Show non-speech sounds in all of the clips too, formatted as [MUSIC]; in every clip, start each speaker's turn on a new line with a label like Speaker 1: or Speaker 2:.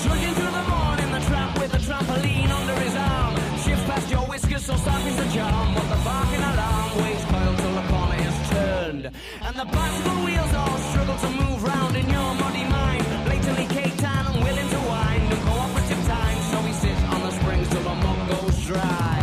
Speaker 1: Shrugging through the morning, the tramp with a trampoline under his arm. Shifts past your whiskers, so stop is the charm. What the barking alarm waits coiled till the corner is turned. And the bicycle wheels all struggle to move round in your muddy mind. Blatantly caked and unwilling to wind. No cooperative time, so he sits on the springs till the mug goes dry.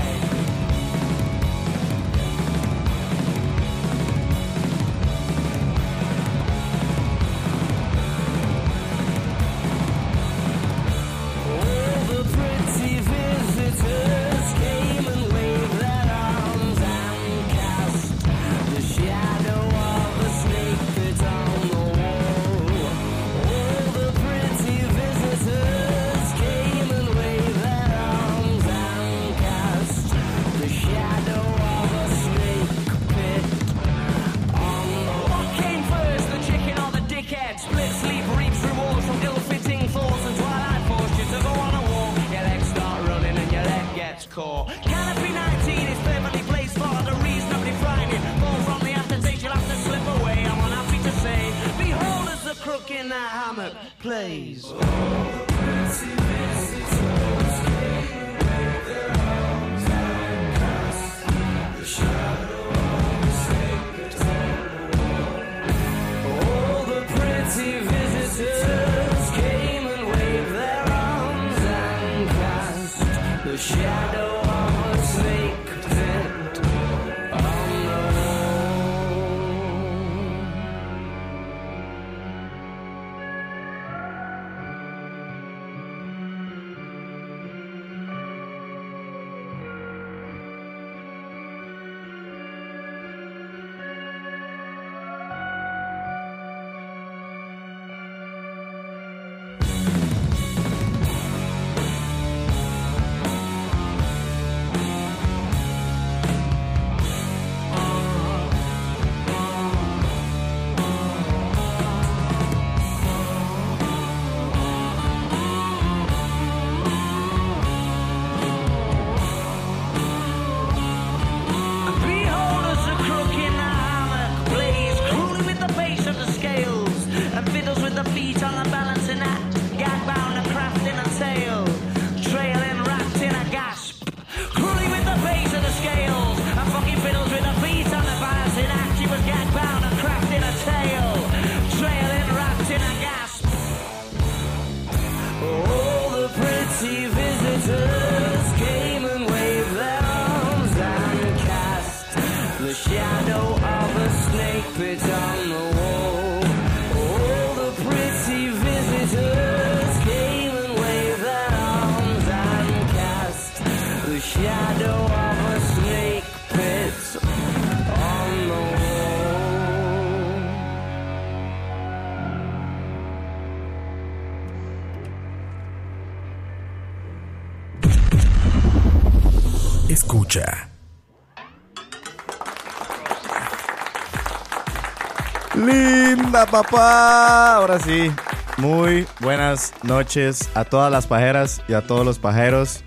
Speaker 1: All the pretty visitors came and waved their arms and cast the shadow of the snake pit on the wall. All the pretty visitors came and waved their arms and cast the shadow of a snake pit on the wall. What came first, the chicken or the dickhead? Split sleep reaps rewards from ill-fitting thoughts and twilight forced you to go on a walk. Your legs start running and your leg gets caught. Canopy 19 is perfectly placed for the reasonably frightening. Fall from the aftertaste, you'll have to slip away. I'm unhappy to say, behold as the crook in the hammock plays. All the pretty visitors came and waved their arms and cast the shadow of a snake pit on the wall. Behold us a crook in the hammock plays crudely with the pace of the scales and fiddles with the feet on the balancing act. Gag bound and craft in a tail, trailing wrapped in a gasp. Crudely with the pace of the scales and fucking fiddles with the feet on the balancing act. He was gag bound and craft in a tail, trailing wrapped in a gasp. All the pretty visitors came and waved their arms and cast the shadow of a snake pit on the wall. All the pretty visitors came and waved their arms and cast the shadow of a snake pit on the wall.
Speaker 2: Escucha.
Speaker 3: Linda papá. Ahora sí. Muy buenas noches a todas las pajeras y a todos los pajeros.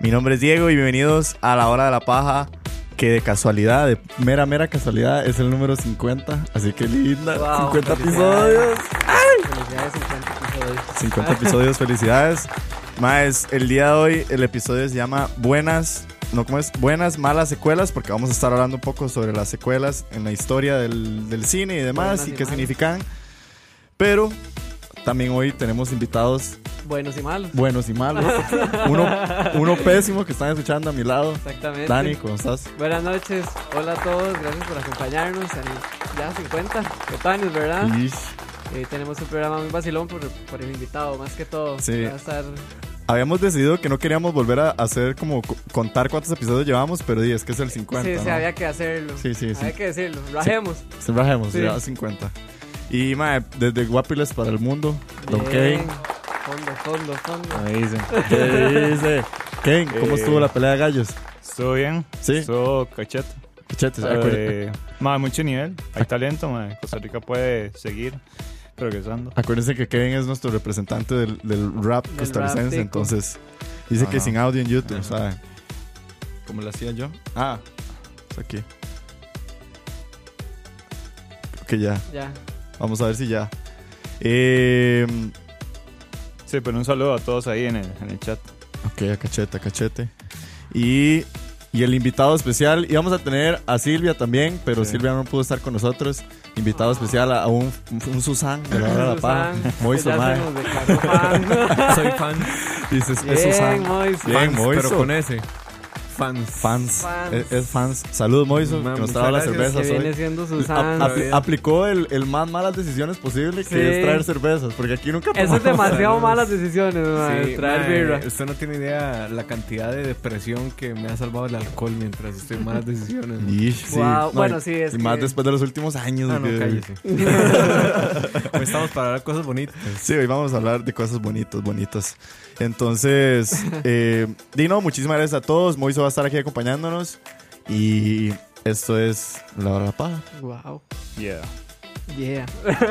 Speaker 3: Mi nombre es Diego y bienvenidos a la hora de la paja. Que de casualidad, de mera, mera casualidad, es el número 50. Así que linda. 50 episodios.
Speaker 4: Felicidades, 50 episodios.
Speaker 3: 50 episodios, felicidades. Más, el día de hoy el episodio se llama Buenas, no como es, Buenas, Malas Secuelas, porque vamos a estar hablando un poco sobre las secuelas en la historia del, del cine y demás
Speaker 4: Buenas
Speaker 3: y
Speaker 4: y
Speaker 3: qué
Speaker 4: malas.
Speaker 3: significan. Pero también hoy tenemos invitados
Speaker 4: Buenos y malos.
Speaker 3: buenos y
Speaker 4: [LAUGHS]
Speaker 3: malos. Uno, uno pésimo que están escuchando a mi lado.
Speaker 4: Exactamente.
Speaker 3: Dani, ¿cómo estás?
Speaker 4: Buenas noches, hola a todos, gracias por acompañarnos. al- Ya 50, cotáneos, ¿verdad?
Speaker 3: Ish.
Speaker 4: Eh, tenemos un programa muy vacilón por, por el invitado, más que todo.
Speaker 3: Sí.
Speaker 4: Va a estar
Speaker 3: Habíamos decidido que no queríamos volver a hacer como co- contar cuántos episodios llevamos, pero di, es que es el 50.
Speaker 4: sí, sí,
Speaker 3: ¿no?
Speaker 4: había que hacerlo.
Speaker 3: Sí, sí, sí.
Speaker 4: Había que decirlo. Rajemos.
Speaker 3: Se bajemos,
Speaker 4: Sí.
Speaker 3: ya 50. Y mae, desde Guapiles para el mundo, Don
Speaker 4: Bien.
Speaker 3: Kevin.
Speaker 4: Fondo, fondo, fondo.
Speaker 5: Me dicen.
Speaker 3: ¿Qué dice? Kevin, ¿cómo
Speaker 5: Eh.
Speaker 3: estuvo la pelea de gallos?
Speaker 5: ¿Estuvo bien?
Speaker 3: Sí.
Speaker 5: ¿Estuvo cachete?
Speaker 3: Cachetes, acuérdense,
Speaker 5: Eh, ma, mucho nivel. Hay talento, ma. Costa Rica puede seguir progresando.
Speaker 3: acuérdense que Kevin es nuestro representante del, del rap
Speaker 4: Del rap
Speaker 3: costarricense,
Speaker 4: tico.
Speaker 3: entonces dice que
Speaker 5: Ajá.
Speaker 3: sin audio en YouTube,
Speaker 5: Ajá.
Speaker 3: ¿saben? ¿Cómo lo hacía yo? Ah, es aquí. Creo que ya.
Speaker 4: Ya.
Speaker 3: Vamos a ver si ya. Eh,
Speaker 5: Sí, pero un saludo a todos ahí en el, en el chat.
Speaker 3: ok, a cachete, a cachete. Y, y el invitado especial, íbamos a tener a Silvia también, pero
Speaker 5: Sí.
Speaker 3: Silvia no pudo estar con nosotros. Invitado
Speaker 4: Ah.
Speaker 3: especial a, a un, un Susan de la hora
Speaker 4: [LAUGHS]
Speaker 3: de la paja.
Speaker 4: Susan,
Speaker 3: [LAUGHS] Moiso,
Speaker 4: que ya
Speaker 3: mae.
Speaker 4: se nos declaró fan.
Speaker 6: Soy fan.
Speaker 3: Dices, es
Speaker 4: Bien,
Speaker 3: Susan.
Speaker 4: Moiso.
Speaker 3: Bien,
Speaker 6: fans,
Speaker 3: Moiso.
Speaker 6: pero con ese. Fans.
Speaker 3: Fans.
Speaker 4: Fans.
Speaker 3: Es, es fans. Saludos, Moiso,
Speaker 6: Man,
Speaker 3: que [LAUGHS] nos
Speaker 4: [LAUGHS]
Speaker 6: muchas
Speaker 3: trajo las
Speaker 6: gracias,
Speaker 3: cervezas
Speaker 4: Que
Speaker 3: hoy.
Speaker 4: viene siendo
Speaker 3: A-
Speaker 4: Susan.
Speaker 3: apli- aplicó el, el más malas decisiones posible, que
Speaker 4: Sí.
Speaker 3: es traer cervezas, porque aquí nunca
Speaker 4: Eso es
Speaker 3: [LAUGHS]
Speaker 4: demasiado
Speaker 6: Saludos.
Speaker 4: malas decisiones, mae,
Speaker 6: Sí,
Speaker 4: traer
Speaker 6: mae,
Speaker 4: birra.
Speaker 6: Usted no tiene idea la cantidad de depresión que me ha salvado el alcohol mientras estoy en malas decisiones.
Speaker 3: [LAUGHS]
Speaker 6: mae.
Speaker 3: Ish, sí.
Speaker 4: Wow, bueno,
Speaker 3: y-
Speaker 4: sí, es
Speaker 3: y más
Speaker 4: que-
Speaker 3: después de los últimos años.
Speaker 6: Ah, no,
Speaker 3: güey.
Speaker 6: cállese. [LAUGHS] Estamos para hablar cosas bonitas.
Speaker 3: Sí, hoy vamos a hablar de cosas bonitas, bonitas.
Speaker 6: [LAUGHS]
Speaker 3: Entonces, eh, Dino, muchísimas gracias a todos. Moiso va a estar aquí acompañándonos. Y esto es La Hora de la Paja.
Speaker 4: Wow.
Speaker 5: Yeah.
Speaker 4: Yeah.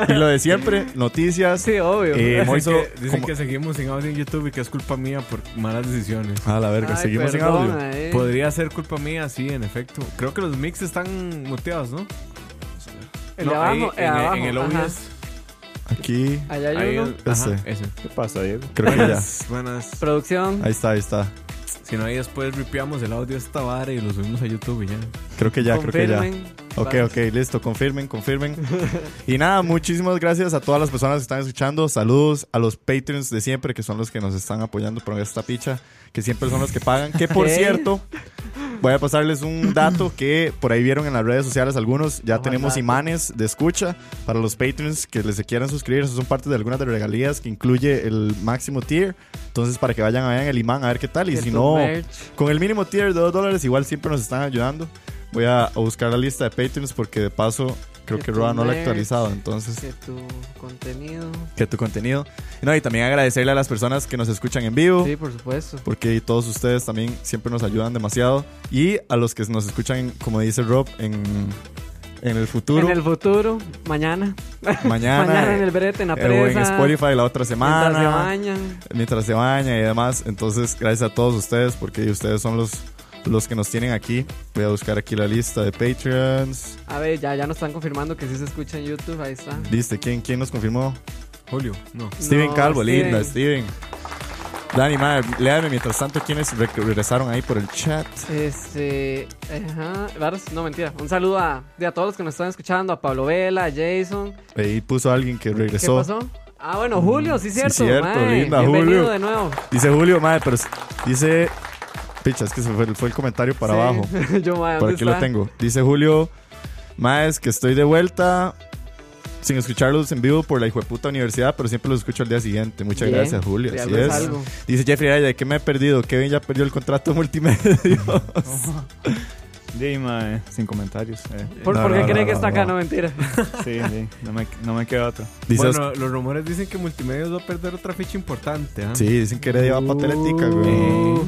Speaker 3: Y lo de
Speaker 6: [LAUGHS]
Speaker 3: siempre, noticias.
Speaker 4: Sí, obvio.
Speaker 3: Eh,
Speaker 6: Dicen,
Speaker 3: Moiso,
Speaker 6: que, dicen
Speaker 3: como-
Speaker 6: que seguimos sin audio en YouTube y que es culpa mía por malas decisiones.
Speaker 3: A la verga,
Speaker 4: Ay,
Speaker 3: seguimos sin
Speaker 4: perdona,
Speaker 3: audio.
Speaker 4: eh.
Speaker 6: Podría ser culpa mía, sí, en efecto. Creo que los mix están muteados, ¿no?
Speaker 4: El
Speaker 6: No,
Speaker 4: de
Speaker 6: ahí,
Speaker 4: abajo, el de
Speaker 6: en, el-
Speaker 4: abajo,
Speaker 6: en el
Speaker 4: ajá.
Speaker 6: OBS.
Speaker 3: Aquí,
Speaker 4: Allá hay
Speaker 6: ahí
Speaker 4: uno.
Speaker 6: el- ajá,
Speaker 3: Ese.
Speaker 6: ese.
Speaker 5: ¿Qué pasa, Diego?
Speaker 3: creo que ya.
Speaker 6: Buenas, buenas.
Speaker 4: Producción.
Speaker 3: Ahí está, ahí está.
Speaker 6: Si no, ahí después ripeamos el audio de esta vara y lo subimos a YouTube y ya.
Speaker 3: Creo que ya, creo que ya.
Speaker 4: confirmen.
Speaker 3: Ok, ok, listo, confirmen, confirmen. [LAUGHS] y nada, muchísimas gracias a todas las personas que están escuchando. Saludos a los Patreons de siempre, que son los que nos están apoyando por esta picha, que siempre son los que pagan. Que por
Speaker 4: [LAUGHS] Ok.
Speaker 3: cierto, voy a pasarles un dato que por ahí vieron en las redes sociales algunos. Ya
Speaker 4: Ojalá.
Speaker 3: tenemos imanes de escucha para los Patreons que les quieran suscribir. Eso son parte de algunas de las regalías que incluye el máximo tier. Entonces, para que vayan a ver el imán a ver qué tal. Y
Speaker 4: Que
Speaker 3: si
Speaker 4: tu
Speaker 3: no.
Speaker 4: merch.
Speaker 3: Con el mínimo tier de 2 dólares, igual siempre nos están ayudando. Voy a, a buscar la lista de Patreons porque de paso creo
Speaker 4: Que
Speaker 3: que
Speaker 4: tu
Speaker 3: Roa no la ha
Speaker 4: merch.
Speaker 3: actualizado. Entonces,
Speaker 4: Que tu contenido.
Speaker 3: que tu contenido. Y No, y también agradecerle a las personas que nos escuchan en vivo.
Speaker 4: Sí, por supuesto.
Speaker 3: Porque todos ustedes también siempre nos ayudan demasiado. Y a los que nos escuchan, como dice Rob, en, en el futuro.
Speaker 4: En el futuro, mañana.
Speaker 3: mañana.
Speaker 4: [LAUGHS] Mañana en el brete, en la
Speaker 3: eh, o en
Speaker 4: presa.
Speaker 3: Spotify la otra
Speaker 4: mientras se
Speaker 3: semana.
Speaker 4: bañan.
Speaker 3: mientras se baña y demás. Entonces, gracias a todos ustedes porque ustedes son los, los que nos tienen aquí. Voy a buscar aquí la lista de Patreons.
Speaker 4: A ver, ya, ya nos están confirmando que sí se escucha en YouTube. Ahí está.
Speaker 3: ¿Viste quién, quién nos confirmó?
Speaker 6: Julio, no.
Speaker 3: Steven
Speaker 4: No,
Speaker 3: Calvo,
Speaker 4: Steven.
Speaker 3: linda, Steven. Dani, madre, léame mientras tanto quiénes re- regresaron ahí por el chat.
Speaker 4: Este, ajá, varas- no mentira. Un saludo a, de a todos los que nos están escuchando, a Pablo Vela, a Jason.
Speaker 3: Ahí puso alguien que
Speaker 4: ¿Qué
Speaker 3: regresó. Mm,
Speaker 4: pasó? Ah, bueno, Julio, sí cierto.
Speaker 3: cierto,
Speaker 4: mae.
Speaker 3: linda,
Speaker 4: Bienvenido
Speaker 3: Julio.
Speaker 4: de nuevo.
Speaker 3: Dice Julio, madre, pero s- dice. Picha, es que se fue, fue el comentario para
Speaker 4: Sí.
Speaker 3: abajo.
Speaker 4: [LAUGHS] Yo, mae,
Speaker 3: Por
Speaker 4: ¿dónde
Speaker 3: aquí lo
Speaker 4: está?
Speaker 3: tengo. Dice Julio, más que estoy de vuelta sin escucharlos en vivo por la hijueputa universidad, pero siempre los escucho al día siguiente. Muchas
Speaker 4: Bien.
Speaker 3: gracias, Julio.
Speaker 4: De
Speaker 3: Así
Speaker 4: algo es
Speaker 3: es.
Speaker 4: algo.
Speaker 3: Dice Jeffrey Araya, ¿de qué me he perdido? Kevin ya perdió el contrato multimedia.
Speaker 5: Dima, sin comentarios. eh.
Speaker 4: ¿Por,
Speaker 3: No,
Speaker 4: por qué
Speaker 3: no,
Speaker 4: cree
Speaker 3: no,
Speaker 4: que
Speaker 3: no,
Speaker 4: está acá?
Speaker 3: no. [LAUGHS]
Speaker 4: No, mentira.
Speaker 5: Sí, sí, no me, no me queda otro.
Speaker 3: Dice
Speaker 6: bueno, los rumores dicen que Multimedios va a perder otra ficha importante, ¿ah?
Speaker 3: Sí, dicen que heredia va para Teletica, güey.
Speaker 4: Uh,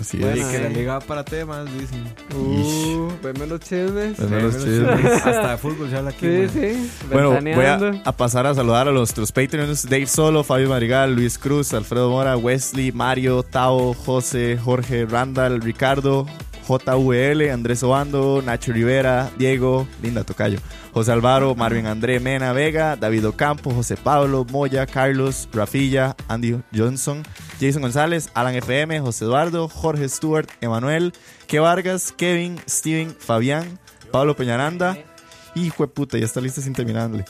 Speaker 3: Así
Speaker 6: Y
Speaker 4: bueno,
Speaker 6: que la
Speaker 4: eh.
Speaker 6: liga va para temas, dicen.
Speaker 4: uh, venme los chismes.
Speaker 3: Venme pues los
Speaker 6: Eh,
Speaker 3: chismes.
Speaker 6: Hasta de fútbol se habla aquí.
Speaker 4: Sí,
Speaker 6: man.
Speaker 4: sí.
Speaker 3: Bueno, voy
Speaker 4: ventaneando.
Speaker 3: a, a pasar a saludar a nuestros Patreons: Dave Solo, Fabio Marigal, Luis Cruz, Alfredo Mora, Wesley, Mario, Tao, José, Jorge, Randall, Ricardo, JVL, Andrés Obando, Nacho Rivera, Diego, Linda Tocayo, José Alvaro, Marvin André, Mena Vega, David Ocampo, José Pablo, Moya, Carlos, Rafilla, Andy Johnson, Jason González, Alan FM, José Eduardo, Jorge Stewart, Emanuel, Que Vargas, Kevin, Steven, Fabián, Pablo Peñaranda. Hijo de puta, ya está lista sin terminarle.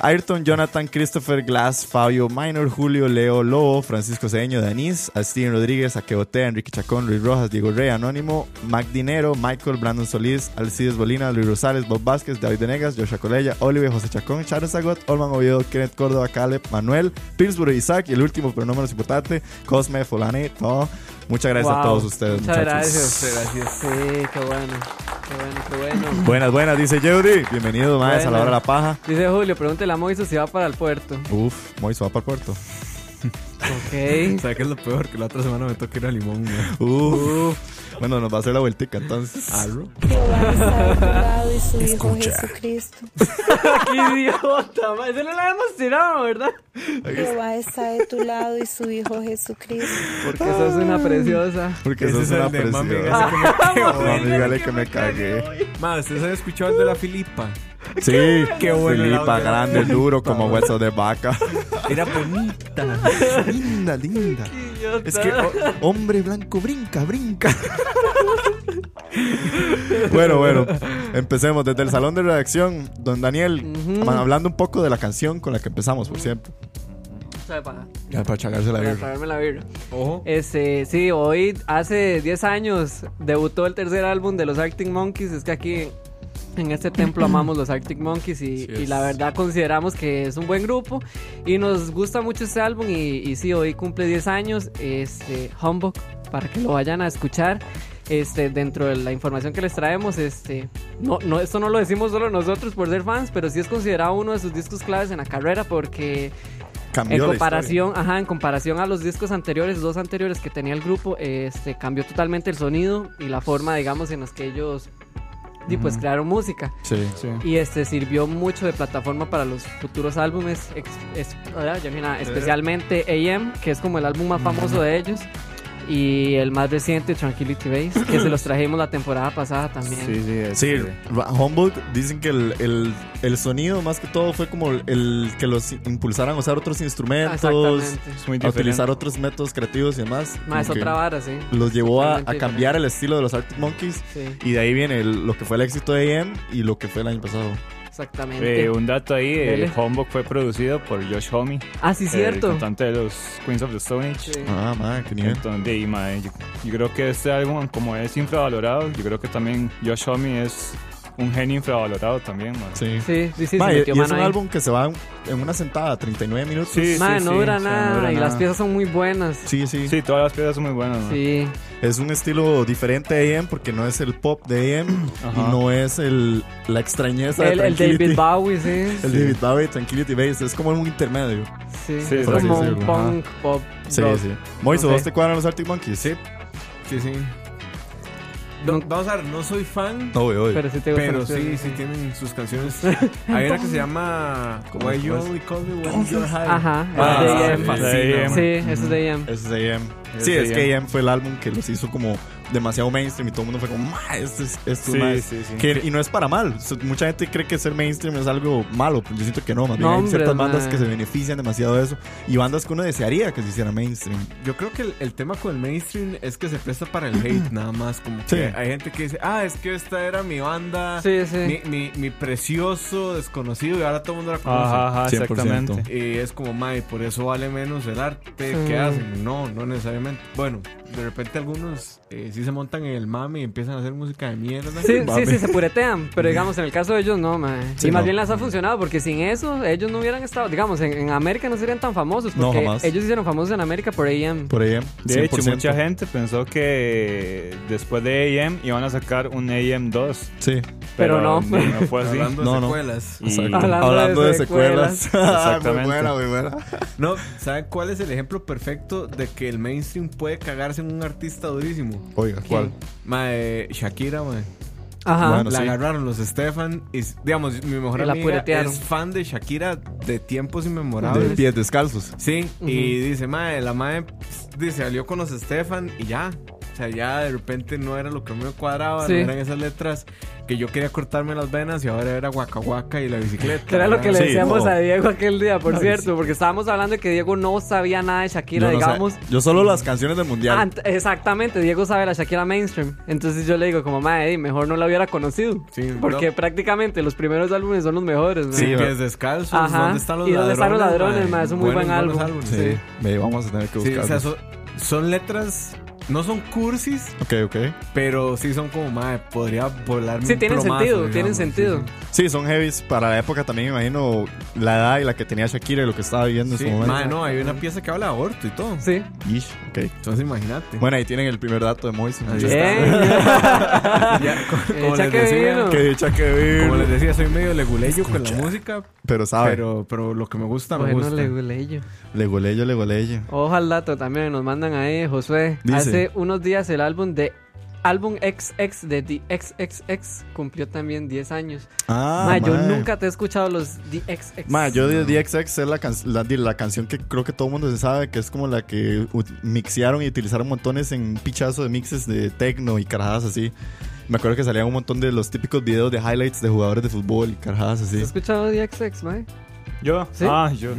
Speaker 3: Ayrton, Jonathan, Christopher, Glass, Fabio, Minor, Julio, Leo, Lobo, Francisco Cedeño, Danís, a Steven Rodríguez, a Quebotea, Enrique Chacón, Luis Rojas, Diego Rey, Anónimo, Mac Dinero, Michael, Brandon Solís, Alcides Bolina, Luis Rosales, Bob Vázquez, David Venegas, Joshua Colella, Olive, José Chacón, Charles Zagot, Olman Oviedo, Kenneth Córdoba, Caleb, Manuel, Pillsbury, Isaac y el último, pero no menos importante, Cosme, Fulani, todo. Muchas gracias a
Speaker 4: Wow.
Speaker 3: todos ustedes,
Speaker 4: Muchas
Speaker 3: muchachos.
Speaker 4: gracias. Gracias. Sí, qué bueno. Qué bueno, qué bueno.
Speaker 3: Buenas, buenas, dice Jeudy. Bienvenido, más a la
Speaker 4: Buenas.
Speaker 3: hora de la paja.
Speaker 4: Dice Julio, pregúntele a Moiso si va para el puerto.
Speaker 3: Uf, Moiso va para el puerto. [LAUGHS]
Speaker 4: Ok.
Speaker 6: ¿Sabes qué es lo peor? Que la otra semana me toca ir a Limón, güey.
Speaker 3: Uf. Bueno, nos va a hacer la vueltica entonces. Ah,
Speaker 6: Arro.
Speaker 7: Jehová está adorado y su Hijo
Speaker 2: Escucha.
Speaker 7: Jesucristo.
Speaker 4: ¡Qué idiota! ma. Ese no la hemos tirado, ¿verdad?
Speaker 7: Jehová está de tu lado y su Hijo Jesucristo.
Speaker 4: Porque eso es una preciosa.
Speaker 3: Porque
Speaker 6: Ese
Speaker 3: eso es
Speaker 6: es
Speaker 3: una
Speaker 6: el de
Speaker 3: presión.
Speaker 6: mami,
Speaker 3: [LAUGHS]
Speaker 6: gracias que me quedo.
Speaker 3: Mami, dígale que me cagué.
Speaker 6: Madre, ¿ustedes han escuchado el de la Filipa?
Speaker 3: Sí,
Speaker 6: Qué bueno el
Speaker 3: Filipa,
Speaker 6: audio.
Speaker 3: grande, duro, como hueso de vaca.
Speaker 6: Era bonita.
Speaker 3: linda, linda.
Speaker 4: Idiota.
Speaker 3: Es [LAUGHS] que oh, hombre blanco brinca, brinca. [LAUGHS] bueno, bueno, empecemos desde el salón de redacción. Don Daniel,
Speaker 4: Ujú.
Speaker 3: man, hablando un poco de la canción con la que empezamos, por siempre.
Speaker 4: O sea, para,
Speaker 3: Ya, para chagarse la
Speaker 4: para
Speaker 3: birra.
Speaker 4: traerme la birra.
Speaker 6: Ojo.
Speaker 4: Este, sí, hoy hace 10 años debutó el tercer álbum de los Arctic Monkeys. Es que aquí en este templo amamos los Arctic Monkeys y,
Speaker 6: Así
Speaker 4: y
Speaker 6: es.
Speaker 4: la verdad consideramos que es un buen grupo y nos gusta mucho este álbum y, y sí, hoy cumple 10 años, este, Humbug, para que lo vayan a escuchar. Este, dentro de la información que les traemos, este, no, no, esto no lo decimos solo nosotros por ser fans, pero sí es considerado uno de sus discos claves en la carrera porque en
Speaker 3: Cambió la historia.
Speaker 4: comparación, ajá, en comparación a los discos anteriores, dos anteriores que tenía el grupo, este cambió totalmente el sonido y la forma, digamos, en las que ellos di, pues crearon música.
Speaker 3: Sí.
Speaker 5: Sí.
Speaker 4: Y este sirvió mucho de plataforma para los futuros álbumes, ex- es- ah, ya vi nada,
Speaker 5: Eh.
Speaker 4: especialmente AM, que es como el álbum más famoso de ellos, y el más reciente, Tranquility Base, que se los trajimos la temporada pasada también.
Speaker 5: Sí, sí, es-
Speaker 3: Sí,
Speaker 4: Este,
Speaker 3: Ra- Humboldt dicen que el, el- el sonido más que todo fue como el, el que los impulsaran a usar otros instrumentos,
Speaker 4: Exactamente.
Speaker 5: Es muy
Speaker 3: a utilizar
Speaker 5: diferente.
Speaker 3: otros métodos creativos y demás.
Speaker 4: Más
Speaker 3: como que
Speaker 4: otra vara, sí.
Speaker 3: Los llevó a, a
Speaker 4: Totalmente
Speaker 3: cambiar el estilo de los Arctic Monkeys
Speaker 4: Sí,
Speaker 3: y de ahí viene el- lo que fue el éxito de AM y lo que fue el año pasado.
Speaker 4: exactamente.
Speaker 5: Eh, un dato ahí, el
Speaker 4: Dele.
Speaker 5: Homebook fue producido por Josh Homme,
Speaker 4: ah, sí,
Speaker 5: el
Speaker 4: cierto.
Speaker 5: cantante de los Queens of the Stone Age.
Speaker 4: Sí.
Speaker 3: Ah, madre, qué nivel.
Speaker 5: Entonces, de ahí, mae, yo, yo creo que este álbum, como es infravalorado, yo creo que también Josh Homme es un genio infravalorado también, mae.
Speaker 3: Sí.
Speaker 4: Sí, sí, sí,
Speaker 3: Ma,
Speaker 4: se
Speaker 3: y-
Speaker 4: metió
Speaker 3: y es
Speaker 4: mano
Speaker 3: un
Speaker 4: ahí.
Speaker 3: álbum que se va en- en una sentada, 39 minutos.
Speaker 5: Sí.
Speaker 4: Madre, no dura
Speaker 5: o sea, no
Speaker 4: nada
Speaker 5: dura
Speaker 4: y las
Speaker 5: nada.
Speaker 4: piezas son muy buenas.
Speaker 3: Sí,
Speaker 4: Sí.
Speaker 3: sí,
Speaker 5: Sí, todas las piezas son muy buenas, mae.
Speaker 3: Es un estilo diferente de AM porque no es el pop de
Speaker 4: [CLEARS THROAT]
Speaker 3: AM
Speaker 5: Ajá.
Speaker 3: y no es el, la extrañeza
Speaker 4: El,
Speaker 3: de
Speaker 4: el
Speaker 3: Tranquility.
Speaker 4: David Bowie, sí.
Speaker 3: El David Bowie, Tranquility Base, es como un intermedio.
Speaker 4: Sí,
Speaker 5: Sí,
Speaker 4: es
Speaker 5: por
Speaker 3: así
Speaker 4: como un
Speaker 3: decirlo.
Speaker 4: punk pop. rock.
Speaker 3: Moiso,
Speaker 4: Ok.
Speaker 3: ¿vos te cuadran los Arctic Monkeys? Sí.
Speaker 6: Sí, sí.
Speaker 4: No-
Speaker 6: No, vamos a ver, no soy fan,
Speaker 3: No, obvio, obvio.
Speaker 4: Pero sí te gusta.
Speaker 6: pero sí, sí tienen sus canciones. Hay una que se llama
Speaker 3: ¿Cómo
Speaker 6: Why You
Speaker 3: es?
Speaker 6: Only Call Me When You're High.
Speaker 4: Ajá,
Speaker 6: Ah,
Speaker 4: es
Speaker 6: sí, Mm.
Speaker 4: de
Speaker 6: me
Speaker 4: AM.
Speaker 5: fascina,
Speaker 4: Sí, eso es de AM.
Speaker 3: Ese es AM.
Speaker 5: Ese
Speaker 3: Sí,
Speaker 5: es
Speaker 3: es que
Speaker 5: AM.
Speaker 3: AM fue el álbum que los hizo como demasiado mainstream y todo el mundo fue como, "Ma, esto es, esto es
Speaker 5: Sí,
Speaker 3: más".
Speaker 5: sí, sí.
Speaker 3: Que- y no es para mal. O sea, mucha gente cree que ser mainstream es algo malo, pero yo siento que no. Más bien
Speaker 4: No,
Speaker 3: hay
Speaker 4: hombre,
Speaker 3: ciertas bandas
Speaker 4: ma.
Speaker 3: que se benefician demasiado de eso y bandas que uno desearía que se hiciera mainstream.
Speaker 6: Yo creo que el, el tema con el mainstream es que se presta para el
Speaker 3: [CLEARS THROAT]
Speaker 6: hate nada más. Como que
Speaker 3: Sí.
Speaker 6: hay gente que dice, ah, es que esta era mi banda,
Speaker 4: Sí, sí.
Speaker 6: mi, mi, mi precioso desconocido y ahora todo el mundo la conoce.
Speaker 5: Ajá, ajá,
Speaker 3: 100%.
Speaker 5: exactamente.
Speaker 6: Y es como, mae, por eso vale menos el arte
Speaker 4: Sí.
Speaker 6: que hacen. No, no necesariamente. Bueno, de repente algunos eh, sí se montan en el mame y empiezan a hacer música de mierda.
Speaker 4: Sí,
Speaker 3: Mami.
Speaker 4: sí, sí, se puretean, pero digamos, en el caso de ellos no, man.
Speaker 3: Sí,
Speaker 4: y más
Speaker 3: no.
Speaker 4: bien les ha funcionado, porque sin eso ellos no hubieran estado, digamos, en, en América no serían tan famosos,
Speaker 3: No,
Speaker 4: porque
Speaker 3: jamás.
Speaker 4: ellos hicieron famosos en América por AM.
Speaker 3: Por AM.
Speaker 5: De hecho,
Speaker 3: 100%.
Speaker 5: mucha gente pensó que después de AM iban a sacar un AM2,
Speaker 3: Sí.
Speaker 5: pero,
Speaker 4: Pero no.
Speaker 5: ni- no fue así.
Speaker 6: Hablando de
Speaker 3: Pues No, no.
Speaker 6: secuelas.
Speaker 5: Y-
Speaker 3: Exacto.
Speaker 4: Hablando de
Speaker 3: [LAUGHS]
Speaker 5: Exactamente.
Speaker 3: Ah, muy buena, muy buena.
Speaker 6: No, ¿saben cuál es el ejemplo perfecto de que el mainstream puede cagarse en un artista durísimo?
Speaker 3: Oiga, ¿cuál?
Speaker 6: Mae, Shakira, mae.
Speaker 4: Ajá.
Speaker 3: Bueno,
Speaker 6: la
Speaker 3: sí.
Speaker 6: agarraron los Stefan y, digamos, mi mejor
Speaker 4: Y la
Speaker 6: amiga
Speaker 4: puretearon.
Speaker 6: es fan de Shakira de tiempos
Speaker 3: De
Speaker 6: inmemorables.
Speaker 3: pies descalzos.
Speaker 6: Sí,
Speaker 4: Ujú.
Speaker 6: pues, y dice, mae, la mae dice, salió con los Stefan y ya. O sea, ya de repente no era lo que a mí me cuadraba,
Speaker 4: Sí.
Speaker 6: no eran esas letras que yo quería cortarme las venas y ahora era guaca guaca y la bicicleta.
Speaker 4: Que era lo que le
Speaker 3: Sí,
Speaker 4: decíamos
Speaker 3: no.
Speaker 4: a Diego aquel día, por
Speaker 3: No,
Speaker 4: cierto,
Speaker 3: sí.
Speaker 4: porque estábamos hablando de que Diego no sabía nada de Shakira,
Speaker 3: Yo no sé.
Speaker 4: digamos. Ah,
Speaker 3: yo solo las canciones del mundial.
Speaker 4: Ant- exactamente, Diego sabe la Shakira mainstream. Entonces yo le digo, como, madre, mejor no la hubiera conocido.
Speaker 6: Sí,
Speaker 4: porque
Speaker 6: no.
Speaker 4: prácticamente los primeros álbumes son los mejores, ¿no?
Speaker 3: Sí,
Speaker 6: Sí,
Speaker 3: ¿verdad?
Speaker 6: pies descalzos,
Speaker 4: Ajá.
Speaker 6: ¿dónde están los
Speaker 4: ¿Y
Speaker 6: ladrones?
Speaker 4: dónde están los ladrones,
Speaker 6: mae?
Speaker 4: mae? Es un muy
Speaker 6: Buenos,
Speaker 4: buen
Speaker 6: buenos
Speaker 4: álbum.
Speaker 6: álbumes.
Speaker 4: Sí.
Speaker 6: Sí,
Speaker 8: Me vamos a tener que
Speaker 6: Sí,
Speaker 8: buscar.
Speaker 6: o sea, son, son letras, no son cursis,
Speaker 8: ok, ok.
Speaker 6: pero sí son como, madre, podría volarme
Speaker 4: Sí,
Speaker 6: un
Speaker 4: tienen
Speaker 6: plomazo,
Speaker 4: sentido,
Speaker 6: digamos.
Speaker 4: tienen
Speaker 6: Sí,
Speaker 4: sentido.
Speaker 6: sí.
Speaker 3: Sí, son heavies para la época también, me imagino, la edad y la que tenía Shakira y lo que estaba viviendo
Speaker 6: Sí,
Speaker 3: en su momento.
Speaker 6: mae, no, hay una pieza que habla de aborto y todo.
Speaker 4: Sí.
Speaker 3: Ish, ok.
Speaker 6: Entonces imagínate.
Speaker 3: Bueno, ahí tienen el primer dato de Mois.
Speaker 6: Ahí está.
Speaker 4: Bien. [LAUGHS]
Speaker 6: Ya, co-
Speaker 4: Eh,
Speaker 6: como,
Speaker 4: ya
Speaker 6: les
Speaker 4: que
Speaker 6: decía,
Speaker 4: vino.
Speaker 3: Qué dicha que
Speaker 6: como les
Speaker 3: vivir.
Speaker 6: decía, soy medio leguleyo con la música,
Speaker 3: Pero sabe,
Speaker 6: pero, pero lo que me gusta, me
Speaker 4: Bueno,
Speaker 6: gusta.
Speaker 4: le leyo.
Speaker 3: le goleyo, le goleyo.
Speaker 4: Ojo al dato también, nos mandan ahí, Josué.
Speaker 3: Dice.
Speaker 4: Hace unos días el álbum de álbum XX de The XXX cumplió también 10 años.
Speaker 3: Ah,
Speaker 4: Ma, yo
Speaker 3: mae.
Speaker 4: nunca te he escuchado los The XX.
Speaker 3: Ma, yo de DXX es la, can- la, di- la canción que creo que todo el mundo se sabe, que es como la que ut- mixearon y utilizaron montones en un pichazo de mixes de techno y carajadas así. Me acuerdo que salían un montón de los típicos videos de highlights de jugadores de fútbol y carajadas
Speaker 4: ¿Has
Speaker 3: así.
Speaker 4: escuchado The XX, mae?
Speaker 5: ¿Yo?
Speaker 4: ¿Sí?
Speaker 5: Ah, yo.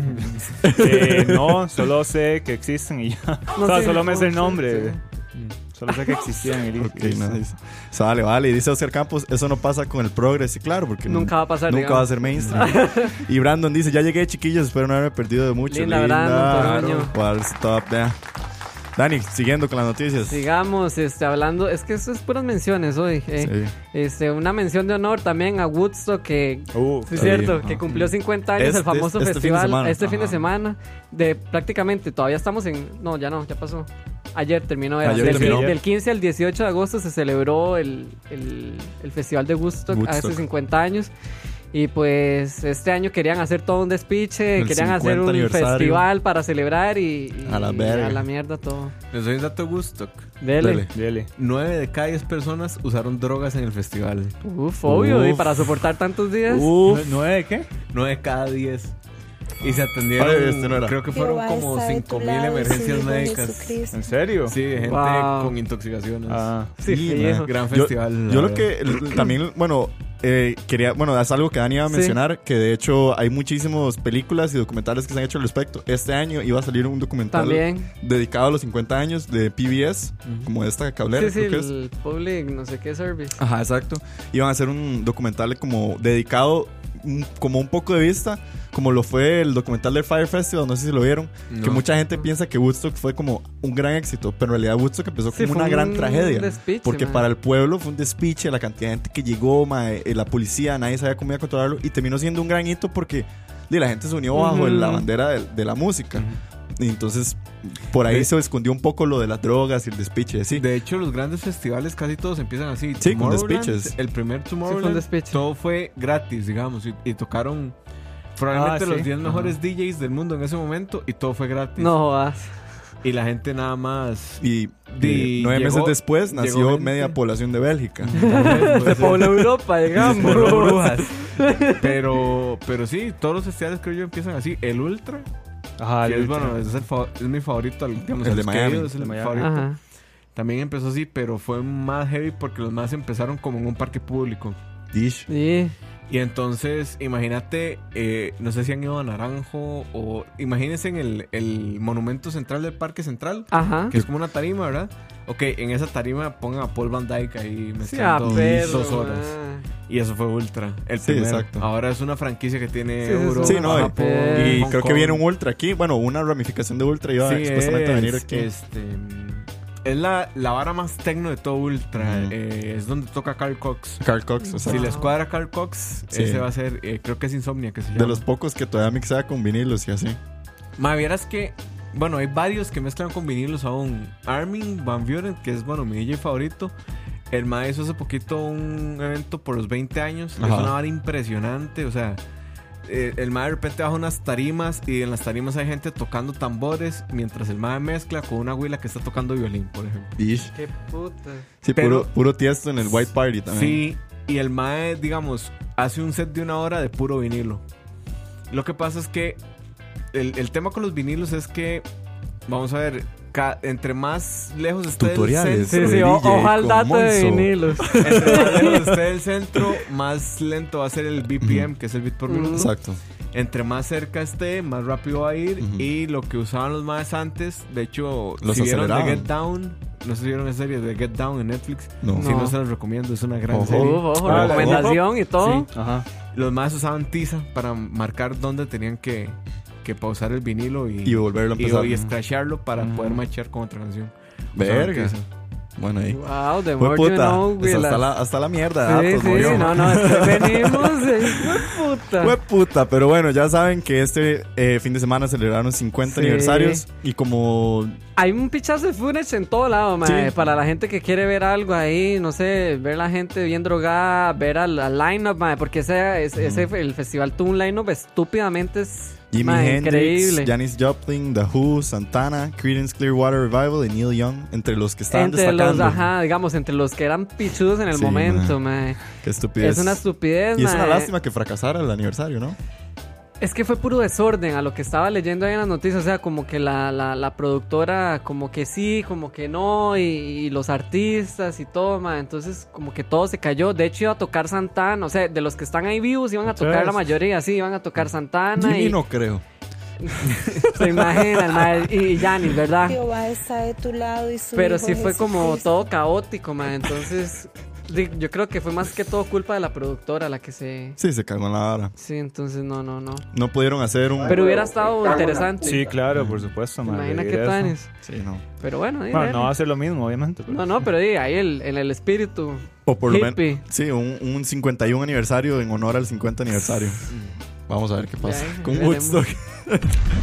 Speaker 5: Eh, no, solo sé que existen y ya.
Speaker 4: No
Speaker 5: o sea,
Speaker 4: sé,
Speaker 5: solo me
Speaker 4: no
Speaker 5: sé el
Speaker 4: sé,
Speaker 5: nombre.
Speaker 4: sí.
Speaker 5: Solo sé que existían. y listo.
Speaker 3: Ok, nice. Sale, vale. Y dice Oscar Campos, eso no pasa con el progress. Y claro, porque
Speaker 4: Nunca va a pasar,
Speaker 3: nunca
Speaker 4: digamos.
Speaker 3: va a ser mainstream.
Speaker 4: [LAUGHS]
Speaker 3: y Brandon dice, ya llegué, chiquillos, espero no haberme perdido de mucho.
Speaker 4: Linda, Brandon, Toño.
Speaker 3: Claro, what's up, yeah. Dani, siguiendo con las noticias.
Speaker 4: Sigamos, este, hablando, es que eso es puras menciones hoy. eh.
Speaker 3: Sí.
Speaker 4: Este, una mención de honor también a Woodstock que
Speaker 3: Uh,
Speaker 4: Sí, es
Speaker 3: sí.
Speaker 4: cierto,
Speaker 3: Ajá.
Speaker 4: que cumplió 50 años
Speaker 3: Este-
Speaker 4: el
Speaker 3: este
Speaker 4: famoso
Speaker 3: fin de
Speaker 4: festival
Speaker 3: semana.
Speaker 4: este fin de
Speaker 3: Ajá.
Speaker 4: semana. De prácticamente, todavía estamos en. No, ya no, ya pasó. Ayer terminó. era.
Speaker 3: Ah, Ayer
Speaker 4: del,
Speaker 3: terminó.
Speaker 4: del 15 al 18 de agosto se celebró el, el- el Festival de Woodstock, hace
Speaker 3: Woodstock.
Speaker 4: 50 años. Y pues este año querían hacer todo un despiche,
Speaker 3: El
Speaker 4: querían hacer
Speaker 3: 50
Speaker 4: un
Speaker 3: aniversario.
Speaker 4: festival para celebrar y, y-
Speaker 3: A la
Speaker 4: y
Speaker 3: verga.
Speaker 4: a la mierda todo.
Speaker 6: Les doy un dato de Woodstock.
Speaker 4: Dele.
Speaker 3: Dele.
Speaker 5: Dele.
Speaker 6: Nueve de cada diez personas usaron drogas en el festival.
Speaker 4: Uf, obvio, y
Speaker 3: Uf.
Speaker 4: para soportar tantos días.
Speaker 5: ¿Nue- ¿Nueve de qué?
Speaker 6: Nueve de cada diez. Y se atendieron,
Speaker 3: Ay, este no era.
Speaker 6: creo que fueron
Speaker 7: Jehová
Speaker 6: como
Speaker 7: está de tu
Speaker 6: cinco mil
Speaker 7: lado y su
Speaker 6: emergencias
Speaker 7: Hijo
Speaker 6: médicas.
Speaker 7: Jesucristo.
Speaker 5: ¿En serio?
Speaker 6: Sí, de gente
Speaker 4: Wow.
Speaker 6: con intoxicaciones.
Speaker 5: Ah,
Speaker 4: Sí,
Speaker 3: Sí,
Speaker 4: fijo.
Speaker 3: man.
Speaker 6: Gran
Speaker 3: Yo-
Speaker 6: festival. la
Speaker 3: Yo lo
Speaker 6: verdad.
Speaker 3: que también, bueno, eh, quería, bueno, es algo que Dani iba a
Speaker 4: Sí.
Speaker 3: mencionar, que de hecho hay muchísimas películas y documentales que se han hecho al respecto. Este año iba a salir un documental
Speaker 4: También.
Speaker 3: dedicado a los 50 años de PBS, como esta cablera,
Speaker 4: Sí, sí,
Speaker 3: creo que es.
Speaker 4: el public, no sé qué service.
Speaker 3: Ajá, exacto. Iban a hacer un documental como dedicado, un- como un poco de vista, como lo fue el documental del Fire Festival, no sé si lo vieron, que
Speaker 6: No.
Speaker 3: mucha gente piensa que Woodstock fue como un gran éxito, pero en realidad Woodstock empezó
Speaker 4: Sí,
Speaker 3: como
Speaker 4: fue
Speaker 3: una gran
Speaker 4: un
Speaker 3: tragedia.
Speaker 4: despiche,
Speaker 3: porque
Speaker 4: mae.
Speaker 3: para el pueblo fue un despiche, la cantidad de gente que llegó, mae, eh, la policía, nadie sabía cómo iba a controlarlo, y terminó siendo un gran hito porque di, la gente se unió bajo
Speaker 4: Ujú.
Speaker 3: la bandera de, de la música. Y entonces, por ahí
Speaker 6: De-
Speaker 3: se escondió un poco lo de las drogas y el despiche, sí.
Speaker 6: De hecho, los grandes festivales casi todos empiezan así.
Speaker 3: Sí, con
Speaker 6: Tomorrowland,
Speaker 3: despiches.
Speaker 6: El primer
Speaker 4: Sí, fue un
Speaker 6: Tomorrowland,
Speaker 4: despiche.
Speaker 6: todo fue gratis, digamos, y, y tocaron probablemente
Speaker 5: Ah, sí.
Speaker 6: los 10 mejores DJs del mundo en ese momento y todo fue gratis.
Speaker 4: No jodas.
Speaker 6: Y la gente nada más... [LAUGHS]
Speaker 3: Y,
Speaker 6: Y
Speaker 3: eh, nueve
Speaker 6: llegó-
Speaker 3: meses después
Speaker 6: llegó
Speaker 3: nació
Speaker 6: gente.
Speaker 3: media población de Bélgica.
Speaker 6: pues,
Speaker 4: De
Speaker 6: [LAUGHS]
Speaker 3: [LAUGHS]
Speaker 4: Puebla Europa, digamos.
Speaker 6: Por brujas. Pero, pero sí, todos los festivales creo yo empiezan así. El Ultra,
Speaker 5: ajá,
Speaker 6: que
Speaker 5: el
Speaker 6: es, bueno,
Speaker 5: último.
Speaker 6: es, el fa- es mi favorito. al- digamos,
Speaker 3: El
Speaker 6: a
Speaker 3: de
Speaker 6: los que he
Speaker 3: Miami.
Speaker 6: ido, es el
Speaker 5: De Miami.
Speaker 6: favorito.
Speaker 4: Ajá.
Speaker 6: También empezó así, pero fue más heavy porque los más empezaron como en un parque público.
Speaker 3: Dish.
Speaker 4: Sí.
Speaker 6: Y entonces, imagínate, eh, no sé si han ido a Naranjo o imagínense en el, el monumento central del Parque Central,
Speaker 4: Ajá.
Speaker 6: que es como una tarima, ¿verdad? Ok, en esa tarima pongan a Paul Van Dyke ahí
Speaker 4: Sí, a
Speaker 6: mezclando
Speaker 4: perro,
Speaker 6: dos horas.
Speaker 4: man.
Speaker 6: Y eso fue Ultra, el
Speaker 3: Sí,
Speaker 6: primero.
Speaker 3: exacto.
Speaker 6: Ahora es una franquicia que tiene
Speaker 4: Sí, sí, sí.
Speaker 6: Europa,
Speaker 3: Sí, no, y-
Speaker 6: Japón,
Speaker 4: Eh,
Speaker 3: Y
Speaker 6: Hong
Speaker 3: creo que
Speaker 6: Kong.
Speaker 3: viene un ultra aquí. Bueno, una ramificación de ultra iba
Speaker 6: Sí,
Speaker 3: supuestamente a venir
Speaker 6: es,
Speaker 3: aquí.
Speaker 6: Este, es la, la vara más tecno de todo Ultra.
Speaker 3: Ujú.
Speaker 6: eh, es donde toca Carl Cox.
Speaker 3: Carl Cox, o sea,
Speaker 6: Si les cuadra Carl Cox,
Speaker 3: Sí.
Speaker 6: ese va a ser, eh, creo que es Insomnia que se llama.
Speaker 3: de los pocos que todavía mixaba con vinilos y así.
Speaker 6: Ma, vieras que. Bueno, hay varios que mezclan con vinilos aún. Armin Van Buren, que es bueno, mi DJ favorito. El ma hizo hace poquito un evento por los 20 años.
Speaker 3: Ajá.
Speaker 6: Es una vara impresionante. O sea, eh, el ma de repente baja unas tarimas y en las tarimas hay gente tocando tambores mientras el ma mezcla con una huila que está tocando violín, por ejemplo.
Speaker 3: Dish.
Speaker 4: Qué puta.
Speaker 3: Sí,
Speaker 6: Pero-
Speaker 3: puro, puro tiesto en el White Party también.
Speaker 6: Sí, y el Mae, digamos, hace un set de una hora de puro vinilo. Lo que pasa es que el, el tema con los vinilos es que, vamos a ver, ca- entre más lejos esté del
Speaker 9: Tutoriales.
Speaker 6: centro-
Speaker 4: Sí, sí,
Speaker 9: de
Speaker 4: o-
Speaker 9: DJ
Speaker 4: ojalá el dato de
Speaker 9: Comonzo.
Speaker 4: vinilos.
Speaker 6: Entre más lejos esté del centro, más lento va a ser el BPM, que es el beat por
Speaker 4: Ujú.
Speaker 6: minuto.
Speaker 3: Exacto.
Speaker 6: Entre más cerca esté, más rápido va a ir. Y lo que usaban los más antes, de hecho,
Speaker 3: Los
Speaker 6: si vieron The
Speaker 3: aceleraban.
Speaker 6: Get Down, no se vieron esa serie de Get Down en Netflix.
Speaker 3: No.
Speaker 6: Si
Speaker 4: No.
Speaker 6: no se los recomiendo, es una gran
Speaker 3: Ojo.
Speaker 6: serie.
Speaker 4: Uf, ojo,
Speaker 5: Ah, la-
Speaker 4: recomendación y todo.
Speaker 5: Ajá.
Speaker 6: Los más usaban tiza para marcar dónde tenían que, que pausar el vinilo y,
Speaker 3: Y volverlo a
Speaker 6: y-
Speaker 3: empezar. Mm.
Speaker 6: y scratcharlo para
Speaker 5: Ujú.
Speaker 6: poder marchar con otra canción. Usaban
Speaker 3: Verga.
Speaker 6: tiza.
Speaker 3: Bueno, ahí.
Speaker 4: Wow, de
Speaker 3: Fue
Speaker 4: more you
Speaker 3: puta.
Speaker 4: know, güey,
Speaker 3: Hasta,
Speaker 4: las-
Speaker 3: la, hasta la mierda. de
Speaker 4: Sí,
Speaker 3: datos,
Speaker 4: sí,
Speaker 3: murió.
Speaker 4: no, no, es
Speaker 3: [LAUGHS]
Speaker 4: que venimos de hijo de puta.
Speaker 3: Fue puta, pero bueno, ya saben que este eh, fin de semana celebraron 50
Speaker 4: Sí.
Speaker 3: aniversarios y como
Speaker 4: Hay un pichazo de footage en todo lado, mae, Para la gente que quiere ver algo ahí, no sé, ver la gente bien drogada, ver al, al lineup, mae, Porque ese, ese, ese- el festival tuvo un lineup estúpidamente es,
Speaker 3: Jimi
Speaker 4: mae,
Speaker 3: Hendrix,
Speaker 4: increíble.
Speaker 3: Janis Joplin, The Who, Santana, Creedence Clearwater Revival y Neil Young, entre los que estaban
Speaker 4: entre
Speaker 3: destacando.
Speaker 4: los, ajá, digamos, entre los que eran pichudos en el
Speaker 3: Sí,
Speaker 4: momento, mae.
Speaker 3: Qué estupidez.
Speaker 4: Es una estupidez, eh.
Speaker 3: y es una
Speaker 4: mae.
Speaker 3: lástima que fracasara el aniversario, ¿no?
Speaker 4: Es que fue puro desorden a lo que estaba leyendo ahí en las noticias. O sea, como que la, la, la productora, como que sí, como que no, y, y los artistas y todo, ma. Entonces, como que todo se cayó. De hecho, iba a tocar Santana. O sea, de los que están ahí vivos, iban a tocar
Speaker 5: Entonces-
Speaker 4: la mayoría, sí, iban a tocar Santana.
Speaker 3: Jimmy
Speaker 4: Y,
Speaker 3: no creo.
Speaker 4: Se imaginan, ma, y- y Janis, ¿verdad?
Speaker 10: Jehová está de tu lado y su
Speaker 4: Pero
Speaker 10: hijo
Speaker 4: sí fue como
Speaker 10: Jesucristo.
Speaker 4: todo caótico, ma. Entonces, di- yo creo que fue más que todo culpa de la productora la que se.
Speaker 3: Sí, se cagó en la vara.
Speaker 4: Sí, entonces, no, no, no.
Speaker 3: No pudieron hacer un...
Speaker 4: Pero hubiera estado interesante.
Speaker 5: Sí, claro, por supuesto. madre,
Speaker 4: Imagina que
Speaker 5: eso.
Speaker 4: tanes.
Speaker 3: Sí, no.
Speaker 4: Pero bueno, ahí
Speaker 5: Bueno,
Speaker 4: dale.
Speaker 5: no va a ser lo mismo, obviamente. pero-
Speaker 4: No, no, pero di, ahí el, en el espíritu.
Speaker 3: O por lo
Speaker 4: Hippie.
Speaker 3: menos... Sí, un, un 51 aniversario en honor al 50 aniversario. Vamos a ver qué pasa.
Speaker 4: Ya,
Speaker 3: Con
Speaker 4: veremos.
Speaker 3: Woodstock.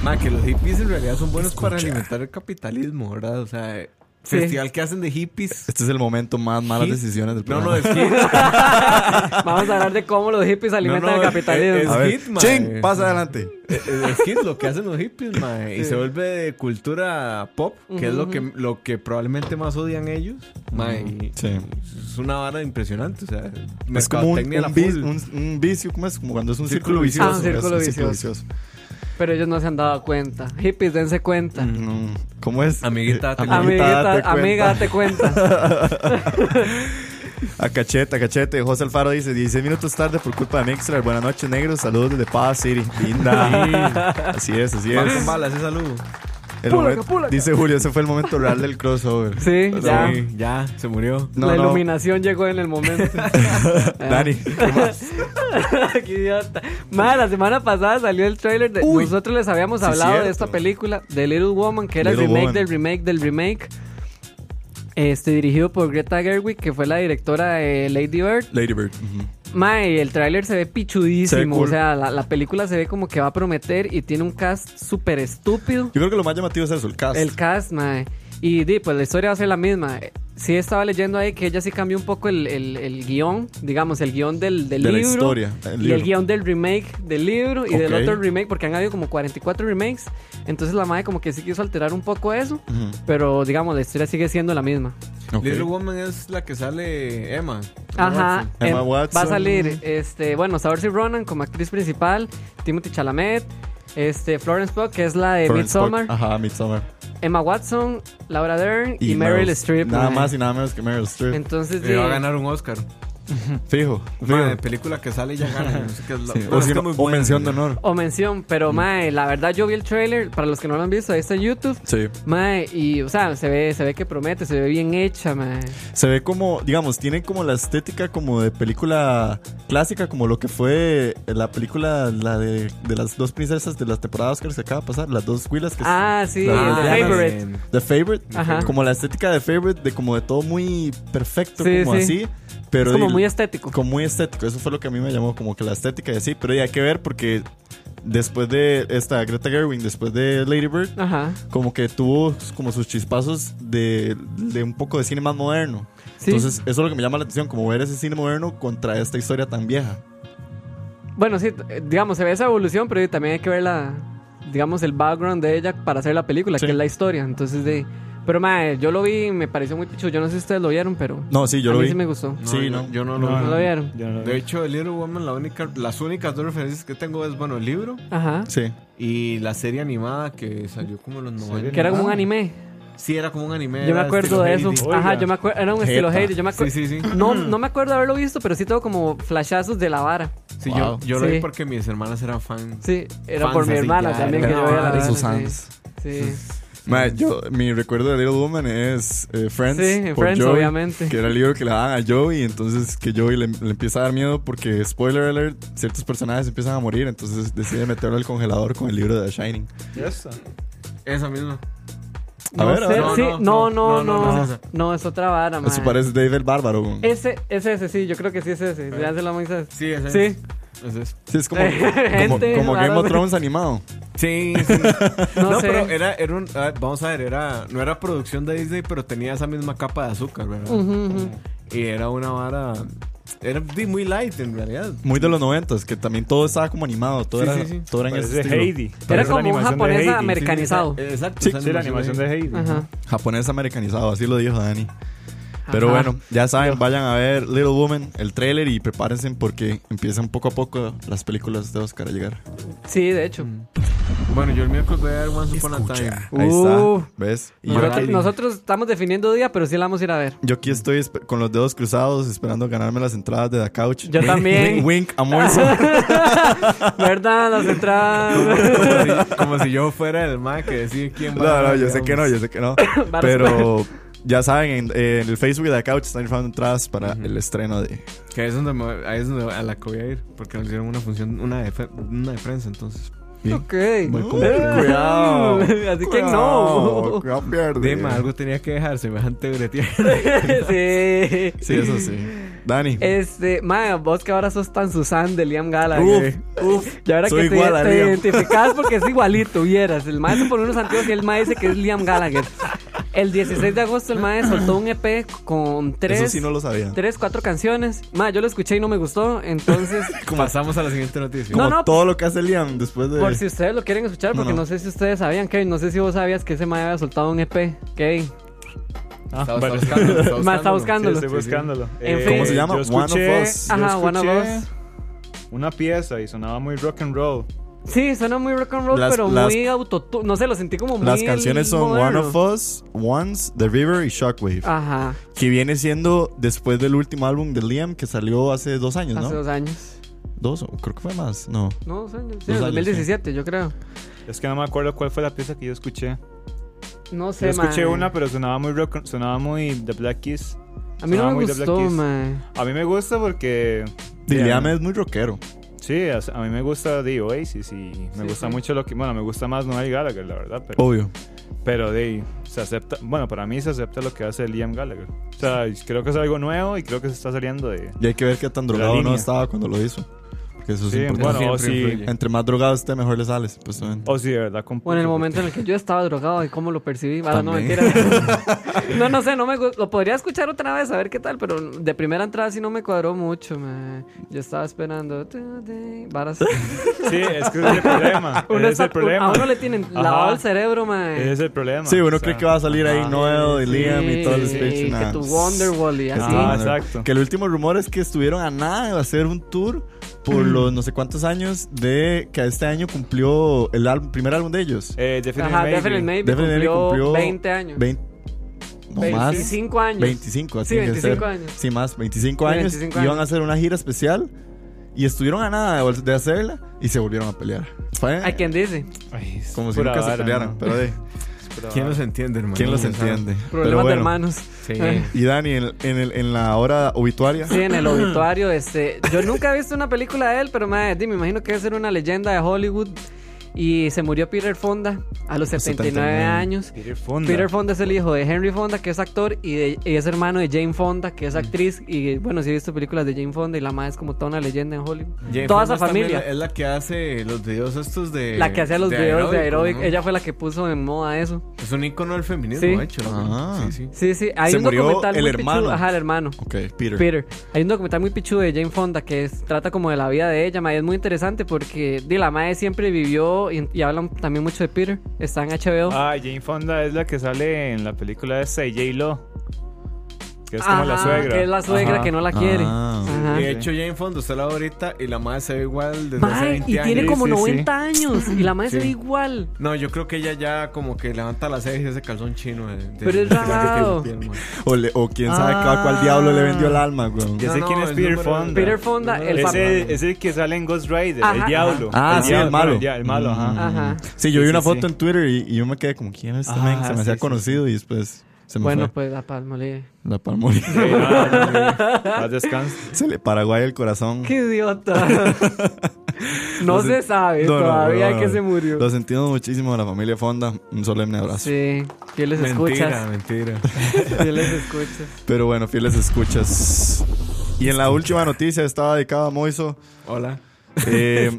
Speaker 6: Ma, que los hippies en realidad son buenos para
Speaker 3: Escucha.
Speaker 6: alimentar el capitalismo, ¿verdad? O sea, eh,
Speaker 4: Sí.
Speaker 6: festival que hacen de hippies.
Speaker 3: Este es el momento más malas
Speaker 6: Hip-
Speaker 3: decisiones del
Speaker 6: No,
Speaker 3: programa.
Speaker 6: no, es hit.
Speaker 4: Vamos a hablar de cómo los hippies alimentan
Speaker 6: no,
Speaker 4: el capitalismo.
Speaker 3: A ver,
Speaker 6: Hit, mae.
Speaker 3: ching, pasa adelante.
Speaker 6: es, es hit lo que hacen los hippies, mae. Y se vuelve de cultura pop, que es lo que, lo que probablemente más odian ellos. Mae, y
Speaker 3: Mm. Sí.
Speaker 6: es una vara impresionante. O sea,
Speaker 3: Es como un,
Speaker 6: mercadotecnia a la
Speaker 3: un vi-
Speaker 6: full.
Speaker 3: un- un vicio, ¿cómo es? Como cuando es un
Speaker 6: Círculo
Speaker 3: círculo,
Speaker 6: vicioso.
Speaker 3: vicioso.
Speaker 4: Ah, un círculo
Speaker 3: es
Speaker 4: vicioso. Pero ellos no se han dado cuenta. Hippies, dense cuenta.
Speaker 3: No, ¿Cómo es? Eh,
Speaker 6: Amiguita, date cuenta.
Speaker 4: Amiguita,
Speaker 3: Mm, date cuenta.
Speaker 4: amiga, date cuenta.
Speaker 3: A cachete, a cachete. José Alfaro dice: 16 minutos tarde por culpa de Mixler. Buenas noches, negros. Saludos desde Paz City. Linda. así es, así
Speaker 6: Van
Speaker 3: es.
Speaker 6: con balas, ese saludo.
Speaker 3: El momento- dice Julio: ese fue el momento real del crossover.
Speaker 4: Sí,
Speaker 3: Pero-
Speaker 4: ya.
Speaker 6: Sí, ya, se murió.
Speaker 3: No,
Speaker 4: la
Speaker 3: no.
Speaker 4: iluminación llegó en el momento.
Speaker 3: [LAUGHS]
Speaker 4: [LAUGHS]
Speaker 3: Dani,
Speaker 4: Ah. Qué idiota. Ma, la semana pasada salió el tráiler de...
Speaker 3: Uy.
Speaker 4: Nosotros les habíamos
Speaker 3: Sí,
Speaker 4: hablado de
Speaker 3: cierto.
Speaker 4: esta película, The Little Woman, que era
Speaker 3: Little
Speaker 4: el remake
Speaker 3: Woman.
Speaker 4: del remake del remake. Este, dirigido por Greta Gerwig, que fue la directora de Lady Bird.
Speaker 3: Lady Bird. Ujú.
Speaker 4: Mae, el tráiler se ve pichudísimo.
Speaker 3: Se ve cool.
Speaker 4: O sea, la, la película se ve como que va a prometer y tiene un cast súper estúpido.
Speaker 3: Yo creo que lo más llamativo es eso, el cast.
Speaker 4: El cast, mae. Y di, pues la historia va a ser la misma. Sí estaba leyendo ahí que ella sí cambió un poco el, el- el guión, digamos, el guión del, del
Speaker 3: De la
Speaker 4: libro.
Speaker 3: historia, el
Speaker 4: Y el
Speaker 3: libro.
Speaker 4: guión del remake del libro y del
Speaker 3: Ok.
Speaker 4: otro remake, porque han habido como 44 remakes. Entonces la mae como que sí quiso alterar un poco eso.
Speaker 3: Ujú.
Speaker 4: Pero digamos, la historia sigue siendo la misma.
Speaker 3: Ok.
Speaker 6: Little Woman es la que sale Emma.
Speaker 4: Ajá,
Speaker 6: Watson.
Speaker 3: Emma
Speaker 4: em, va
Speaker 3: Watson.
Speaker 4: a salir, este, bueno, Saoirse Ronan como actriz principal, Timothy Chalamet, este, Florence Pugh que es la de
Speaker 3: Florence Pugh. Ah.
Speaker 4: Midsommar,
Speaker 3: Ajá, Midsommar.
Speaker 4: Emma Watson, Laura Dern y, Meryl Streep.
Speaker 3: Nada
Speaker 4: mae.
Speaker 3: más y nada menos que Meryl Streep.
Speaker 4: Entonces,
Speaker 6: Le va a
Speaker 4: sí,
Speaker 6: ganar un Oscar.
Speaker 3: fijo. fijo.
Speaker 6: Madre, película que sale y ya gana. No sé qué es lo-
Speaker 3: Sí,
Speaker 6: Bueno,
Speaker 3: O,
Speaker 6: es
Speaker 3: si
Speaker 6: que
Speaker 3: no,
Speaker 6: muy
Speaker 3: o
Speaker 6: buena,
Speaker 3: mención de
Speaker 6: ya.
Speaker 3: honor.
Speaker 4: o mención,
Speaker 3: Mm.
Speaker 4: pero mae, la verdad yo vi el trailer, para los que no lo han visto, ahí está en YouTube.
Speaker 3: Sí.
Speaker 4: Mae, y o sea, se ve, se ve que promete, se ve bien hecha, mae.
Speaker 3: Se ve como, digamos, tiene como la estética como de película clásica, como lo que fue la película, la de, de las dos princesas de las temporadas Oscar que se acaba de pasar, las dos Willas que
Speaker 4: Ah, sí,
Speaker 3: Claro.
Speaker 4: The
Speaker 3: Ah,
Speaker 6: Lesbianas
Speaker 4: Favorite.
Speaker 6: en-
Speaker 3: The Favorite,
Speaker 4: Ajá.
Speaker 3: como la estética de Favorite, de como de todo muy perfecto,
Speaker 4: Sí,
Speaker 3: como
Speaker 4: sí.
Speaker 3: así, pero
Speaker 4: es como
Speaker 3: y-
Speaker 4: muy estético.
Speaker 3: como muy estético, eso fue lo que a mí me llamó, como que la estética y así, pero ya hay que ver porque después de esta Greta Gerwig, después de Lady Bird,
Speaker 4: Ajá.
Speaker 3: como que tuvo como sus chispazos de, de un poco de cine más moderno.
Speaker 4: Sí.
Speaker 3: Entonces, eso es lo que me llama la atención, como ver ese cine moderno contra esta historia tan vieja.
Speaker 4: Bueno, sí, eh, digamos, se ve esa evolución, pero también hay que ver la, digamos, el background de ella para hacer la película,
Speaker 3: Sí.
Speaker 4: que es la historia. Entonces, de. Pero, mae, yo lo vi y me pareció muy pichu. Yo no sé si ustedes lo vieron, pero.
Speaker 3: No, sí, yo
Speaker 4: a
Speaker 3: lo
Speaker 4: mí
Speaker 3: vi.
Speaker 4: sí me gustó.
Speaker 6: No,
Speaker 3: Sí,
Speaker 6: yo-
Speaker 3: no.
Speaker 6: Yo no lo
Speaker 5: No,
Speaker 4: ¿No
Speaker 5: no,
Speaker 4: lo vieron?
Speaker 5: yo no lo
Speaker 6: De
Speaker 5: vi.
Speaker 6: hecho, el Little Woman, la única, las únicas dos referencias que tengo es, bueno, el libro
Speaker 4: Ajá.
Speaker 3: Sí,
Speaker 6: y la serie animada que salió como en los 90.
Speaker 4: Que era como un anime.
Speaker 6: sí era como un anime.
Speaker 4: Yo me
Speaker 6: era
Speaker 4: acuerdo
Speaker 6: estilo
Speaker 4: de eso.
Speaker 6: Heidi.
Speaker 4: Ajá, yo me acuerdo. Era un estilo
Speaker 3: Jeta.
Speaker 4: Heidi. Yo me
Speaker 6: Sí,
Speaker 4: acuerdo.
Speaker 6: sí, sí.
Speaker 4: No, no me acuerdo haberlo visto, pero sí tengo como flashazos de la vara.
Speaker 6: Sí,
Speaker 3: Wow.
Speaker 6: yo, yo lo vi
Speaker 4: Sí.
Speaker 6: porque mis hermanas eran fans.
Speaker 4: Sí, era
Speaker 6: Fans
Speaker 4: por mi
Speaker 6: así,
Speaker 4: hermana
Speaker 6: ya,
Speaker 4: también que
Speaker 6: era
Speaker 4: yo veía la
Speaker 6: de
Speaker 4: vara.
Speaker 3: sus
Speaker 4: sí.
Speaker 3: fans.
Speaker 4: Sí.
Speaker 3: Mae, yo, mi recuerdo de Little Woman es eh, Friends.
Speaker 4: Sí,
Speaker 3: por
Speaker 4: Friends,
Speaker 3: Joey,
Speaker 4: obviamente.
Speaker 3: Que era el libro que le daban a Joey. Entonces, que Joey le, le empieza a dar miedo porque, spoiler alert, ciertos personajes empiezan a morir. Entonces, decide meterlo al congelador con el libro de The Shining.
Speaker 6: Esa misma.
Speaker 3: A
Speaker 4: No
Speaker 3: ver, a
Speaker 4: sé,
Speaker 3: ver.
Speaker 4: sí, no, no, no,
Speaker 6: no
Speaker 4: no,
Speaker 6: es esa.
Speaker 4: es otra vara,
Speaker 3: Eso
Speaker 4: mae.
Speaker 3: parece David el Bárbaro. güey.
Speaker 4: Ese, es ese, sí, yo creo que sí es ese. Se hace la Moisés.
Speaker 6: Sí, esa
Speaker 4: Sí,
Speaker 6: es. Esa es.
Speaker 3: Sí, es como, como,
Speaker 4: Gente,
Speaker 3: como Game
Speaker 4: raro.
Speaker 3: of Thrones animado.
Speaker 6: Sí, sí.
Speaker 4: [LAUGHS] no,
Speaker 6: No,
Speaker 4: sé.
Speaker 6: pero era, era un. a ver, vamos a ver, era, no era producción de Disney, pero tenía esa misma capa de azúcar, ¿verdad?
Speaker 4: Ujú, ujú.
Speaker 6: Y era una vara. Era di, muy light en realidad.
Speaker 3: Muy de los noventas, que también todo estaba como animado. Todo
Speaker 6: Sí,
Speaker 3: era,
Speaker 6: sí, sí.
Speaker 3: Todo era en ese
Speaker 5: Parece
Speaker 3: estilo.
Speaker 5: Heidi.
Speaker 4: Era
Speaker 5: Parece la
Speaker 4: como un
Speaker 5: animación de
Speaker 4: japonés
Speaker 5: Heidi.
Speaker 4: americanizado.
Speaker 6: Eh, Exacto.
Speaker 3: Sí,
Speaker 6: esa
Speaker 5: Sí, la animación de Heidi.
Speaker 4: Ajá.
Speaker 3: Japonés americanizado, así lo dijo Dani. Pero
Speaker 4: Ajá.
Speaker 3: bueno, ya saben, vayan a ver Little Woman, el tráiler y prepárense porque empiezan poco a poco las películas de Oscar a llegar.
Speaker 4: Sí, de hecho.
Speaker 3: Mm.
Speaker 6: Bueno, yo el miércoles voy a ver Once Upon a Time.
Speaker 3: Ahí
Speaker 4: Uh.
Speaker 3: está, ¿ves? Y yo,
Speaker 4: Nosotros,
Speaker 3: aquí,
Speaker 4: nosotros estamos definiendo día, pero sí la vamos a ir
Speaker 3: [LAUGHS]
Speaker 4: a ver.
Speaker 3: yo aquí estoy espe- con los dedos cruzados esperando ganarme las entradas de The Couch.
Speaker 4: Yo
Speaker 3: Wink,
Speaker 4: también.
Speaker 3: Wink, wink,
Speaker 4: [LAUGHS]
Speaker 3: almuerzo.
Speaker 4: ¿Verdad?
Speaker 3: [LAUGHS]
Speaker 4: Las entradas.
Speaker 6: Como si, como si yo fuera el man que decide quién va
Speaker 3: No,
Speaker 6: a
Speaker 3: no,
Speaker 6: ganar,
Speaker 3: yo sé
Speaker 6: digamos.
Speaker 3: que no, yo sé
Speaker 4: [COUGHS]
Speaker 3: que no.
Speaker 4: Para
Speaker 3: Pero ya saben, en, en el Facebook de The Couch están rifando entradas para el estreno de...
Speaker 6: Que ahí es donde, me- ahí es donde a la que voy a ir. Porque nos dieron una función, una de, fe- una de prensa, entonces.
Speaker 4: Ok.
Speaker 3: Muy como-
Speaker 4: Cuidado. [LAUGHS] Así que no.
Speaker 3: Cuidado, pierde.
Speaker 6: Dema, algo tenía que dejar semejante bretear.
Speaker 4: [LAUGHS] sí.
Speaker 3: Sí, eso sí. Dani.
Speaker 4: Este, mae, vos que ahora sos tan Susan de Liam Gallagher.
Speaker 3: Uf, uf.
Speaker 4: Y ahora
Speaker 3: Soy
Speaker 4: que te,
Speaker 3: igual a
Speaker 4: te
Speaker 3: Liam.
Speaker 4: identificás
Speaker 3: [LAUGHS]
Speaker 4: porque es igualito, vieras. El maestro pone unos antiguos y el maestro dice que es Liam Gallagher. El 16 de agosto el maestro soltó un EP con
Speaker 3: Eso
Speaker 4: tres,
Speaker 3: sí no lo sabía.
Speaker 4: tres cuatro canciones. Mae, yo lo escuché y no me
Speaker 3: [LAUGHS]
Speaker 4: gustó, entonces...
Speaker 6: Pasamos a la siguiente noticia.
Speaker 3: Como
Speaker 4: No, no.
Speaker 3: todo lo que hace Liam después de.
Speaker 4: Por si ustedes lo quieren escuchar, porque
Speaker 3: no.
Speaker 4: no, sé si ustedes sabían, Kevin, no sé si vos sabías que ese mae había soltado un EP, Kevin.
Speaker 6: Está,
Speaker 5: Ah, Vale.
Speaker 6: buscándolo,
Speaker 4: Ma, está
Speaker 5: Sí,
Speaker 4: buscándolo.
Speaker 5: estoy buscándolo.
Speaker 4: En
Speaker 5: Eh,
Speaker 4: fin. ¿Cómo
Speaker 3: se llama?
Speaker 5: Yo
Speaker 3: One of
Speaker 5: escuché,
Speaker 3: Us.
Speaker 5: yo
Speaker 4: Ajá, One of
Speaker 5: escuché
Speaker 4: Us.
Speaker 5: Una pieza y sonaba muy rock and roll.
Speaker 4: Sí, suena muy rock and roll,
Speaker 3: Las-
Speaker 4: pero
Speaker 3: las-
Speaker 4: muy autotune. No sé, lo sentí como muy
Speaker 3: Las canciones son One
Speaker 4: moderno.
Speaker 3: of Us, Once, The River y Shockwave.
Speaker 4: Ajá,
Speaker 3: Que viene siendo después del último álbum de Liam que salió hace dos años,
Speaker 4: hace
Speaker 3: ¿no?
Speaker 4: dos años.
Speaker 3: Dos, o creo que fue más. No.
Speaker 4: No, dos años. Sí,
Speaker 3: Dos
Speaker 4: en
Speaker 3: años,
Speaker 4: 2017, yo creo.
Speaker 5: Es que no me acuerdo cuál fue la pieza que yo escuché.
Speaker 4: No sé,
Speaker 5: Yo escuché
Speaker 4: mae.
Speaker 5: una, pero sonaba muy rock, sonaba muy The Black Keys.
Speaker 4: A mí
Speaker 5: sonaba
Speaker 4: no me
Speaker 5: muy The Black
Speaker 4: gustó,
Speaker 5: Keys.
Speaker 4: mae.
Speaker 5: A mí me gusta porque
Speaker 3: Y
Speaker 5: Bien.
Speaker 3: Liam es muy rockero.
Speaker 5: sí, a, a mí me gusta The Oasis y me
Speaker 4: Sí,
Speaker 5: gusta
Speaker 4: sí.
Speaker 5: mucho lo que, bueno, me gusta más Noel Gallagher, la verdad, pero
Speaker 3: Obvio.
Speaker 5: pero de se acepta, bueno, para mí se acepta lo que hace Liam Gallagher. O sea, creo que es algo nuevo y creo que se está saliendo de
Speaker 3: Y hay que ver qué tan
Speaker 5: La
Speaker 3: drogado no
Speaker 5: línea.
Speaker 3: estaba cuando lo hizo. Porque eso es
Speaker 5: Sí,
Speaker 3: importante.
Speaker 5: bueno, o
Speaker 6: Siempre
Speaker 5: si,
Speaker 6: influye.
Speaker 3: Entre más drogado esté, mejor le sales. Pues, obviamente.
Speaker 5: o si de verdad compuso,
Speaker 4: Bueno, en el momento en el que yo estaba drogado y cómo lo percibí, vale, no
Speaker 3: También.
Speaker 4: mentira.
Speaker 5: [LAUGHS]
Speaker 4: no, no sé, no me gu- lo podría escuchar otra vez a ver qué tal, pero de primera entrada sí no me cuadró mucho, mae. Yo estaba esperando today, varas.
Speaker 5: [LAUGHS] Sí, es que ese es el problema.
Speaker 4: [LAUGHS] Uno
Speaker 5: ese es
Speaker 4: está-
Speaker 5: el problema.
Speaker 4: A uno le tienen lavado
Speaker 5: Ajá.
Speaker 4: el cerebro, mae.
Speaker 5: Ese es el problema.
Speaker 3: Sí, uno
Speaker 5: o sea,
Speaker 3: cree que va a salir ahí
Speaker 5: ajá.
Speaker 3: Noel y Liam y todo el
Speaker 4: Sí,
Speaker 3: speech.
Speaker 4: que
Speaker 3: nada.
Speaker 4: tu Wonderwall y
Speaker 3: Que
Speaker 4: así.
Speaker 3: estuvo
Speaker 5: Ah,
Speaker 3: en el-
Speaker 5: exacto.
Speaker 3: Que el último rumor es que estuvieron a nada de hacer un tour por
Speaker 4: Mm.
Speaker 3: los no sé cuántos años de que este año cumplió el álbum- primer álbum de ellos.
Speaker 5: Eh, Definitely
Speaker 4: Ajá,
Speaker 5: Maybe.
Speaker 4: Definitely Maybe,
Speaker 3: Definitely
Speaker 4: cumplió,
Speaker 3: cumplió
Speaker 4: 20 años.
Speaker 3: 20, no más.
Speaker 4: 25 años.
Speaker 3: 25, así
Speaker 4: Sí,
Speaker 3: que ser.
Speaker 4: 25 años.
Speaker 3: Sí, más, 25
Speaker 4: Sí,
Speaker 3: años.
Speaker 4: 25
Speaker 3: Iban
Speaker 4: años.
Speaker 3: a hacer una gira especial y estuvieron a nada de, de hacerla y se volvieron a pelear. Fue
Speaker 4: Hay quien dice.
Speaker 5: Ay, es
Speaker 3: como si
Speaker 5: pura
Speaker 3: nunca se
Speaker 5: vara,
Speaker 3: pelearan,
Speaker 5: ¿no?
Speaker 3: pero
Speaker 5: [LAUGHS]
Speaker 3: de,
Speaker 5: Es pura
Speaker 6: ¿Quién
Speaker 5: vara.
Speaker 6: los entiende, hermano?
Speaker 3: ¿quién los
Speaker 6: O sea,
Speaker 3: entiende?
Speaker 4: Problemas
Speaker 3: Pero
Speaker 4: de
Speaker 3: bueno.
Speaker 4: hermanos.
Speaker 6: Sí.
Speaker 4: Eh.
Speaker 3: Y Dani, en, en el- en la hora obituaria.
Speaker 4: Sí, en el obituario, este, yo nunca he visto una película de él, pero mae, di, me imagino que debe ser una leyenda de Hollywood. Y se murió Peter Fonda a los 79,
Speaker 3: 79.
Speaker 4: años.
Speaker 5: Peter Fonda.
Speaker 4: Peter Fonda es el hijo de Henry Fonda, que es actor, y, de- y es hermano de Jane Fonda,
Speaker 6: Mm.
Speaker 4: que es actriz. Y bueno, sí he visto películas de Jane Fonda y la madre es como toda una leyenda en Hollywood.
Speaker 6: Jane
Speaker 4: toda
Speaker 6: Fonda
Speaker 4: esa
Speaker 6: también
Speaker 4: familia.
Speaker 6: Es la que hace los videos estos de.
Speaker 4: la que hacía los
Speaker 6: de
Speaker 4: videos de
Speaker 6: aeróbico,
Speaker 4: aeróbic,
Speaker 6: ¿no?
Speaker 4: ella fue la que puso en moda eso.
Speaker 6: Es un icono del feminismo,
Speaker 4: Sí.
Speaker 6: de hecho. la
Speaker 3: Ah.
Speaker 6: verdad. Sí, sí.
Speaker 4: Sí, sí, hay
Speaker 3: Se
Speaker 4: un
Speaker 3: murió
Speaker 4: documental
Speaker 3: el
Speaker 4: muy pichudo.
Speaker 3: hermano.
Speaker 4: Ajá, el hermano.
Speaker 3: Ok, Peter.
Speaker 4: Peter. Hay un documental muy pichudo de Jane Fonda que es- trata como de la vida de ella, mae, es muy interesante porque di, la madre siempre vivió y, y hablan también mucho de Peter, está en HBO.
Speaker 5: Ah, Jane Fonda es la que sale en la película esa de J-Lo. que es como la
Speaker 4: Ajá,
Speaker 5: suegra.
Speaker 4: Que es la suegra
Speaker 9: Ajá.
Speaker 4: que no la quiere.
Speaker 3: Ah.
Speaker 4: Ajá.
Speaker 6: De hecho, Jane Fonda, usted la ve ahorita y la madre se ve igual desde hace
Speaker 4: Mae,
Speaker 6: 20
Speaker 4: y tiene
Speaker 6: años.
Speaker 4: como
Speaker 5: Sí, sí, sí.
Speaker 4: 90 años y la madre se
Speaker 6: Sí.
Speaker 4: ve igual.
Speaker 6: No, yo creo que ella ya como que levanta las cejas y ese calzón chino. de- de-
Speaker 4: Pero es
Speaker 6: de- de- de-
Speaker 4: raro.
Speaker 6: de- de- de- de-
Speaker 3: O, le- o quién sabe a
Speaker 4: Ah.
Speaker 3: cuál diablo le vendió el alma, weón.
Speaker 5: Ya
Speaker 6: No,
Speaker 5: sé
Speaker 6: no,
Speaker 5: quién es
Speaker 6: el
Speaker 5: Peter
Speaker 6: número-
Speaker 5: Fonda.
Speaker 4: Peter Fonda, el papá.
Speaker 5: es, el, es el que sale en Ghost Rider,
Speaker 4: Ajá,
Speaker 5: el
Speaker 4: ajá.
Speaker 5: diablo.
Speaker 3: Ah, sí, el
Speaker 5: diablo,
Speaker 3: malo.
Speaker 5: El, dia- el malo, ajá.
Speaker 4: Ajá.
Speaker 3: Sí, yo vi
Speaker 5: Sí,
Speaker 3: una
Speaker 5: sí,
Speaker 3: foto
Speaker 5: sí.
Speaker 3: en Twitter y, y yo me quedé como, ¿quién es este
Speaker 5: Ah,
Speaker 3: men? Se me
Speaker 5: sí,
Speaker 3: hacía
Speaker 5: sí,
Speaker 3: conocido y después se me
Speaker 4: Bueno,
Speaker 3: fue
Speaker 4: pues la
Speaker 3: [LAUGHS]
Speaker 4: palma le.
Speaker 3: la
Speaker 4: [LAUGHS]
Speaker 3: palma.
Speaker 5: Sí, ah, sí. Paz, descanse.
Speaker 3: se le Paraguay el corazón.
Speaker 4: ¡Qué
Speaker 3: [LAUGHS]
Speaker 4: idiota! no
Speaker 3: Lo
Speaker 4: se
Speaker 3: sen-
Speaker 4: sabe
Speaker 3: No, no,
Speaker 4: todavía
Speaker 3: no, no,
Speaker 4: que
Speaker 3: no.
Speaker 4: se murió.
Speaker 3: Lo sentimos muchísimo a la familia Fonda. Un solemne abrazo.
Speaker 4: Sí, fieles
Speaker 6: Mentira,
Speaker 4: escuchas.
Speaker 6: mentira.
Speaker 4: Fieles
Speaker 5: [LAUGHS]
Speaker 4: escuchas.
Speaker 3: Pero bueno, fieles escuchas. Y en la última noticia estaba dedicada a Moiso.
Speaker 6: Hola.
Speaker 3: Eh,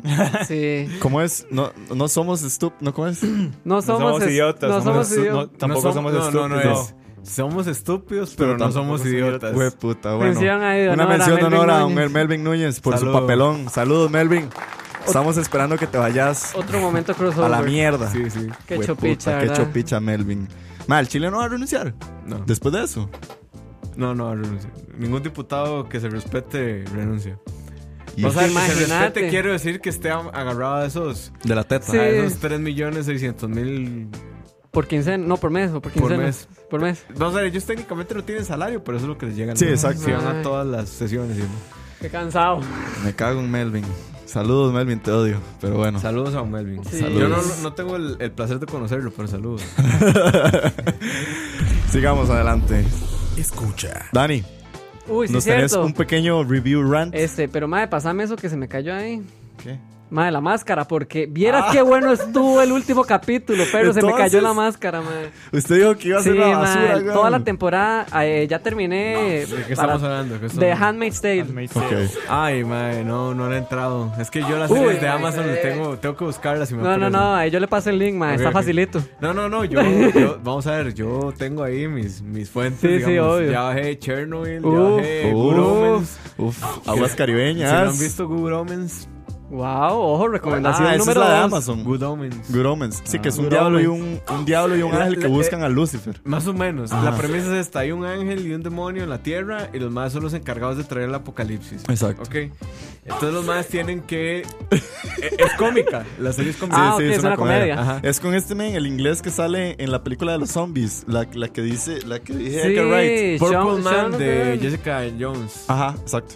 Speaker 4: [LAUGHS] Sí.
Speaker 3: ¿Cómo es? No, no somos estup... ¿No cómo es?
Speaker 4: No
Speaker 5: No
Speaker 4: somos,
Speaker 5: somos
Speaker 4: es-
Speaker 5: idiotas.
Speaker 4: No somos,
Speaker 5: estu- no,
Speaker 4: idiotas.
Speaker 5: tampoco
Speaker 6: som-
Speaker 5: somos
Speaker 6: no, no,
Speaker 5: estúpidos.
Speaker 6: no es- Somos estúpidos,
Speaker 3: Pero
Speaker 6: pero, no
Speaker 3: tampoco
Speaker 6: somos
Speaker 5: somos
Speaker 6: idiotas.
Speaker 3: Hue puta, bueno.
Speaker 4: Mención ahí de
Speaker 3: Una
Speaker 4: honor a
Speaker 3: mención de
Speaker 4: Melvin
Speaker 3: honor a
Speaker 4: Núñez.
Speaker 3: Mel- Melvin Núñez por
Speaker 6: Saludo.
Speaker 3: su papelón. Saludos, Melvin. Estamos esperando que te vayas
Speaker 4: Otro momento crossover.
Speaker 3: a la mierda.
Speaker 6: Sí, sí.
Speaker 4: Qué
Speaker 3: Hue
Speaker 4: chopicha,
Speaker 3: puta, Qué
Speaker 4: ¿verdad?
Speaker 3: chopicha, Melvin. Mal, Chile no va a renunciar
Speaker 6: No,
Speaker 3: después de eso.
Speaker 6: no, no renuncio. Ningún diputado que se respete renuncia.
Speaker 3: Y
Speaker 6: O sea, que se
Speaker 4: Imagínate.
Speaker 6: respete quiero decir que esté am- agarrado a esos,
Speaker 3: de la teta.
Speaker 4: Sí.
Speaker 6: a esos 3 millones 600 mil
Speaker 4: Por quincena, no, por mes, o por
Speaker 6: por
Speaker 4: quincena.
Speaker 6: mes.
Speaker 4: Por mes.
Speaker 6: Vamos a ver, ellos técnicamente no tienen salario, pero eso es lo que les llega.
Speaker 3: Sí,
Speaker 6: ¿no?
Speaker 3: exacto.
Speaker 6: Si van a
Speaker 4: Ay.
Speaker 6: todas las sesiones. ¿sí?
Speaker 4: Qué cansado.
Speaker 3: Me cago en Melvin. Saludos, Melvin, te odio. Pero bueno.
Speaker 6: Saludos a Melvin.
Speaker 4: Sí.
Speaker 6: Yo no,
Speaker 3: Ah. Saludos.
Speaker 6: no tengo el, el placer de conocerlo, pero saludos.
Speaker 3: Sigamos adelante.
Speaker 2: Escucha.
Speaker 3: Dani,
Speaker 4: Uy, sí,
Speaker 3: nos
Speaker 4: es
Speaker 3: tenés
Speaker 4: cierto.
Speaker 3: un pequeño review rant.
Speaker 4: Este, pero madre, pasame eso que se me cayó ahí.
Speaker 3: ¿Qué?
Speaker 4: Madre, la máscara, porque vieras qué bueno estuvo el último capítulo, pero se me cayó
Speaker 3: Ah. Entonces-
Speaker 4: la máscara, madre.
Speaker 3: Usted dijo que iba a
Speaker 4: Sí,
Speaker 3: ser una
Speaker 4: madre,
Speaker 3: basura, güey.
Speaker 4: toda la temporada eh, ya terminé
Speaker 6: ¿De qué
Speaker 4: para-
Speaker 6: estamos hablando? ¿Qué
Speaker 4: de
Speaker 6: estamos-
Speaker 4: Handmaid's Tale.
Speaker 3: Ok.
Speaker 6: Ay, madre, no, no le he entrado. Es que yo las
Speaker 4: Uy,
Speaker 6: series de
Speaker 4: mae,
Speaker 6: Amazon
Speaker 4: eh.
Speaker 6: tengo, tengo que buscarlas. Y me
Speaker 4: No, no,
Speaker 6: aparecen.
Speaker 4: no, ahí yo le paso el link, madre,
Speaker 6: Ok,
Speaker 4: está
Speaker 6: ok.
Speaker 4: facilito.
Speaker 6: No, no,
Speaker 4: [LAUGHS]
Speaker 6: no, yo, yo- vamos a ver, yo tengo ahí mis, mis fuentes,
Speaker 4: Sí, sí,
Speaker 6: digamos.
Speaker 4: obvio.
Speaker 6: Ya bajé Chernobyl,
Speaker 4: Uf.
Speaker 6: ya bajé
Speaker 3: Uf.
Speaker 6: Good Omens.
Speaker 4: Ah,
Speaker 3: Uf, aguas
Speaker 6: Si
Speaker 3: caribeñas.
Speaker 6: no han visto Good Omens,
Speaker 4: Wow, ojo, recomendación
Speaker 3: Ah, esa
Speaker 4: número
Speaker 3: es la de
Speaker 4: dos.
Speaker 3: Amazon. Good,
Speaker 6: Good Omens.
Speaker 3: Omens. Sí, que es un
Speaker 4: Good
Speaker 3: diablo, y un, un diablo
Speaker 4: [LAUGHS]
Speaker 3: y un
Speaker 6: La-
Speaker 3: ángel
Speaker 6: la-
Speaker 3: que buscan a
Speaker 4: eh.
Speaker 3: Lucifer.
Speaker 6: Más o menos.
Speaker 3: Ajá.
Speaker 4: Ah.
Speaker 6: La premisa es esta: hay un ángel y un demonio en la tierra y los más son los encargados de traer el apocalipsis.
Speaker 3: Exacto.
Speaker 6: Ok. Entonces los más tienen que. es, es cómica. La serie es cómica.
Speaker 4: Ah, ok, es una comedia.
Speaker 6: Ajá.
Speaker 3: Es con este men, el inglés que sale en la película de los zombies. La, la que dice, la que dije
Speaker 4: Sí,
Speaker 3: Edgar Wright.
Speaker 6: Purple
Speaker 4: Shaun-
Speaker 6: Man
Speaker 4: Shaun of the
Speaker 6: de
Speaker 4: Dead.
Speaker 6: Jessica Jones.
Speaker 3: Ajá, exacto.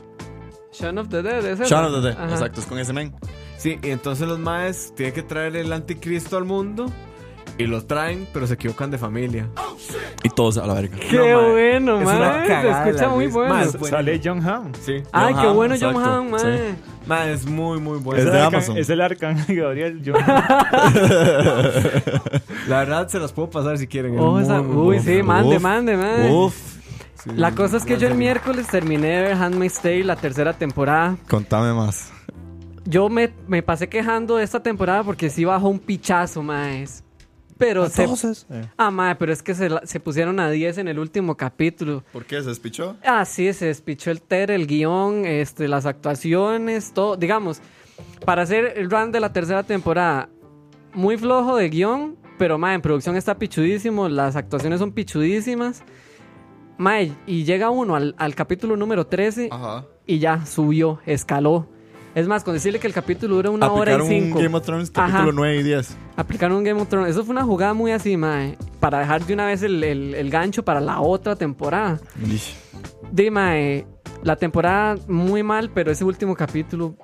Speaker 4: Shaun of the Dead, ¿es esa?
Speaker 3: Shaun of the Dead.
Speaker 4: Ajá.
Speaker 3: Exacto, es con ese men.
Speaker 6: Sí, y entonces los más tienen que traer el anticristo al mundo. Y lo traen, pero se equivocan de familia.
Speaker 3: Y todos a la verga.
Speaker 4: Qué
Speaker 6: No, mae,
Speaker 4: bueno,
Speaker 6: es una
Speaker 4: madre, se
Speaker 6: cagada,
Speaker 4: escucha
Speaker 6: la
Speaker 4: muy
Speaker 6: Luis.
Speaker 4: bueno. Ah.
Speaker 6: Mae, es
Speaker 5: Sale John Hamm.
Speaker 6: Sí.
Speaker 4: Ay,
Speaker 3: John
Speaker 4: qué
Speaker 3: Hamm,
Speaker 4: bueno John
Speaker 3: exacto,
Speaker 4: Han, madre.
Speaker 6: Man, es muy, muy bueno.
Speaker 3: Es
Speaker 5: el
Speaker 3: de
Speaker 5: arcán-
Speaker 3: Amazon.
Speaker 5: Es el arcángel [LAUGHS] Gabriel. John Hamm.
Speaker 6: La verdad, se las puedo pasar si quieren. es
Speaker 4: Ojo,
Speaker 6: muy,
Speaker 4: Oh, esa-
Speaker 6: muy
Speaker 4: uy,
Speaker 6: bueno.
Speaker 4: sí,
Speaker 3: Uf.
Speaker 4: mande, mande, madre.
Speaker 3: Uf,
Speaker 6: Sí.
Speaker 4: La cosa es que yo el
Speaker 6: Ándale.
Speaker 4: miércoles terminé de ver Handmaid's Tale, la tercera temporada.
Speaker 3: contame más.
Speaker 4: Yo me, me pasé quejando de esta temporada porque sí bajó un pichazo, maes. Pero se...
Speaker 3: Eh.
Speaker 4: Ah, mae, pero es que se, la- se pusieron a 10 en el último capítulo.
Speaker 3: ¿Por qué se despichó?
Speaker 4: Ah, sí, se despichó el ter, el guión, este, las actuaciones, todo. Digamos, para hacer el run de la tercera temporada, muy flojo de guión, pero mae, en producción está pichudísimo, las actuaciones son pichudísimas. Mae, y llega uno al, al capítulo número 13
Speaker 3: Ajá.
Speaker 4: y ya subió, escaló. Es más, con decirle que el capítulo dura una hora y
Speaker 3: Aplicaron un
Speaker 4: cinco.
Speaker 3: Game of Thrones
Speaker 4: Ajá.
Speaker 3: capítulo 9 y 10.
Speaker 4: Aplicaron un Game of Thrones. Eso fue una jugada muy así, mae, para dejar de una vez el- el- el gancho para la otra temporada. Dima, la temporada muy mal, pero ese último capítulo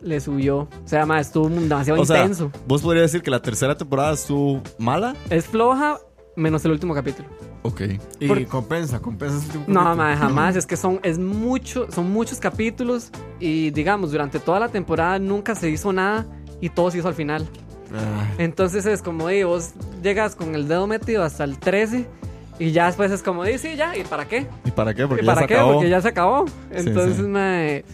Speaker 4: le subió. O sea, ma, estuvo demasiado
Speaker 3: O sea,
Speaker 4: intenso.
Speaker 3: vos podrías decir que la tercera temporada estuvo mala.
Speaker 4: Es floja, menos el último capítulo.
Speaker 3: Ok.
Speaker 6: Y
Speaker 4: Por-
Speaker 6: compensa, compensa ese tipo de
Speaker 4: No,
Speaker 6: capítulo.
Speaker 4: ma, jamás. Es que son, es mucho, son muchos capítulos y, digamos, durante toda la temporada nunca se hizo nada y todo se hizo al final.
Speaker 6: Ah.
Speaker 4: Entonces es como, di, vos llegas con el dedo metido hasta el 13 y ya después es como, di, sí, ya, ¿y para qué?
Speaker 3: ¿Y para qué? Porque
Speaker 4: ¿Y
Speaker 3: ya
Speaker 4: para
Speaker 3: se
Speaker 4: qué?
Speaker 3: acabó.
Speaker 4: Porque ya se acabó. Entonces,
Speaker 3: sí.
Speaker 4: mae,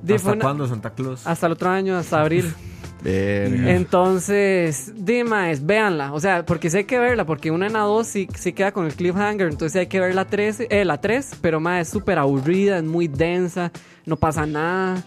Speaker 4: di, fue
Speaker 6: ¿Hasta
Speaker 4: una- Ah,
Speaker 6: cuándo Santa Claus?
Speaker 4: Hasta el otro año, hasta abril.
Speaker 3: Verga.
Speaker 4: Entonces, Dima es, véanla. O sea, porque sí hay que verla, porque una en la dos sí, sí queda con el cliffhanger. Entonces sí hay que ver la 3, eh, la 3, pero más es súper aburrida, es muy densa, no pasa nada.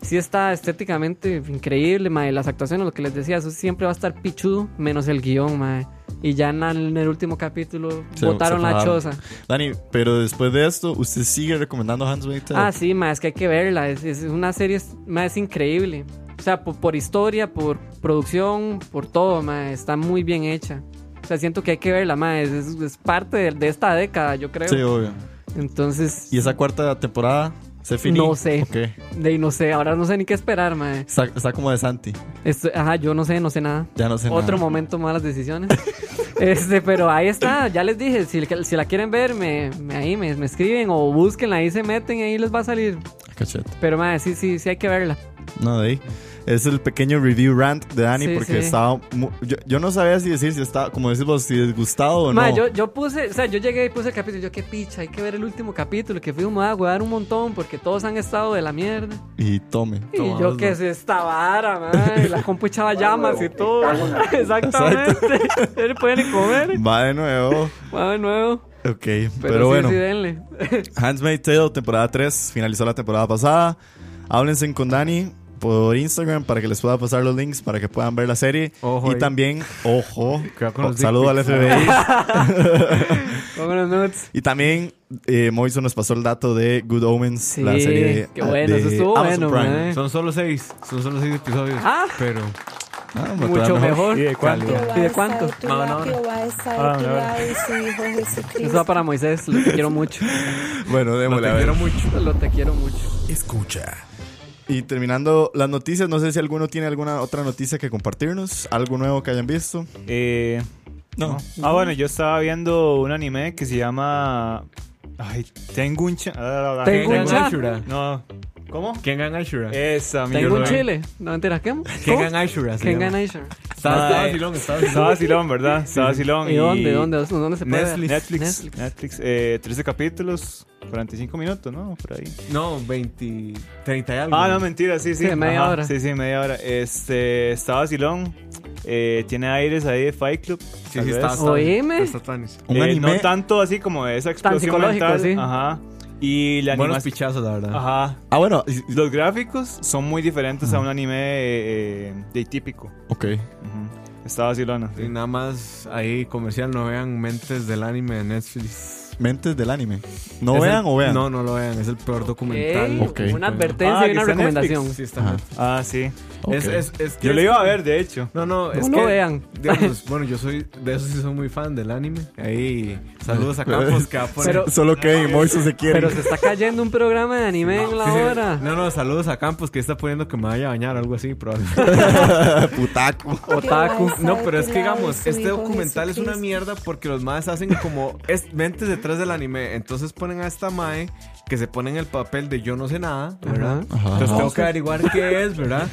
Speaker 4: sí está estéticamente increíble, mae. Las actuaciones, lo que les decía, eso siempre va a estar pichudo, menos el guión, mae. Y ya en, la- en el último capítulo
Speaker 3: Se-
Speaker 4: botaron
Speaker 3: se
Speaker 4: la
Speaker 3: fajaron.
Speaker 4: choza.
Speaker 3: Dani, pero después de esto, ¿usted sigue recomendando Hands Made Tale?
Speaker 4: Ah, sí, mae, es que hay que verla. Es, es una serie más increíble. O sea, po- por, historia, por producción, por todo, mae. Está muy bien hecha. O sea, siento que hay que verla, mae. Es, es- es parte de, de esta década, yo creo.
Speaker 3: Sí, obvio.
Speaker 4: Entonces,
Speaker 3: ¿Y esa cuarta temporada se finió?
Speaker 4: No sé.
Speaker 3: Ok.
Speaker 4: de ahí no sé, ahora no sé ni qué esperar, mae.
Speaker 3: Está, está como de Santi.
Speaker 4: Esto- ajá, yo no sé, no sé nada.
Speaker 3: Ya no sé nada.
Speaker 4: Otro momento,
Speaker 3: [LAUGHS]
Speaker 4: malas decisiones. este, pero ahí está, ya les dije, si, si la quieren ver, me, me- ahí me, me escriben o búsquenla, ahí se meten, ahí les va a salir.
Speaker 3: Cachete.
Speaker 4: Pero madre, sí, sí, sí hay que verla.
Speaker 3: No, de ahí. Es el pequeño review rant de Dani
Speaker 4: Sí,
Speaker 3: porque
Speaker 4: sí.
Speaker 3: estaba. mu- Yo, yo no sabía si decir si estaba, como decís vos, si disgustado o no.
Speaker 4: Madre, yo, yo puse, o sea, yo llegué y puse el capítulo, yo qué picha, hay que ver el último capítulo, que fui a dar un montón porque todos han estado de la mierda.
Speaker 3: Y tome.
Speaker 4: Y yo que es esta vara, madre, la compu echaba llamas y todo. [LAUGHS] Exactamente. Ya le Pueden comer,
Speaker 3: Va de nuevo.
Speaker 4: va de nuevo.
Speaker 3: Ok, pero,
Speaker 4: Pero, sí,
Speaker 3: bueno.
Speaker 4: sí, denle.
Speaker 3: Hands Made Tale, temporada 3, finalizó la temporada pasada. Háblense con Dani por Instagram para que les pueda pasar los links para que puedan ver la serie.
Speaker 6: Ojo
Speaker 3: y
Speaker 6: ahí.
Speaker 3: también, ojo,
Speaker 6: Cuidado con
Speaker 3: oh,
Speaker 6: los dick
Speaker 3: saludo al
Speaker 6: pics.
Speaker 3: FBI.
Speaker 4: Vámonos, nuts.
Speaker 3: y también, eh, Moiso nos pasó el dato de Good Omens,
Speaker 4: Sí,
Speaker 3: la serie.
Speaker 4: qué
Speaker 3: ah,
Speaker 4: bueno,
Speaker 3: de
Speaker 4: eso estuvo
Speaker 3: Amazon
Speaker 4: bueno,
Speaker 3: Prime.
Speaker 4: mae.
Speaker 6: Son solo seis. Son solo seis episodios.
Speaker 4: Ah.
Speaker 6: Pero.
Speaker 3: Ah, me
Speaker 4: Mucho
Speaker 3: acuerdo, ¿no?
Speaker 4: mejor.
Speaker 5: ¿Y de cuánto?
Speaker 4: ¿Y de cuánto?
Speaker 6: No, no, no.
Speaker 10: Jehová está de
Speaker 5: Ah,
Speaker 10: tu
Speaker 5: no, no.
Speaker 10: lado y su Hijo Jesucristo.
Speaker 4: Eso va para Moisés, lo te quiero mucho.
Speaker 3: [LAUGHS] Bueno,
Speaker 6: Lo
Speaker 3: démosle
Speaker 6: te
Speaker 3: a ver.
Speaker 6: quiero mucho.
Speaker 4: Lo te quiero mucho.
Speaker 2: Escucha.
Speaker 3: Y terminando las noticias, no sé si alguno tiene alguna otra noticia que compartirnos, algo nuevo que hayan visto.
Speaker 5: [LAUGHS] Eh,
Speaker 3: No.
Speaker 5: Ah, bueno, yo estaba viendo un anime que se llama. Ay, tengo un. cha- ah, ah,
Speaker 4: Tengo
Speaker 5: ah,
Speaker 4: un cha-
Speaker 6: Ashura.
Speaker 5: No. ¿Cómo?
Speaker 6: Kengan Ashura.
Speaker 5: Esa, mi
Speaker 4: Tengo un
Speaker 5: brother.
Speaker 4: chile. No me enteras, ¿qué? ¿Cómo?
Speaker 6: Kengan Ashura. se
Speaker 4: Kengan
Speaker 6: llama.
Speaker 4: Nation.
Speaker 6: Estaba estaba
Speaker 5: Ay.
Speaker 6: vacilón, estaba
Speaker 5: Estaba
Speaker 6: vacilón.
Speaker 5: vacilón, ¿verdad? Estaba vacilón.
Speaker 4: ¿Y dónde? ¿Dónde? ¿Dónde se puede? ver?
Speaker 6: Netflix.
Speaker 5: Netflix. Netflix.
Speaker 4: Netflix.
Speaker 5: eh, 13 capítulos, 45 minutos, ¿no? Por ahí.
Speaker 6: No, 20. 30 y algo.
Speaker 5: Ah, no, mentira, sí, sí.
Speaker 4: Sí, media
Speaker 5: Ajá,
Speaker 4: hora.
Speaker 5: Sí, sí, media hora. Este, está vacilón. Eh, tiene aires ahí de Fight Club.
Speaker 6: Sí,
Speaker 5: tal
Speaker 6: sí,
Speaker 5: vez.
Speaker 6: estaba. estaba-
Speaker 4: Oíme.
Speaker 6: estaba tanis.
Speaker 3: Un
Speaker 5: Eh,
Speaker 3: anime.
Speaker 5: No tanto así como esa explosión
Speaker 4: psicológico,
Speaker 5: mental.
Speaker 4: sí.
Speaker 5: Ajá. Y la
Speaker 6: Buenos
Speaker 5: animación.
Speaker 6: pichazos, la verdad.
Speaker 5: Ajá.
Speaker 3: Ah, bueno, y- y-
Speaker 5: Los gráficos son muy diferentes a un anime eh, eh, de típico.
Speaker 3: ok.
Speaker 5: Ujú. Está vacilona.
Speaker 6: Y nada más ahí comercial, no vean mentes del anime de Netflix.
Speaker 3: Mentes del anime. ¿No
Speaker 6: Es el-
Speaker 3: vean o vean?
Speaker 6: No, no lo vean, es el peor documental.
Speaker 4: Ok,
Speaker 3: Ok.
Speaker 4: Una advertencia y
Speaker 5: Ah, que
Speaker 4: una
Speaker 5: está en
Speaker 4: recomendación.
Speaker 6: Sí, está
Speaker 3: Ajá.
Speaker 6: mal.
Speaker 5: Ah, sí.
Speaker 3: Ok.
Speaker 6: Es, es, es que
Speaker 5: Yo lo iba a ver, de hecho.
Speaker 6: No, no, es
Speaker 4: lo
Speaker 6: que
Speaker 4: vean. [LAUGHS]
Speaker 6: digamos, bueno, yo soy de esos sí soy muy fan del anime. Ahí saludos a Campos que va a poner-
Speaker 4: Pero-
Speaker 3: Solo que y Moiso se quieren.
Speaker 4: Pero se está cayendo un programa de anime en la
Speaker 6: Sí, sí.
Speaker 4: hora.
Speaker 6: No, no, saludos a Campos que está poniendo que me vaya a bañar o algo así, probablemente.
Speaker 3: Putaco.
Speaker 4: Otaku.
Speaker 10: Jehová
Speaker 6: No,
Speaker 10: está
Speaker 6: pero
Speaker 10: de
Speaker 6: es
Speaker 10: tu
Speaker 6: que
Speaker 10: lado y
Speaker 6: digamos,
Speaker 10: su
Speaker 6: este
Speaker 10: Hijo
Speaker 6: documental es una
Speaker 10: Jesucristo.
Speaker 6: mierda porque los maes hacen como es, mentes detrás del anime. Entonces ponen a esta mae que se pone en el papel de yo no sé nada, ¿verdad?
Speaker 4: Ajá.
Speaker 6: Entonces tengo que averiguar qué es, ¿verdad?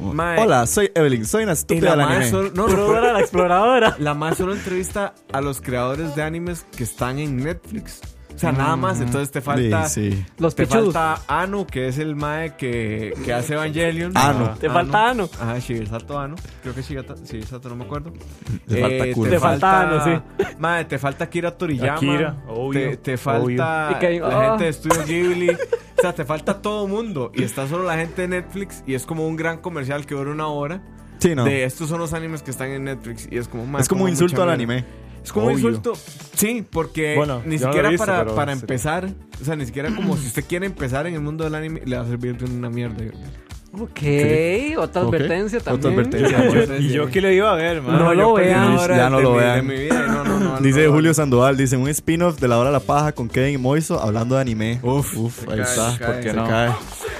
Speaker 6: Mae.
Speaker 3: Hola, soy Evelyn. Soy una
Speaker 6: Y
Speaker 3: estúpida
Speaker 6: la
Speaker 3: del
Speaker 6: mae
Speaker 3: anime.
Speaker 6: solo, no, no,
Speaker 4: Dora
Speaker 3: [LAUGHS]
Speaker 4: la exploradora.
Speaker 6: la mae solo entrevista a los creadores de animes que están en Netflix. O sea, nada más. Entonces te falta.
Speaker 3: Sí, sí.
Speaker 4: Los
Speaker 6: Te
Speaker 4: pichudos.
Speaker 6: falta Anu, que es el mae que, que hace Evangelion. Ah,
Speaker 3: Anu.
Speaker 6: Ajá.
Speaker 4: Te falta Anu.
Speaker 6: Ajá, Shigesato Anu. Creo que Shigesato, Shigesato, no me acuerdo. Eh,
Speaker 3: Te falta culo.
Speaker 4: Te falta Anu,
Speaker 6: Madre, te falta Akira Toriyama.
Speaker 5: Akira, obvio,
Speaker 6: Te, te
Speaker 5: obvio.
Speaker 6: falta
Speaker 4: Y que-
Speaker 6: la
Speaker 4: ah.
Speaker 6: gente de Studio Ghibli. o sea, te falta todo mundo. Y está solo la gente de Netflix. Y es como un gran comercial que dura una hora.
Speaker 3: Sí, no.
Speaker 6: De estos son los animes que están en Netflix. Y es como, mae,
Speaker 3: es como un
Speaker 6: mucha
Speaker 3: insulto al
Speaker 6: mierda.
Speaker 3: anime.
Speaker 6: Es como un
Speaker 5: Obvio.
Speaker 6: insulto. Sí, porque
Speaker 5: Bueno,
Speaker 6: ni
Speaker 5: yo no lo he
Speaker 6: siquiera
Speaker 5: visto,
Speaker 6: para,
Speaker 5: pero
Speaker 6: para
Speaker 5: sí.
Speaker 6: empezar, o sea, ni siquiera como si usted quiere empezar en el mundo del anime, le va a servir de
Speaker 3: [LAUGHS]
Speaker 6: una mierda.
Speaker 4: Ok, otra
Speaker 3: Ok.
Speaker 4: advertencia
Speaker 3: Otra
Speaker 4: también.
Speaker 3: advertencia. Ah,
Speaker 6: Yo-
Speaker 5: Y yo que lo iba a ver,
Speaker 4: [LAUGHS]
Speaker 5: man.
Speaker 4: No lo
Speaker 6: perdí
Speaker 4: vean.
Speaker 6: una hora
Speaker 3: Ya no
Speaker 6: de
Speaker 3: lo
Speaker 6: mi- de
Speaker 3: vean.
Speaker 6: mi vida y
Speaker 3: [LAUGHS]
Speaker 6: no, no, no, no
Speaker 3: Dice
Speaker 6: lo
Speaker 3: Julio
Speaker 6: vean.
Speaker 3: Sandoval, dice un spin-off de La Hora de la Paja con Kevin y Moiso hablando de anime. Uf, uf, ahí
Speaker 6: cae,
Speaker 3: está.
Speaker 6: se cae.
Speaker 3: ¿Por qué
Speaker 5: Se
Speaker 3: no?
Speaker 5: cae.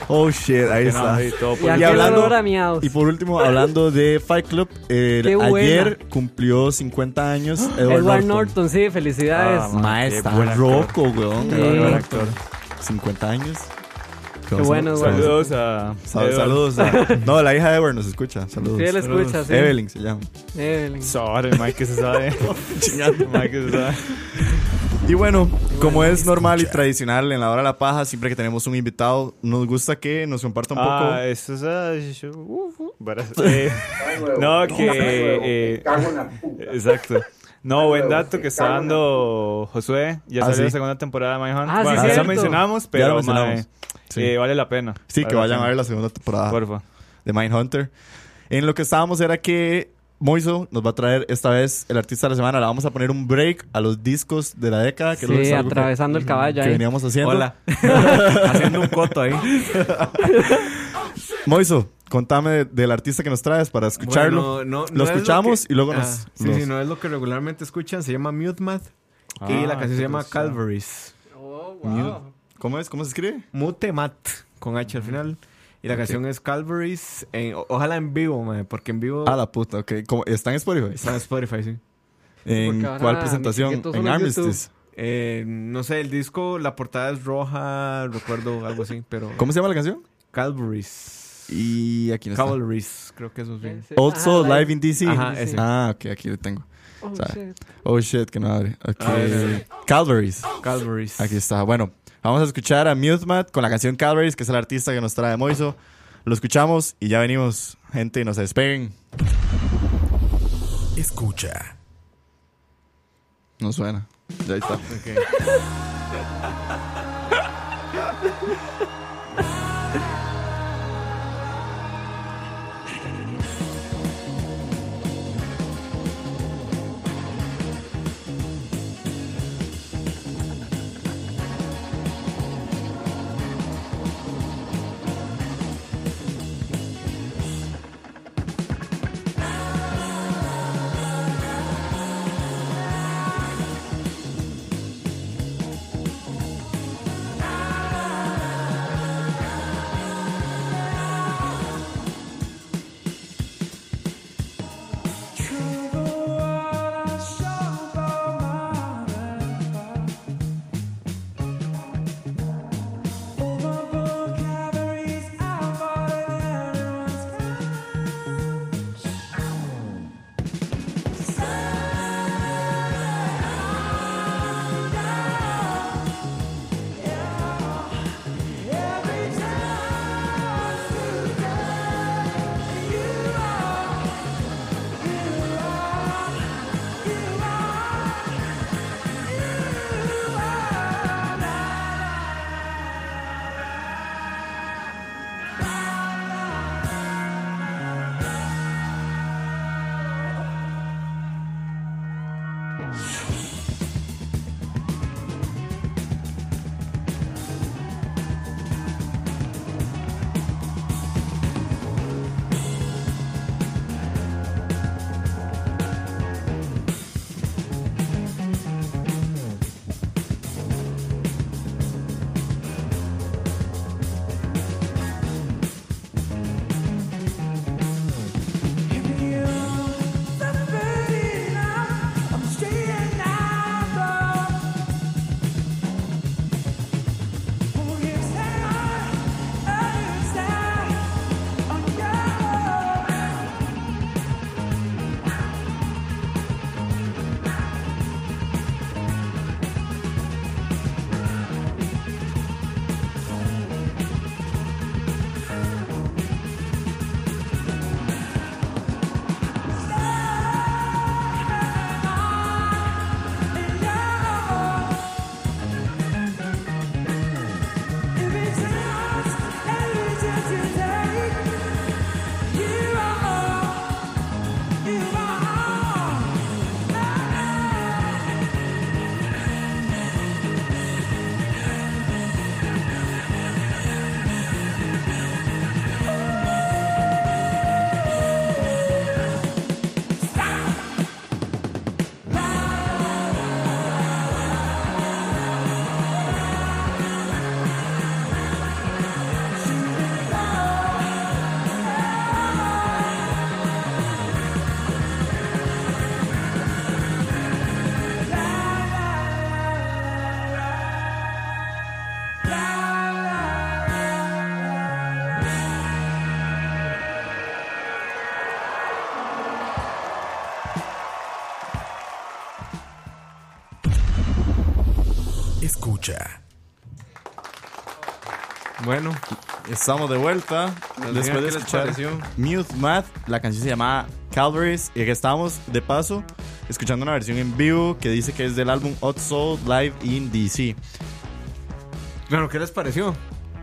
Speaker 3: Oh shit, ahí
Speaker 5: Que
Speaker 3: está.
Speaker 5: no, y todo
Speaker 4: Y
Speaker 5: por-
Speaker 4: aquí
Speaker 3: hablando-
Speaker 4: olor a miados.
Speaker 3: Y por último, hablando de Fight Club, eh,
Speaker 4: Qué buena.
Speaker 3: ayer cumplió 50 años Edward,
Speaker 4: Edward Norton.
Speaker 3: Norton.
Speaker 4: sí, felicidades.
Speaker 5: Ah,
Speaker 3: Mae,
Speaker 5: Qué
Speaker 3: está
Speaker 5: buen actor.
Speaker 3: roco, weón.
Speaker 4: Sí.
Speaker 3: Qué buen
Speaker 4: Buen
Speaker 3: actor. 50 años.
Speaker 4: Qué bueno,
Speaker 3: Saludos.
Speaker 4: Eduardo.
Speaker 5: Saludos a.
Speaker 3: Sal-
Speaker 5: Edward.
Speaker 3: saludos. a- No, la hija de Edward nos escucha. Saludos.
Speaker 4: sí, él escucha, sí.
Speaker 3: Evelyn se llama.
Speaker 4: Evelyn.
Speaker 5: Sorry, Mike, que se
Speaker 3: [LAUGHS]
Speaker 5: sabe. Chingando, Mike, que se sabe.
Speaker 3: Y bueno, como es normal y tradicional en la hora de la paja, siempre que tenemos un invitado, nos gusta que nos comparta un
Speaker 5: Ah,
Speaker 3: poco.
Speaker 5: eso es. ah, yo- uf, uf, para-
Speaker 4: [LAUGHS]
Speaker 5: eh, no, que. eh, exacto. No, buen dato que está dando Josué. Ya
Speaker 3: Ah,
Speaker 5: salió
Speaker 3: sí.
Speaker 5: la segunda temporada de Mindhunter.
Speaker 4: Ah, sí,
Speaker 5: Bueno, ya
Speaker 4: cierto.
Speaker 5: lo mencionamos,
Speaker 3: Ya
Speaker 5: pero
Speaker 3: lo mencionamos.
Speaker 5: mae,
Speaker 3: Sí.
Speaker 5: Eh, vale la pena.
Speaker 3: Sí,
Speaker 5: Vale
Speaker 3: que
Speaker 5: la
Speaker 3: vayan a
Speaker 5: pena.
Speaker 3: ver la segunda temporada
Speaker 5: Porfa.
Speaker 3: de Mindhunter. En lo que estábamos era que Moiso nos va a traer esta vez el artista de la semana. Le vamos a poner un break a los discos de la década. Que
Speaker 4: Sí,
Speaker 3: no es algo que- mm,
Speaker 4: atravesando el caballo
Speaker 3: que
Speaker 4: ahí.
Speaker 3: veníamos haciendo.
Speaker 6: Hola. [LAUGHS] Haciendo un coto ahí.
Speaker 3: [LAUGHS] Moiso, contame de- del artista que nos traes para escucharlo.
Speaker 6: Bueno, no- no
Speaker 3: lo
Speaker 6: es
Speaker 3: escuchamos
Speaker 6: que-
Speaker 3: y luego
Speaker 6: Ah,
Speaker 3: nos.
Speaker 6: sí,
Speaker 3: nos-
Speaker 6: sí, no es lo que regularmente escuchan. Se llama Mute Math.
Speaker 5: Ah,
Speaker 6: y la canción
Speaker 5: qué
Speaker 6: se llama
Speaker 5: cosa.
Speaker 6: Calvaries.
Speaker 3: Mute. ¿Cómo es? ¿Cómo se escribe?
Speaker 6: Mute Mat. Con H al final. Y la canción es Calvaries. en- o- ojalá en vivo, mae, porque en vivo
Speaker 3: A Ah, la puta, ok. ¿Cómo- ¿Está en Spotify?
Speaker 6: está en Spotify, sí.
Speaker 3: ¿En
Speaker 4: Porque ahora
Speaker 3: cuál
Speaker 4: mi
Speaker 3: presentación?
Speaker 4: chiquito solo
Speaker 3: En
Speaker 4: en
Speaker 3: Armistice.
Speaker 6: Eh, no sé, el disco, la portada es roja, recuerdo algo así, pero.
Speaker 3: ¿Cómo se llama la canción?
Speaker 6: Calvaries.
Speaker 3: Y aquí no está.
Speaker 6: Cavalries, creo que eso es bien.
Speaker 3: Also Live in DC.
Speaker 6: Ajá, ese.
Speaker 3: Ah, ok, aquí lo tengo.
Speaker 4: Oh,
Speaker 3: sea,
Speaker 4: shit.
Speaker 3: Oh shit, que no abre. Ok.
Speaker 6: Ah, ya,
Speaker 3: Calvaries.
Speaker 6: Calvaries.
Speaker 3: Aquí está. Bueno, vamos a escuchar a Mutemat con la canción Calvaries, que es el artista que nos trae Moiso. Lo escuchamos y ya venimos. Gente, no se despeguen.
Speaker 2: Escucha.
Speaker 3: No suena. Ya ahí está.
Speaker 2: Escucha.
Speaker 6: Bueno,
Speaker 3: Estamos de vuelta. Después
Speaker 6: ¿qué
Speaker 3: de
Speaker 6: les
Speaker 3: escuchar
Speaker 6: pareció?
Speaker 3: Mute Math, la canción se llamaba Calvaries. Y aquí estamos, de paso, escuchando una versión en vivo que dice que es del álbum Odd Soul Live in DC.
Speaker 6: bueno, ¿qué les pareció?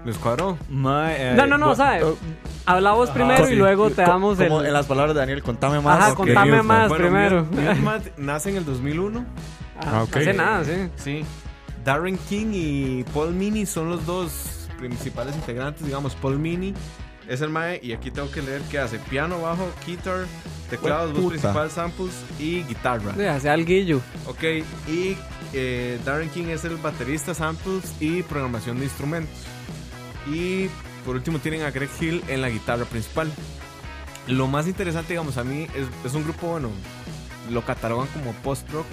Speaker 6: ¿Les cuadró?
Speaker 5: Mae, eh,
Speaker 4: No, no, no,
Speaker 5: bu-
Speaker 4: ¿sabes?
Speaker 3: Oh.
Speaker 4: Habla vos primero y
Speaker 3: sí.
Speaker 4: luego te damos
Speaker 3: Ah, Como en
Speaker 4: el...
Speaker 3: las palabras de Daniel, contame más.
Speaker 4: Ajá,
Speaker 3: Ok.
Speaker 4: contame
Speaker 3: Dios,
Speaker 4: más. primero.
Speaker 6: Mute- Mute Math nace en el 2001.
Speaker 4: Ah,
Speaker 5: ok.
Speaker 4: No hace nada, sí.
Speaker 6: Sí. Darren King y Paul Mini son los dos principales integrantes, digamos. Paul Mini es el mae y aquí tengo que leer que hace piano, bajo, guitar, teclados, voz
Speaker 3: Puta.
Speaker 6: principal, samples y guitarra.
Speaker 4: Sí, hace al guillo.
Speaker 6: Ok, y eh, Darren King es el baterista, samples y programación de instrumentos. Y por último tienen a Greg Hill en la guitarra principal. Lo más interesante, digamos, a mí es, es un grupo, bueno, lo catalogan como post-rock.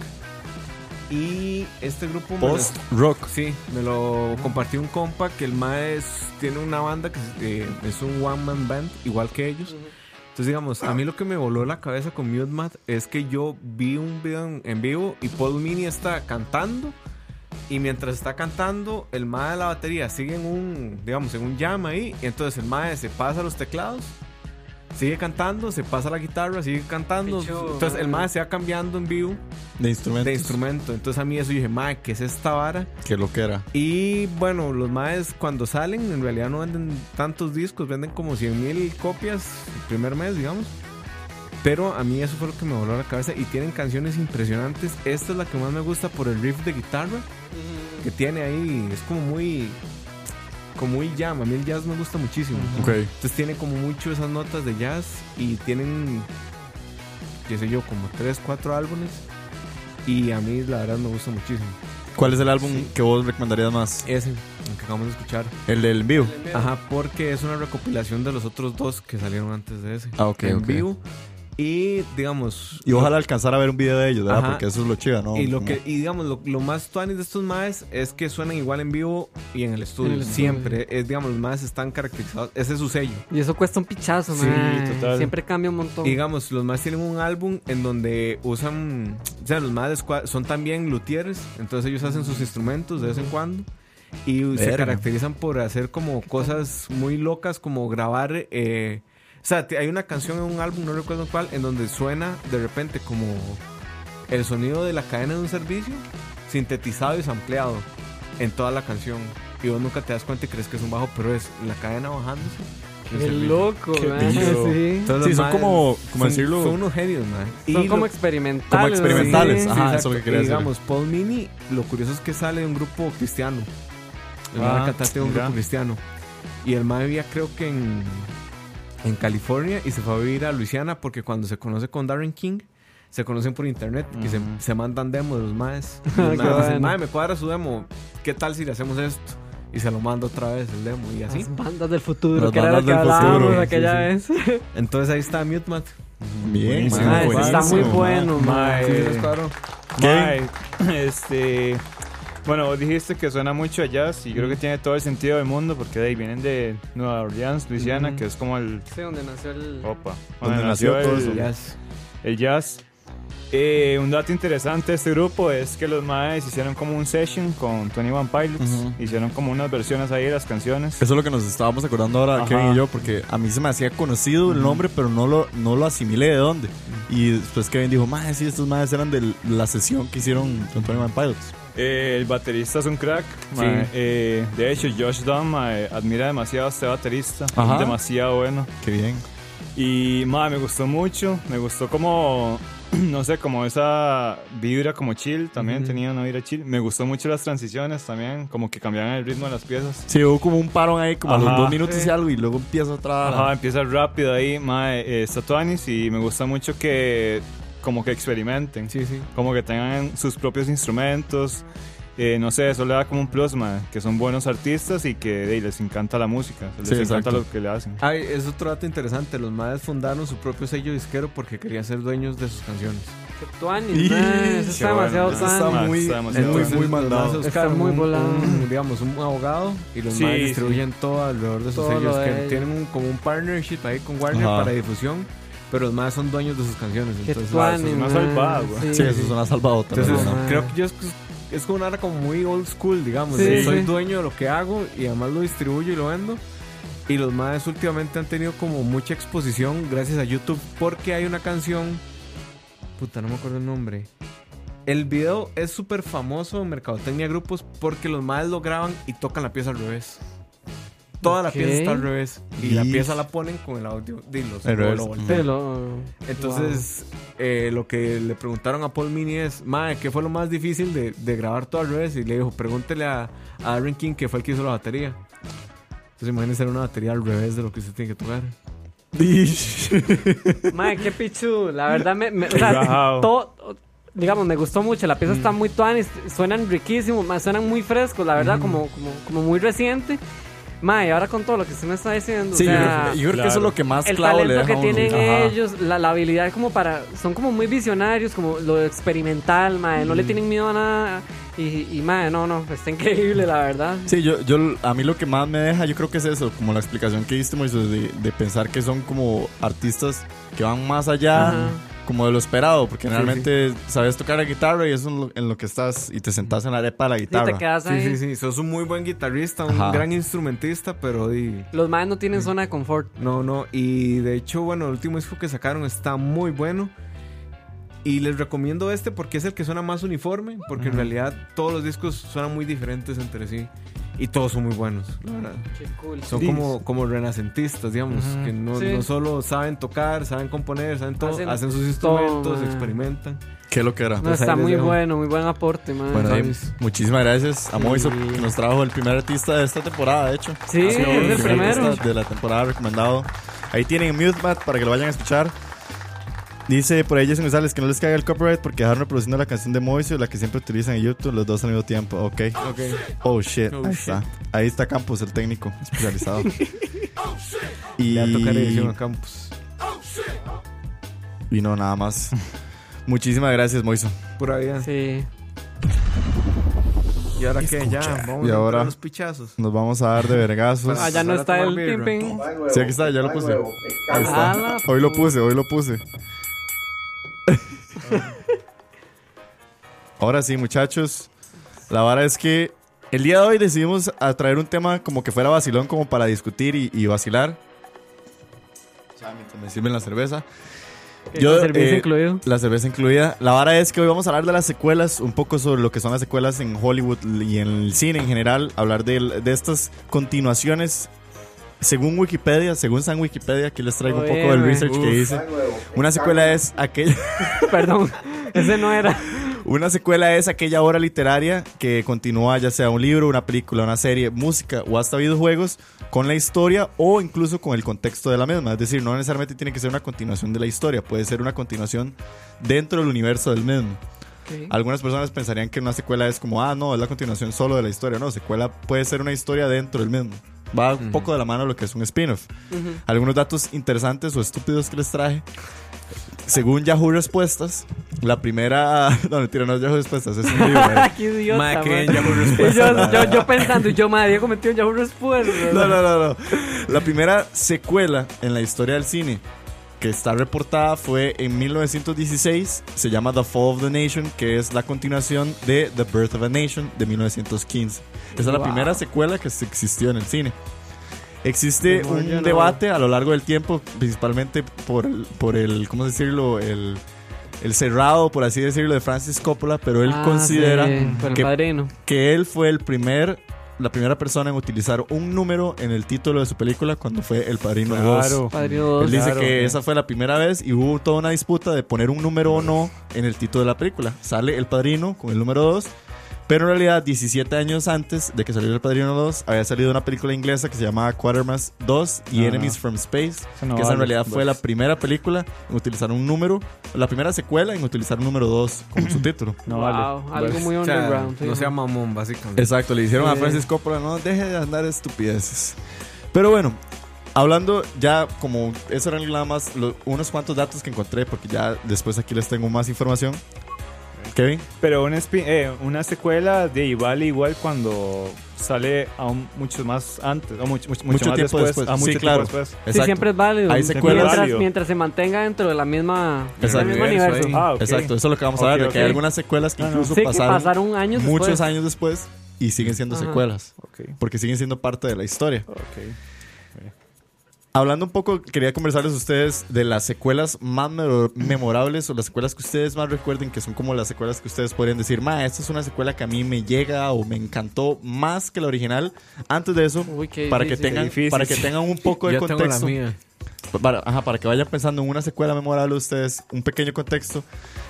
Speaker 6: Y este grupo... me lo-
Speaker 3: Post-rock.
Speaker 6: Sí, me lo compartió un compa que el mae es- tiene una banda que es, eh, es un one man band igual que ellos. Entonces digamos, a mí lo que me voló la cabeza con Mute Math es que yo vi un video en, en vivo y Paul Mini está cantando y mientras está cantando el mae de la batería sigue en un, digamos, en un jam ahí y entonces el mae se pasa a los teclados. Sigue cantando, se pasa a la guitarra, sigue cantando.
Speaker 4: Pichu,
Speaker 6: Entonces el
Speaker 4: mae.
Speaker 6: mae se va cambiando en vivo
Speaker 3: De instrumentos.
Speaker 6: de instrumento. Entonces a mí eso dije, mae, ¿qué es esta vara?
Speaker 3: Que lo que era.
Speaker 6: Y bueno, los maes cuando salen en realidad no venden tantos discos, venden como 100 mil copias el primer mes, digamos. Pero a mí eso fue lo que me voló la cabeza y tienen canciones impresionantes. Esta es la que más me gusta por el riff de guitarra que tiene ahí. Es como muy... Como muy jam, a mí el jazz me gusta muchísimo. Entonces tiene como mucho esas notas de jazz y tienen, qué sé yo, como 3, 4 álbumes. Y a mí la verdad me gusta muchísimo.
Speaker 3: ¿Cuál es el álbum que vos recomendarías más?
Speaker 6: Ese, el que acabamos de escuchar.
Speaker 3: El del vivo.
Speaker 6: Ajá, porque es una recopilación de los otros dos que salieron antes de ese.
Speaker 3: Ah, ok,
Speaker 6: En
Speaker 3: ok.
Speaker 6: vivo. Y digamos.
Speaker 3: Y ojalá alcanzar a ver un video de ellos, ¿verdad?
Speaker 6: Ajá.
Speaker 3: Porque eso es lo chido, ¿no?
Speaker 6: Y, lo
Speaker 3: Como-
Speaker 6: que, y digamos, lo, lo más tuanis de estos maes es que suenan igual en vivo y en el estudio.
Speaker 4: En el
Speaker 6: Siempre. Es, digamos, los maes están caracterizados. Ese es su sello.
Speaker 4: Y eso cuesta un pichazo,
Speaker 6: Sí,
Speaker 4: mae.
Speaker 5: total.
Speaker 4: Siempre cambia un montón.
Speaker 6: Y, digamos, los maes tienen un álbum en donde usan. O sea, los maes cua- son también luthieres. Entonces ellos hacen sus instrumentos de vez en cuando. Y se
Speaker 3: Verga.
Speaker 6: caracterizan por hacer como cosas muy locas, como grabar. eh, o sea, te- hay una canción en un álbum, no recuerdo cuál, en donde suena de repente como el sonido de la cadena de un servicio sintetizado y sampleado en toda la canción. Y vos nunca te das cuenta y crees que es un bajo, pero es la cadena bajándose. del
Speaker 4: Qué
Speaker 6: servicio.
Speaker 4: loco,
Speaker 5: Qué
Speaker 4: mae.
Speaker 5: duro.
Speaker 6: [LAUGHS]
Speaker 4: Sí.
Speaker 6: Entonces,
Speaker 3: Sí,
Speaker 6: los
Speaker 3: son
Speaker 6: maes
Speaker 3: como- como
Speaker 6: son-
Speaker 3: decirlo-
Speaker 6: Son unos genios, man.
Speaker 4: Son como
Speaker 6: sí,
Speaker 4: experimentales.
Speaker 3: como experimentales,
Speaker 4: sí.
Speaker 3: ajá. eso
Speaker 6: exacto.
Speaker 3: es lo que quería
Speaker 6: Y
Speaker 3: decir.
Speaker 6: Digamos, Paul Mini, lo curioso es que sale de un grupo cristiano. El mae
Speaker 5: Ah,
Speaker 6: cantante de un
Speaker 5: mira.
Speaker 6: grupo cristiano. Y el mae vivía, creo que en, en California, y se fue a vivir a Luisiana porque cuando se conoce con Darren King. Se conocen por internet y se, se mandan demos de los [LAUGHS] maes. Y
Speaker 4: Qué
Speaker 6: el mae dice,
Speaker 4: bueno.
Speaker 6: "Mae, me cuadra su demo. ¿Qué tal si le hacemos esto? Y se lo manda otra vez el demo y así.
Speaker 4: Las bandas del futuro,
Speaker 3: Las
Speaker 4: que era lo
Speaker 3: bandas
Speaker 4: que
Speaker 3: del
Speaker 4: hablábamos
Speaker 3: futuro.
Speaker 4: aquella vez.
Speaker 6: Entonces ahí está Mute Math. Ah,
Speaker 3: Bien,
Speaker 5: Buenísimo,
Speaker 3: man,
Speaker 4: Mae, ese está muy
Speaker 3: buenísimo, man.
Speaker 4: bueno, mae.
Speaker 5: Mae.
Speaker 6: Sí, les cuadró.
Speaker 5: Mae, [LAUGHS] este. Bueno, vos dijiste que suena mucho a jazz y creo
Speaker 3: Mm.
Speaker 5: que tiene todo el sentido del mundo porque de ahí vienen de Nueva Orleans, Luisiana,
Speaker 4: Ujú.
Speaker 5: que es como el.
Speaker 4: Sí, donde nació el...
Speaker 5: Opa.
Speaker 3: Mm. Donde nació todo
Speaker 5: el,
Speaker 3: eso.
Speaker 6: Jazz.
Speaker 5: el jazz. Eh, un dato interesante de este grupo es que los maes hicieron como un session con Tony One Pilots.
Speaker 3: Ujú.
Speaker 5: Hicieron como unas versiones ahí de las canciones.
Speaker 3: Eso es lo que nos estábamos acordando ahora,
Speaker 5: Ajá.
Speaker 3: Kevin y yo, porque a mí se me hacía conocido el nombre, pero no lo, no lo asimilé de dónde. Y después Kevin dijo, madre, sí, estos madres eran de la sesión que hicieron con Tony Man Pilots.
Speaker 5: Eh, el baterista es un crack. mae. Eh, de hecho, Josh Dunn mae, admira demasiado a este baterista.
Speaker 3: Ajá.
Speaker 5: Es demasiado bueno.
Speaker 3: Qué bien.
Speaker 5: Y mae, me gustó mucho. Me gustó como, [CLEARS THROAT] no sé, como esa vibra como chill. También tenía una vibra chill. Me gustó mucho las transiciones también, como que cambiaban el ritmo de las piezas.
Speaker 3: Sí, hubo como un parón ahí, como a
Speaker 5: Ajá.
Speaker 3: los dos minutos y algo, y luego empieza otra.
Speaker 5: Ajá, empieza rápido ahí, mae, eh, Statuanis. Y me gusta mucho que, como que experimenten.
Speaker 6: Sí, sí.
Speaker 5: Como que tengan sus propios instrumentos. Eh, no sé, eso le da como un plus, mae, que son buenos artistas y que de ahí, les encanta la música, les
Speaker 3: Sí, exacto.
Speaker 5: encanta
Speaker 3: Ah,
Speaker 5: lo que le hacen.
Speaker 6: Ay, es otro dato interesante. Los madres fundaron su propio sello disquero porque querían ser dueños de sus canciones.
Speaker 4: Tuanis,
Speaker 3: Y-
Speaker 4: mae, eso
Speaker 5: Qué
Speaker 4: está
Speaker 5: bueno,
Speaker 4: demasiado
Speaker 5: eso
Speaker 4: tuanis.
Speaker 5: mae,
Speaker 3: muy-
Speaker 5: demasiado
Speaker 3: es muy-
Speaker 5: bueno.
Speaker 6: Entonces, los
Speaker 3: mandado.
Speaker 6: maes se
Speaker 4: Está
Speaker 6: buscaron
Speaker 4: muy
Speaker 6: un-
Speaker 4: volado.
Speaker 6: un, digamos, un abogado y los
Speaker 5: Sí,
Speaker 6: madres distribuyen todo alrededor de su
Speaker 4: Todo
Speaker 6: sello
Speaker 4: lo de
Speaker 6: disquero.
Speaker 4: ellos.
Speaker 6: Tienen un- como un partnership ahí con Warner
Speaker 3: Ajá.
Speaker 6: para difusión, pero los madres son dueños de sus canciones.
Speaker 4: Qué
Speaker 6: Entonces,
Speaker 4: tuanis,
Speaker 5: es más
Speaker 4: mae,
Speaker 5: salvado, güey.
Speaker 3: Sí, eso es una salvadota.
Speaker 6: entonces
Speaker 3: ¿no?
Speaker 4: Ajá.
Speaker 6: creo que yo es, es como una era como muy old school, digamos.
Speaker 4: Ah. Sí,
Speaker 6: de
Speaker 4: sí.
Speaker 6: Soy dueño de lo que hago y además lo distribuyo y lo vendo. Y los madres últimamente han tenido como mucha exposición gracias a YouTube porque hay una canción. Puta, no me acuerdo el nombre. El video es súper famoso en Mercadotecnia Grupos porque los madres lo graban y tocan la pieza al revés. toda la
Speaker 4: Ok.
Speaker 6: pieza está al revés. Y la
Speaker 3: Yes.
Speaker 6: pieza la ponen con el audio de los
Speaker 9: Al revés.
Speaker 6: lo voltean.
Speaker 4: Sí, lo-
Speaker 6: Entonces, eh, lo que le preguntaron a Paul Mini es, Mae, ¿qué fue lo más difícil de, de grabar todo al revés? Y le dijo, pregúntele a, a Aaron King, que fue el que hizo la batería. Entonces, imagínense era una batería al revés de lo que usted tiene que tocar.
Speaker 4: wow. Mae, qué pichu. La verdad, me, me- o sea,
Speaker 5: rajado.
Speaker 4: todo, digamos, me gustó mucho. La pieza
Speaker 3: Mm.
Speaker 4: está muy tuanis, suenan riquísimos, mae, suenan muy frescos, la
Speaker 3: Mm.
Speaker 4: verdad, como, como, como muy reciente. Mae, y ahora con todo lo que usted me está diciendo,
Speaker 3: Sí,
Speaker 4: o
Speaker 3: yo creo-
Speaker 4: sea,
Speaker 3: yo, creo que eso es lo que más
Speaker 4: el
Speaker 3: clavo le deja
Speaker 4: talento que
Speaker 3: a uno.
Speaker 4: tienen
Speaker 3: Ajá.
Speaker 4: ellos, la, la habilidad como para, son como muy visionarios, como lo experimental, mae,
Speaker 3: Mm.
Speaker 4: no le tienen miedo a nada y, y mae, no, no, está increíble, la verdad.
Speaker 3: Sí, yo, yo, a mí lo que más me deja, yo creo que es eso, como la explicación que diste, Moisés, de, de pensar que son como artistas que van más allá,
Speaker 4: Ajá.
Speaker 3: como de lo esperado, porque realmente sabes tocar la guitarra y eso es en lo, en lo que estás y te sentás en la arepa de la
Speaker 4: Y te
Speaker 3: guitarra.
Speaker 4: quedas ahí.
Speaker 6: Sí, sí, sí. Sos un muy buen guitarrista, un
Speaker 3: Ajá.
Speaker 6: gran instrumentista, pero di-
Speaker 4: Los maes no tienen zona de confort.
Speaker 6: no, no. Y de hecho, bueno, el último disco que sacaron está muy bueno. Y les recomiendo este porque es el que suena más uniforme, porque en realidad todos los discos suenan muy diferentes entre sí. Y todos son muy buenos, la verdad.
Speaker 4: Qué cool.
Speaker 6: Son como, como renacentistas, digamos, que no,
Speaker 4: Sí.
Speaker 6: no solo saben tocar, saben componer, saben todo,
Speaker 4: Hacen
Speaker 6: hacen, sus
Speaker 4: todo,
Speaker 6: instrumentos,
Speaker 4: man.
Speaker 6: experimentan.
Speaker 3: ¿Qué es lo que era?
Speaker 4: No,
Speaker 6: Entonces,
Speaker 4: está
Speaker 6: ahí les
Speaker 4: muy
Speaker 6: dejo.
Speaker 4: bueno, muy buen aporte, man.
Speaker 3: bueno, ahí,
Speaker 6: entonces-
Speaker 3: muchísimas gracias a Moiso, que nos trajo el primer artista de esta temporada, de hecho.
Speaker 4: sí,
Speaker 3: Ha sido
Speaker 4: es el
Speaker 3: primer
Speaker 4: primero.
Speaker 3: artista de la temporada recomendado. Ahí tienen MuteMat para que lo vayan a escuchar. Dice por ahí Jason González que no les caiga el copyright porque dejaron reproduciendo la canción de Moiso, la que siempre utilizan en YouTube, los dos al mismo tiempo. Ok.
Speaker 6: Okay.
Speaker 3: Oh shit,
Speaker 6: Oh,
Speaker 3: ahí
Speaker 6: shit.
Speaker 3: está. Ahí está Campos, el técnico
Speaker 4: [LAUGHS]
Speaker 3: especializado. y,
Speaker 6: Ya tocaré edición a Campos.
Speaker 3: y no, nada más. Muchísimas gracias, Moiso.
Speaker 6: Pura vida.
Speaker 4: Sí.
Speaker 6: ¿Y ahora qué? Ya, vamos
Speaker 3: Y ahora-
Speaker 6: a ahora... los pichazos.
Speaker 3: Nos vamos a dar
Speaker 4: [LAUGHS]
Speaker 3: de vergazos.
Speaker 6: Pues,
Speaker 4: Allá Ah, no
Speaker 6: ahora
Speaker 4: está
Speaker 6: tomar
Speaker 4: el ping
Speaker 6: birra.
Speaker 4: ping.
Speaker 3: Sí, aquí está, ya lo puse. Ahí
Speaker 4: A
Speaker 3: está.
Speaker 4: la
Speaker 3: Hoy lo puse, hoy lo puse. Ahora sí, muchachos. La vara es que el día de hoy decidimos a traer un tema como que fuera vacilón, como para discutir y, y vacilar. O sea, mientras me sirven la cerveza. Yo,
Speaker 4: Yo, servicio
Speaker 3: eh,
Speaker 4: incluido. [LAUGHS]
Speaker 3: La cerveza incluida. La vara es que hoy vamos a hablar de las secuelas, un poco sobre lo que son las secuelas en Hollywood y en el cine en general. Hablar de, de estas continuaciones. Según Wikipedia, según San Wikipedia, aquí les traigo un
Speaker 4: Oye,
Speaker 3: poco del
Speaker 4: man.
Speaker 3: research que
Speaker 4: Uf.
Speaker 3: hice. Una secuela es aquella. [LAUGHS]
Speaker 4: Perdón, ese no era.
Speaker 3: Una secuela es aquella obra literaria que continúa ya sea un libro, una película, una serie, música o hasta videojuegos con la historia o incluso con el contexto de la misma. Es decir, no necesariamente tiene que ser una continuación de la historia, puede ser una continuación dentro del universo del mismo.
Speaker 4: [LAUGHS]
Speaker 3: Algunas personas pensarían que una secuela es como, ah, no, es la continuación solo de la historia. No, secuela puede ser una historia dentro del mismo. Va un poco de la mano lo que es un spin-off. Algunos datos interesantes o estúpidos que les traje. Según Yahoo Respuestas, la primera. [LAUGHS] No, mentira, no es Yahoo Respuestas, es un libro. ¿verdad?
Speaker 4: Qué idiota,
Speaker 6: Mae, que
Speaker 4: man.
Speaker 6: ya por
Speaker 3: [LAUGHS]
Speaker 4: Y
Speaker 6: respuesta.
Speaker 4: yo, yo, yo pensando, y yo, madre, Diego metió ya un respuesta.
Speaker 3: [LAUGHS] No, no, no, no. La primera secuela en la historia del cine que está reportada fue en 1916. Se llama The Fall of the Nation, que es la continuación de The Birth of a Nation de 1915. Esa es la
Speaker 4: Wow.
Speaker 3: primera secuela que se- existió en el cine. Existe
Speaker 4: Como yo
Speaker 3: un
Speaker 4: no.
Speaker 3: debate a lo largo del tiempo, principalmente por el, por el ¿cómo decirlo? El, el cerrado, por así decirlo, de Francis Coppola, pero él
Speaker 4: Ah,
Speaker 3: considera
Speaker 4: sí, por el
Speaker 3: que
Speaker 4: padrino.
Speaker 3: que él fue el primer la primera persona en utilizar un número en el título de su película cuando fue El Padrino
Speaker 5: Claro.
Speaker 3: 2.
Speaker 4: Padrino
Speaker 3: Él
Speaker 4: 2.
Speaker 3: dice
Speaker 5: Claro.
Speaker 3: que esa fue la primera vez y hubo toda una disputa de poner un número o no en el título de la película. Sale El Padrino con el número 2, pero en realidad 17 años antes de que saliera El Padrino 2 había salido una película inglesa que se llamaba Quatermass 2 y
Speaker 5: No,
Speaker 3: Enemies
Speaker 5: no.
Speaker 3: from Space,
Speaker 5: Eso no
Speaker 3: que esa en
Speaker 5: vale.
Speaker 3: realidad fue
Speaker 5: pues.
Speaker 3: la primera película en utilizar un número, la primera secuela en utilizar un número 2 como
Speaker 5: [CLEARS THROAT]
Speaker 3: su título.
Speaker 5: No
Speaker 4: wow,
Speaker 5: vale.
Speaker 3: pues.
Speaker 4: algo muy
Speaker 6: O sea,
Speaker 4: underground. sí,
Speaker 6: no sea
Speaker 4: man.
Speaker 6: mamón, básicamente.
Speaker 3: Exacto, le dijeron a
Speaker 4: Sí.
Speaker 3: Francis Coppola, no, deje de andar estupideces. Pero bueno, hablando ya como, eso eran nada más lo- unos cuantos datos que encontré, porque ya después aquí les tengo más información. Kevin,
Speaker 5: Pero un spin- eh, una secuela de vale igual cuando sale aún mucho más antes, o mucho, mucho,
Speaker 3: Mucho
Speaker 5: más
Speaker 3: tiempo
Speaker 5: después,
Speaker 3: después.
Speaker 5: a
Speaker 3: Sí,
Speaker 5: mucho
Speaker 3: claro.
Speaker 5: tiempo después.
Speaker 4: Sí, siempre es válido.
Speaker 3: Hay
Speaker 4: Siempre
Speaker 3: secuelas.
Speaker 4: Mientras,
Speaker 5: Válido.
Speaker 4: mientras se mantenga dentro de la misma,
Speaker 3: Exacto.
Speaker 4: del mismo universo.
Speaker 6: Ahí.
Speaker 5: Ah, ok.
Speaker 3: Exacto, eso es lo que vamos a
Speaker 5: Ok,
Speaker 3: hablar, de que
Speaker 5: ok.
Speaker 3: hay algunas secuelas que
Speaker 5: No, no.
Speaker 3: incluso
Speaker 4: Sí, que
Speaker 3: pasaron,
Speaker 4: pasaron años
Speaker 3: muchos
Speaker 4: después.
Speaker 3: años después y siguen siendo
Speaker 4: Ajá.
Speaker 3: secuelas,
Speaker 5: Ok,
Speaker 3: porque siguen siendo parte de la historia.
Speaker 5: ok.
Speaker 3: Hablando un poco, quería conversarles a ustedes de las secuelas más me- memorables o las secuelas que ustedes más recuerden, que son como las secuelas que ustedes podrían decir, ma, esta es una secuela que a mí me llega o me encantó más que la original. Antes de eso,
Speaker 4: Uy, qué
Speaker 3: para, que
Speaker 4: difícil.
Speaker 3: tengan,
Speaker 5: Difícil.
Speaker 3: para que tengan un poco de
Speaker 6: Yo tengo la
Speaker 3: contexto,
Speaker 6: mía.
Speaker 3: para, ajá, para que vayan pensando en una secuela memorable de ustedes, un pequeño contexto.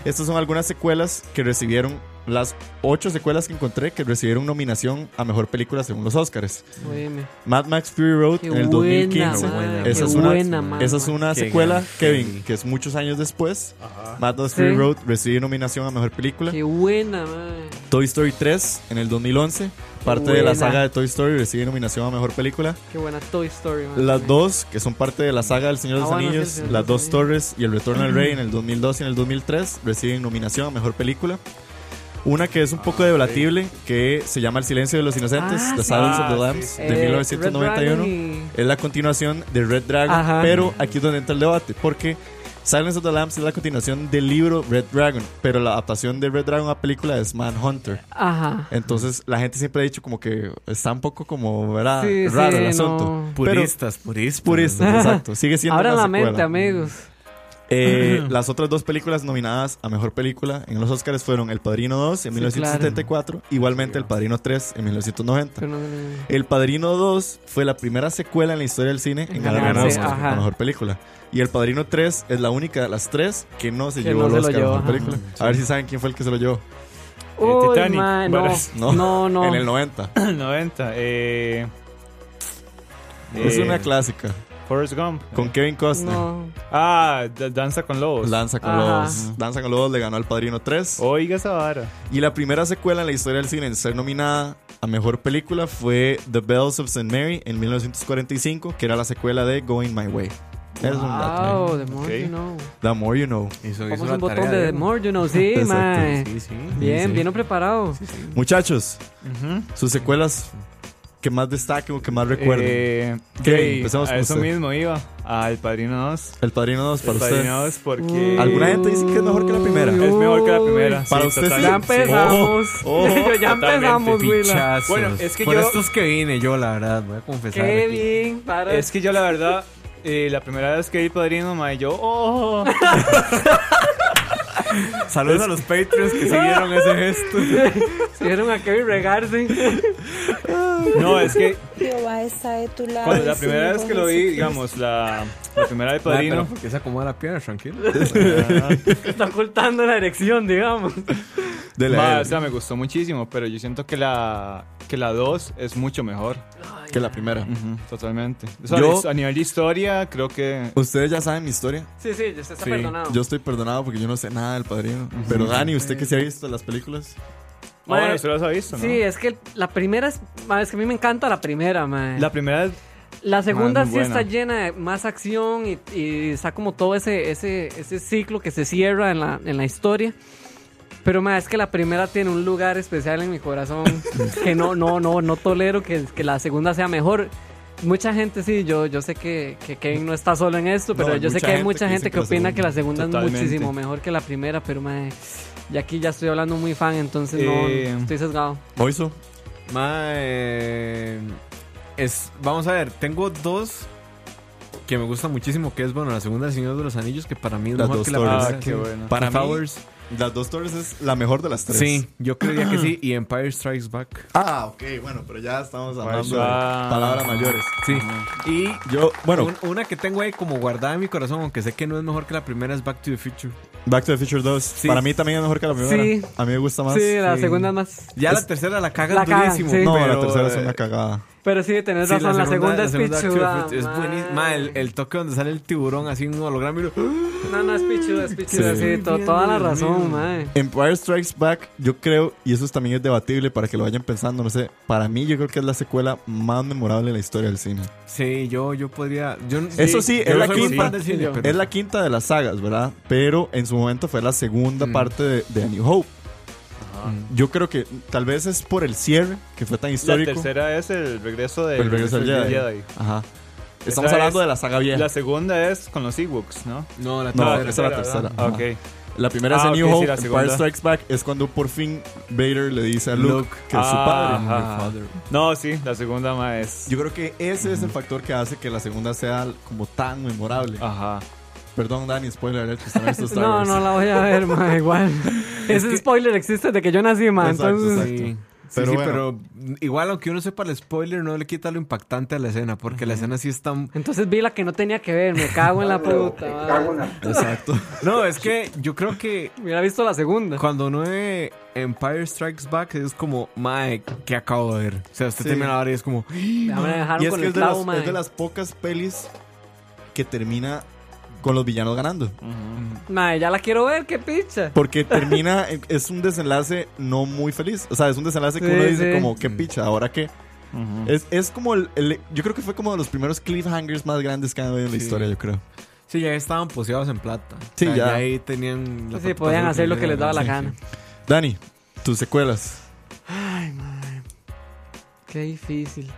Speaker 3: Estas son algunas secuelas que recibieron, las ocho secuelas que encontré que recibieron nominación a Mejor Película según los Oscars.
Speaker 4: Óyeme.
Speaker 3: Mad Max Fury Road
Speaker 4: Qué
Speaker 3: en el
Speaker 4: buena,
Speaker 3: 2015.
Speaker 4: madre,
Speaker 3: Esa
Speaker 4: qué
Speaker 3: es, una,
Speaker 4: buena, madre.
Speaker 3: esa es una
Speaker 6: Qué
Speaker 3: secuela,
Speaker 6: gran
Speaker 3: Kevin,
Speaker 6: peli.
Speaker 3: que es muchos años después. Mad Max
Speaker 4: Sí.
Speaker 3: Fury Road recibe nominación a Mejor Película.
Speaker 4: Qué buena, madre.
Speaker 3: Toy Story 3 en el 2011, parte de
Speaker 4: buena.
Speaker 3: la saga de Toy Story, recibe nominación a Mejor Película.
Speaker 4: Qué buena Toy Story, madre.
Speaker 3: Las dos, que son parte de la saga del Señor de
Speaker 4: Ah,
Speaker 3: los
Speaker 4: bueno, sí, El
Speaker 3: Anillos,
Speaker 4: Señor de
Speaker 3: Las
Speaker 4: los
Speaker 3: dos
Speaker 4: Anillos.
Speaker 3: Torres y El Retorno del Rey en el 2002 y en el 2003 reciben nominación a Mejor Película. Una que es un poco debatible, que se llama El Silencio de los Inocentes,
Speaker 4: Ah,
Speaker 3: The
Speaker 4: sí.
Speaker 3: Silence of
Speaker 5: Ah,
Speaker 3: the Lambs,
Speaker 4: Eh,
Speaker 3: de 1991.
Speaker 4: Red Dragon
Speaker 3: Es la continuación de Red Dragon,
Speaker 4: Ajá.
Speaker 3: pero aquí es donde entra el debate, porque Silence of the Lambs es la continuación del libro Red Dragon, pero la adaptación de Red Dragon a película es Manhunter.
Speaker 4: y- Ajá.
Speaker 3: Entonces la gente siempre ha dicho como que está un poco como ¿verdad?
Speaker 4: Sí,
Speaker 3: Ah, raro el
Speaker 4: sí,
Speaker 3: asunto.
Speaker 4: no.
Speaker 6: Puristas, puristas.
Speaker 4: [LAUGHS]
Speaker 3: Puristas, exacto. Sigue siendo
Speaker 4: Abran
Speaker 3: una
Speaker 4: la
Speaker 3: secuela. [LAUGHS]
Speaker 4: mente, amigos. [CLEARS THROAT]
Speaker 3: Eh, las otras dos películas nominadas a mejor película en los Oscars fueron El Padrino 2 en
Speaker 4: Sí,
Speaker 3: 1974, igualmente El Padrino 3 en 1990.
Speaker 4: Pero no- no-
Speaker 3: El Padrino 2 fue la primera secuela en la historia del cine en
Speaker 4: En
Speaker 3: ganar un
Speaker 4: ganarse,
Speaker 3: Oscar
Speaker 4: ajá.
Speaker 3: a mejor película. Y El Padrino 3 es la única de las tres que no se
Speaker 4: Que
Speaker 3: llevó
Speaker 4: no
Speaker 3: el
Speaker 4: se lo
Speaker 3: Oscar a
Speaker 4: llevó,
Speaker 3: mejor
Speaker 4: ajá.
Speaker 3: película. A ver si saben quién fue el que se lo llevó.
Speaker 4: Uy,
Speaker 5: Titanic,
Speaker 4: mae, no.
Speaker 5: varas.
Speaker 3: [LAUGHS] No.
Speaker 4: No, no.
Speaker 3: En el 90.
Speaker 5: [LAUGHS] 90. Eh,
Speaker 3: Es
Speaker 5: eh,
Speaker 3: una clásica.
Speaker 5: Forrest Gump.
Speaker 3: Con Kevin Costner.
Speaker 4: No.
Speaker 5: Ah, D- Danza con Lobos.
Speaker 3: Danza con
Speaker 4: Ajá.
Speaker 3: Lobos. Danza con Lobos le ganó al Padrino 3.
Speaker 5: Oiga esa vara.
Speaker 3: Y la primera secuela en la historia del cine en ser nominada a mejor película fue The Bells of St. Mary en 1945, que era la secuela de Going My Way. Es un dato.
Speaker 4: Wow, The More
Speaker 5: Ok.
Speaker 4: You Know.
Speaker 3: The more you know.
Speaker 6: Hizo, hizo
Speaker 4: Vamos
Speaker 6: la
Speaker 4: un botón
Speaker 6: tarea,
Speaker 4: de The
Speaker 6: digamos.
Speaker 4: More
Speaker 3: [LAUGHS]
Speaker 4: You Know. Sí,
Speaker 3: Exacto,
Speaker 4: mae.
Speaker 6: Sí, sí.
Speaker 4: Bien,
Speaker 3: sí.
Speaker 4: bien preparado.
Speaker 3: Muchachos,
Speaker 5: Ujú.
Speaker 3: sus secuelas que más destaquen o que más recuerden.
Speaker 5: Eh,
Speaker 3: Kevin,
Speaker 5: ok,
Speaker 3: empecemos
Speaker 5: a
Speaker 3: con
Speaker 5: eso
Speaker 3: usted.
Speaker 5: mismo iba. Al Padrino 2.
Speaker 3: el Padrino 2 para
Speaker 5: El
Speaker 3: usted.
Speaker 5: Padrino 2 porque...
Speaker 3: Alguna gente dice que es mejor que la primera.
Speaker 5: Es mejor que la primera.
Speaker 3: Para usted sí. Oh.
Speaker 4: Ya
Speaker 5: totalmente.
Speaker 4: empezamos. Yo [LAUGHS] ya empezamos, Willa.
Speaker 6: Pichazos.
Speaker 5: Bueno, es que
Speaker 6: Por
Speaker 5: yo-
Speaker 6: estos que vine yo, la verdad, voy a confesar.
Speaker 4: Qué
Speaker 6: aquí.
Speaker 4: bien, para.
Speaker 5: Es que yo la verdad, eh, la primera vez que vi Padrino, ma, yo... Oh, [LAUGHS]
Speaker 6: Saludos a los
Speaker 4: [LAUGHS]
Speaker 6: Patreons que siguieron ese gesto.
Speaker 4: Se vieron a Kevin regarse.
Speaker 5: no, es que
Speaker 10: Jehová está de tu lado.
Speaker 5: cuando
Speaker 10: y
Speaker 5: la
Speaker 10: su
Speaker 5: primera
Speaker 10: Hijo
Speaker 5: vez que lo vi,
Speaker 10: Jesucristo.
Speaker 5: digamos, la, la primera de
Speaker 6: Padrino.
Speaker 5: Padrino...
Speaker 6: porque se acomoda la piedra, tranquilo.
Speaker 4: Está ocultando la erección, digamos.
Speaker 3: De la
Speaker 5: ma,
Speaker 3: L,
Speaker 5: o sea, me gustó muchísimo, pero yo siento que la que la 2 es mucho mejor.
Speaker 3: que la primera.
Speaker 5: Ujú, totalmente. O sea,
Speaker 3: Yo-
Speaker 5: es- a nivel de historia, creo que...
Speaker 3: Ustedes ya saben mi historia.
Speaker 4: Sí, sí, ya está está
Speaker 5: Sí,
Speaker 4: perdonado.
Speaker 3: Yo estoy perdonado porque yo no sé nada del Padrino. Pero Dani, ¿usted que se ha visto las películas?
Speaker 5: Ah, bueno,
Speaker 4: Ma,
Speaker 5: usted las ha visto, ¿no?
Speaker 4: Sí, es que la primera es, ma, es que a mí me encanta la primera, man.
Speaker 5: La
Speaker 4: La,
Speaker 5: primera es
Speaker 4: segunda
Speaker 5: ma, es
Speaker 4: sí
Speaker 5: muy
Speaker 4: está
Speaker 5: buena.
Speaker 4: llena de más acción y, y está como todo ese, ese, ese ciclo que se cierra en la, en la historia. Pero ma, es que la primera tiene un lugar especial en
Speaker 3: [LAUGHS]
Speaker 4: mi corazón que no, no, no, no tolero que, que la segunda sea mejor. Mucha gente sí, yo, yo sé que, que Kevin no está solo en esto, pero
Speaker 3: No, hay
Speaker 4: yo sé
Speaker 3: mucha
Speaker 4: que hay
Speaker 3: gente
Speaker 4: mucha
Speaker 3: que
Speaker 4: gente
Speaker 3: dice
Speaker 4: que
Speaker 3: que la
Speaker 4: opina que la segunda
Speaker 5: Totalmente.
Speaker 4: es muchísimo mejor que la primera, pero ma, y aquí ya estoy hablando muy fan, entonces no,
Speaker 5: Eh,
Speaker 4: estoy sesgado.
Speaker 3: Moiso.
Speaker 6: Mae, eh, es, vamos a ver, tengo dos que me gustan muchísimo, que es, bueno, la segunda del Señor de los Anillos, que para mí es
Speaker 3: Las
Speaker 6: mejor
Speaker 3: dos
Speaker 6: que la
Speaker 3: torres.
Speaker 5: Ah,
Speaker 6: primera.
Speaker 5: qué
Speaker 6: sí.
Speaker 5: bueno.
Speaker 3: Para mí,
Speaker 6: Powers.
Speaker 3: Las dos torres es la mejor de las tres.
Speaker 6: Sí, yo creía que sí, y Empire Strikes Back.
Speaker 3: Ah, ok, bueno, pero ya estamos hablando de
Speaker 5: Ah.
Speaker 3: palabras mayores.
Speaker 6: Sí. Y
Speaker 3: Yo, bueno,
Speaker 6: un- una que tengo ahí como guardada en mi corazón, aunque sé que no es mejor que la primera, es Back to the Future.
Speaker 3: Back to the Future 2, para mí también es mejor que la primera.
Speaker 4: Sí.
Speaker 3: A mí me gusta más.
Speaker 4: Sí, la
Speaker 6: sí.
Speaker 4: segunda más.
Speaker 6: Ya
Speaker 3: Es-
Speaker 6: la tercera la cagan
Speaker 4: La cagan,
Speaker 6: durísimo.
Speaker 4: sí.
Speaker 3: no, la
Speaker 6: pero,
Speaker 3: tercera es una
Speaker 6: eh,
Speaker 3: cagada.
Speaker 4: Pero sí, tenés
Speaker 6: sí,
Speaker 4: razón, la segunda,
Speaker 6: la
Speaker 4: es
Speaker 6: segunda
Speaker 4: pichuda.
Speaker 6: Back to the Future Es buenísima. El, el toque donde sale el tiburón así en un holograma y lo-
Speaker 4: No, no, es pichuda, es pichuda,
Speaker 3: Sí.
Speaker 4: sí, to- toda la razón, mae.
Speaker 3: Empire Strikes Back, yo creo, y eso también es debatible para que lo vayan pensando, no sé. Para mí, yo creo que es la secuela más memorable en la historia del cine.
Speaker 6: Sí, yo, yo podría. yo-
Speaker 3: Eso sí, es
Speaker 6: yo
Speaker 3: la
Speaker 6: soy muy
Speaker 3: quinta.
Speaker 6: fan del cine,
Speaker 4: Es
Speaker 6: pero-
Speaker 3: Es la quinta de las sagas, ¿verdad? Pero en su momento fue la segunda
Speaker 5: Mm.
Speaker 3: parte de, de A New Hope. Yo creo que tal vez es por el cierre, que fue tan
Speaker 5: La
Speaker 3: histórico.
Speaker 5: tercera es el regreso de
Speaker 3: El regreso al Jedi. Ajá. Estamos
Speaker 5: Esa
Speaker 3: hablando
Speaker 5: es
Speaker 3: de la saga vieja.
Speaker 5: La segunda es con los Ewoks, ¿no?
Speaker 6: No, la
Speaker 3: No, esa
Speaker 6: tercera.
Speaker 3: es la tercera.
Speaker 5: ¿verdad? Ah, Ok.
Speaker 3: La primera es
Speaker 5: Ah,
Speaker 3: en New
Speaker 5: ok, sí,
Speaker 3: Hope,
Speaker 5: la
Speaker 3: Empire
Speaker 5: segunda.
Speaker 3: Strikes Back es cuando por fin Vader le dice a Luke,
Speaker 5: Luke. Ah,
Speaker 3: que es su padre.
Speaker 5: Ajá. No, sí, la segunda más es.
Speaker 3: Yo creo que ese es el factor que hace que la segunda sea como tan memorable.
Speaker 5: Ajá.
Speaker 3: Perdón, Dani, spoiler alert, que están en estos Star
Speaker 4: Ah. [LAUGHS] No,
Speaker 3: Wars.
Speaker 4: no la voy a ver, ma, igual. Ese spoiler existe desde que yo nací, ma,
Speaker 3: Exacto,
Speaker 4: entonces...
Speaker 3: exacto.
Speaker 6: Sí.
Speaker 3: Pero
Speaker 6: Pero, sí,
Speaker 3: bueno.
Speaker 6: pero igual aunque uno sepa el spoiler, no le quita lo impactante a la escena, porque la escena sí es tan...
Speaker 4: Entonces vi la que no tenía que ver, me cago en la puta. ma. [LAUGHS]
Speaker 3: Exacto.
Speaker 6: No, es que yo creo que
Speaker 4: Hubiera visto la segunda.
Speaker 6: cuando uno ve Empire Strikes Back es como, mae, ¿qué acabo de ver? O sea, usted
Speaker 3: Sí.
Speaker 6: termina ahora y es como...
Speaker 4: Ya me dejaron
Speaker 3: Y es
Speaker 4: con
Speaker 3: que
Speaker 4: el
Speaker 3: es de, las,
Speaker 4: clavo, ma.
Speaker 3: es de las pocas pelis que termina con los villanos ganando.
Speaker 4: Ma, ya la quiero ver, qué picha.
Speaker 3: Porque termina, [LAUGHS] es un desenlace no muy feliz. O sea, es un desenlace que
Speaker 4: Sí,
Speaker 3: uno dice
Speaker 4: sí.
Speaker 3: como, qué picha, ahora qué. Es, es como el, el- Yo creo que fue como de los primeros cliffhangers más grandes que han habido en la
Speaker 6: Sí.
Speaker 3: historia, yo creo.
Speaker 6: Sí, ya estaban poseados en plata.
Speaker 3: Sí,
Speaker 6: O sea,
Speaker 3: ya.
Speaker 6: ahí tenían... la
Speaker 4: Sí,
Speaker 6: plata
Speaker 4: podían
Speaker 6: para
Speaker 4: hacer lo que les daba la
Speaker 6: Sí,
Speaker 4: gana.
Speaker 3: Dani, tus secuelas.
Speaker 4: Ay, madre. Qué difícil.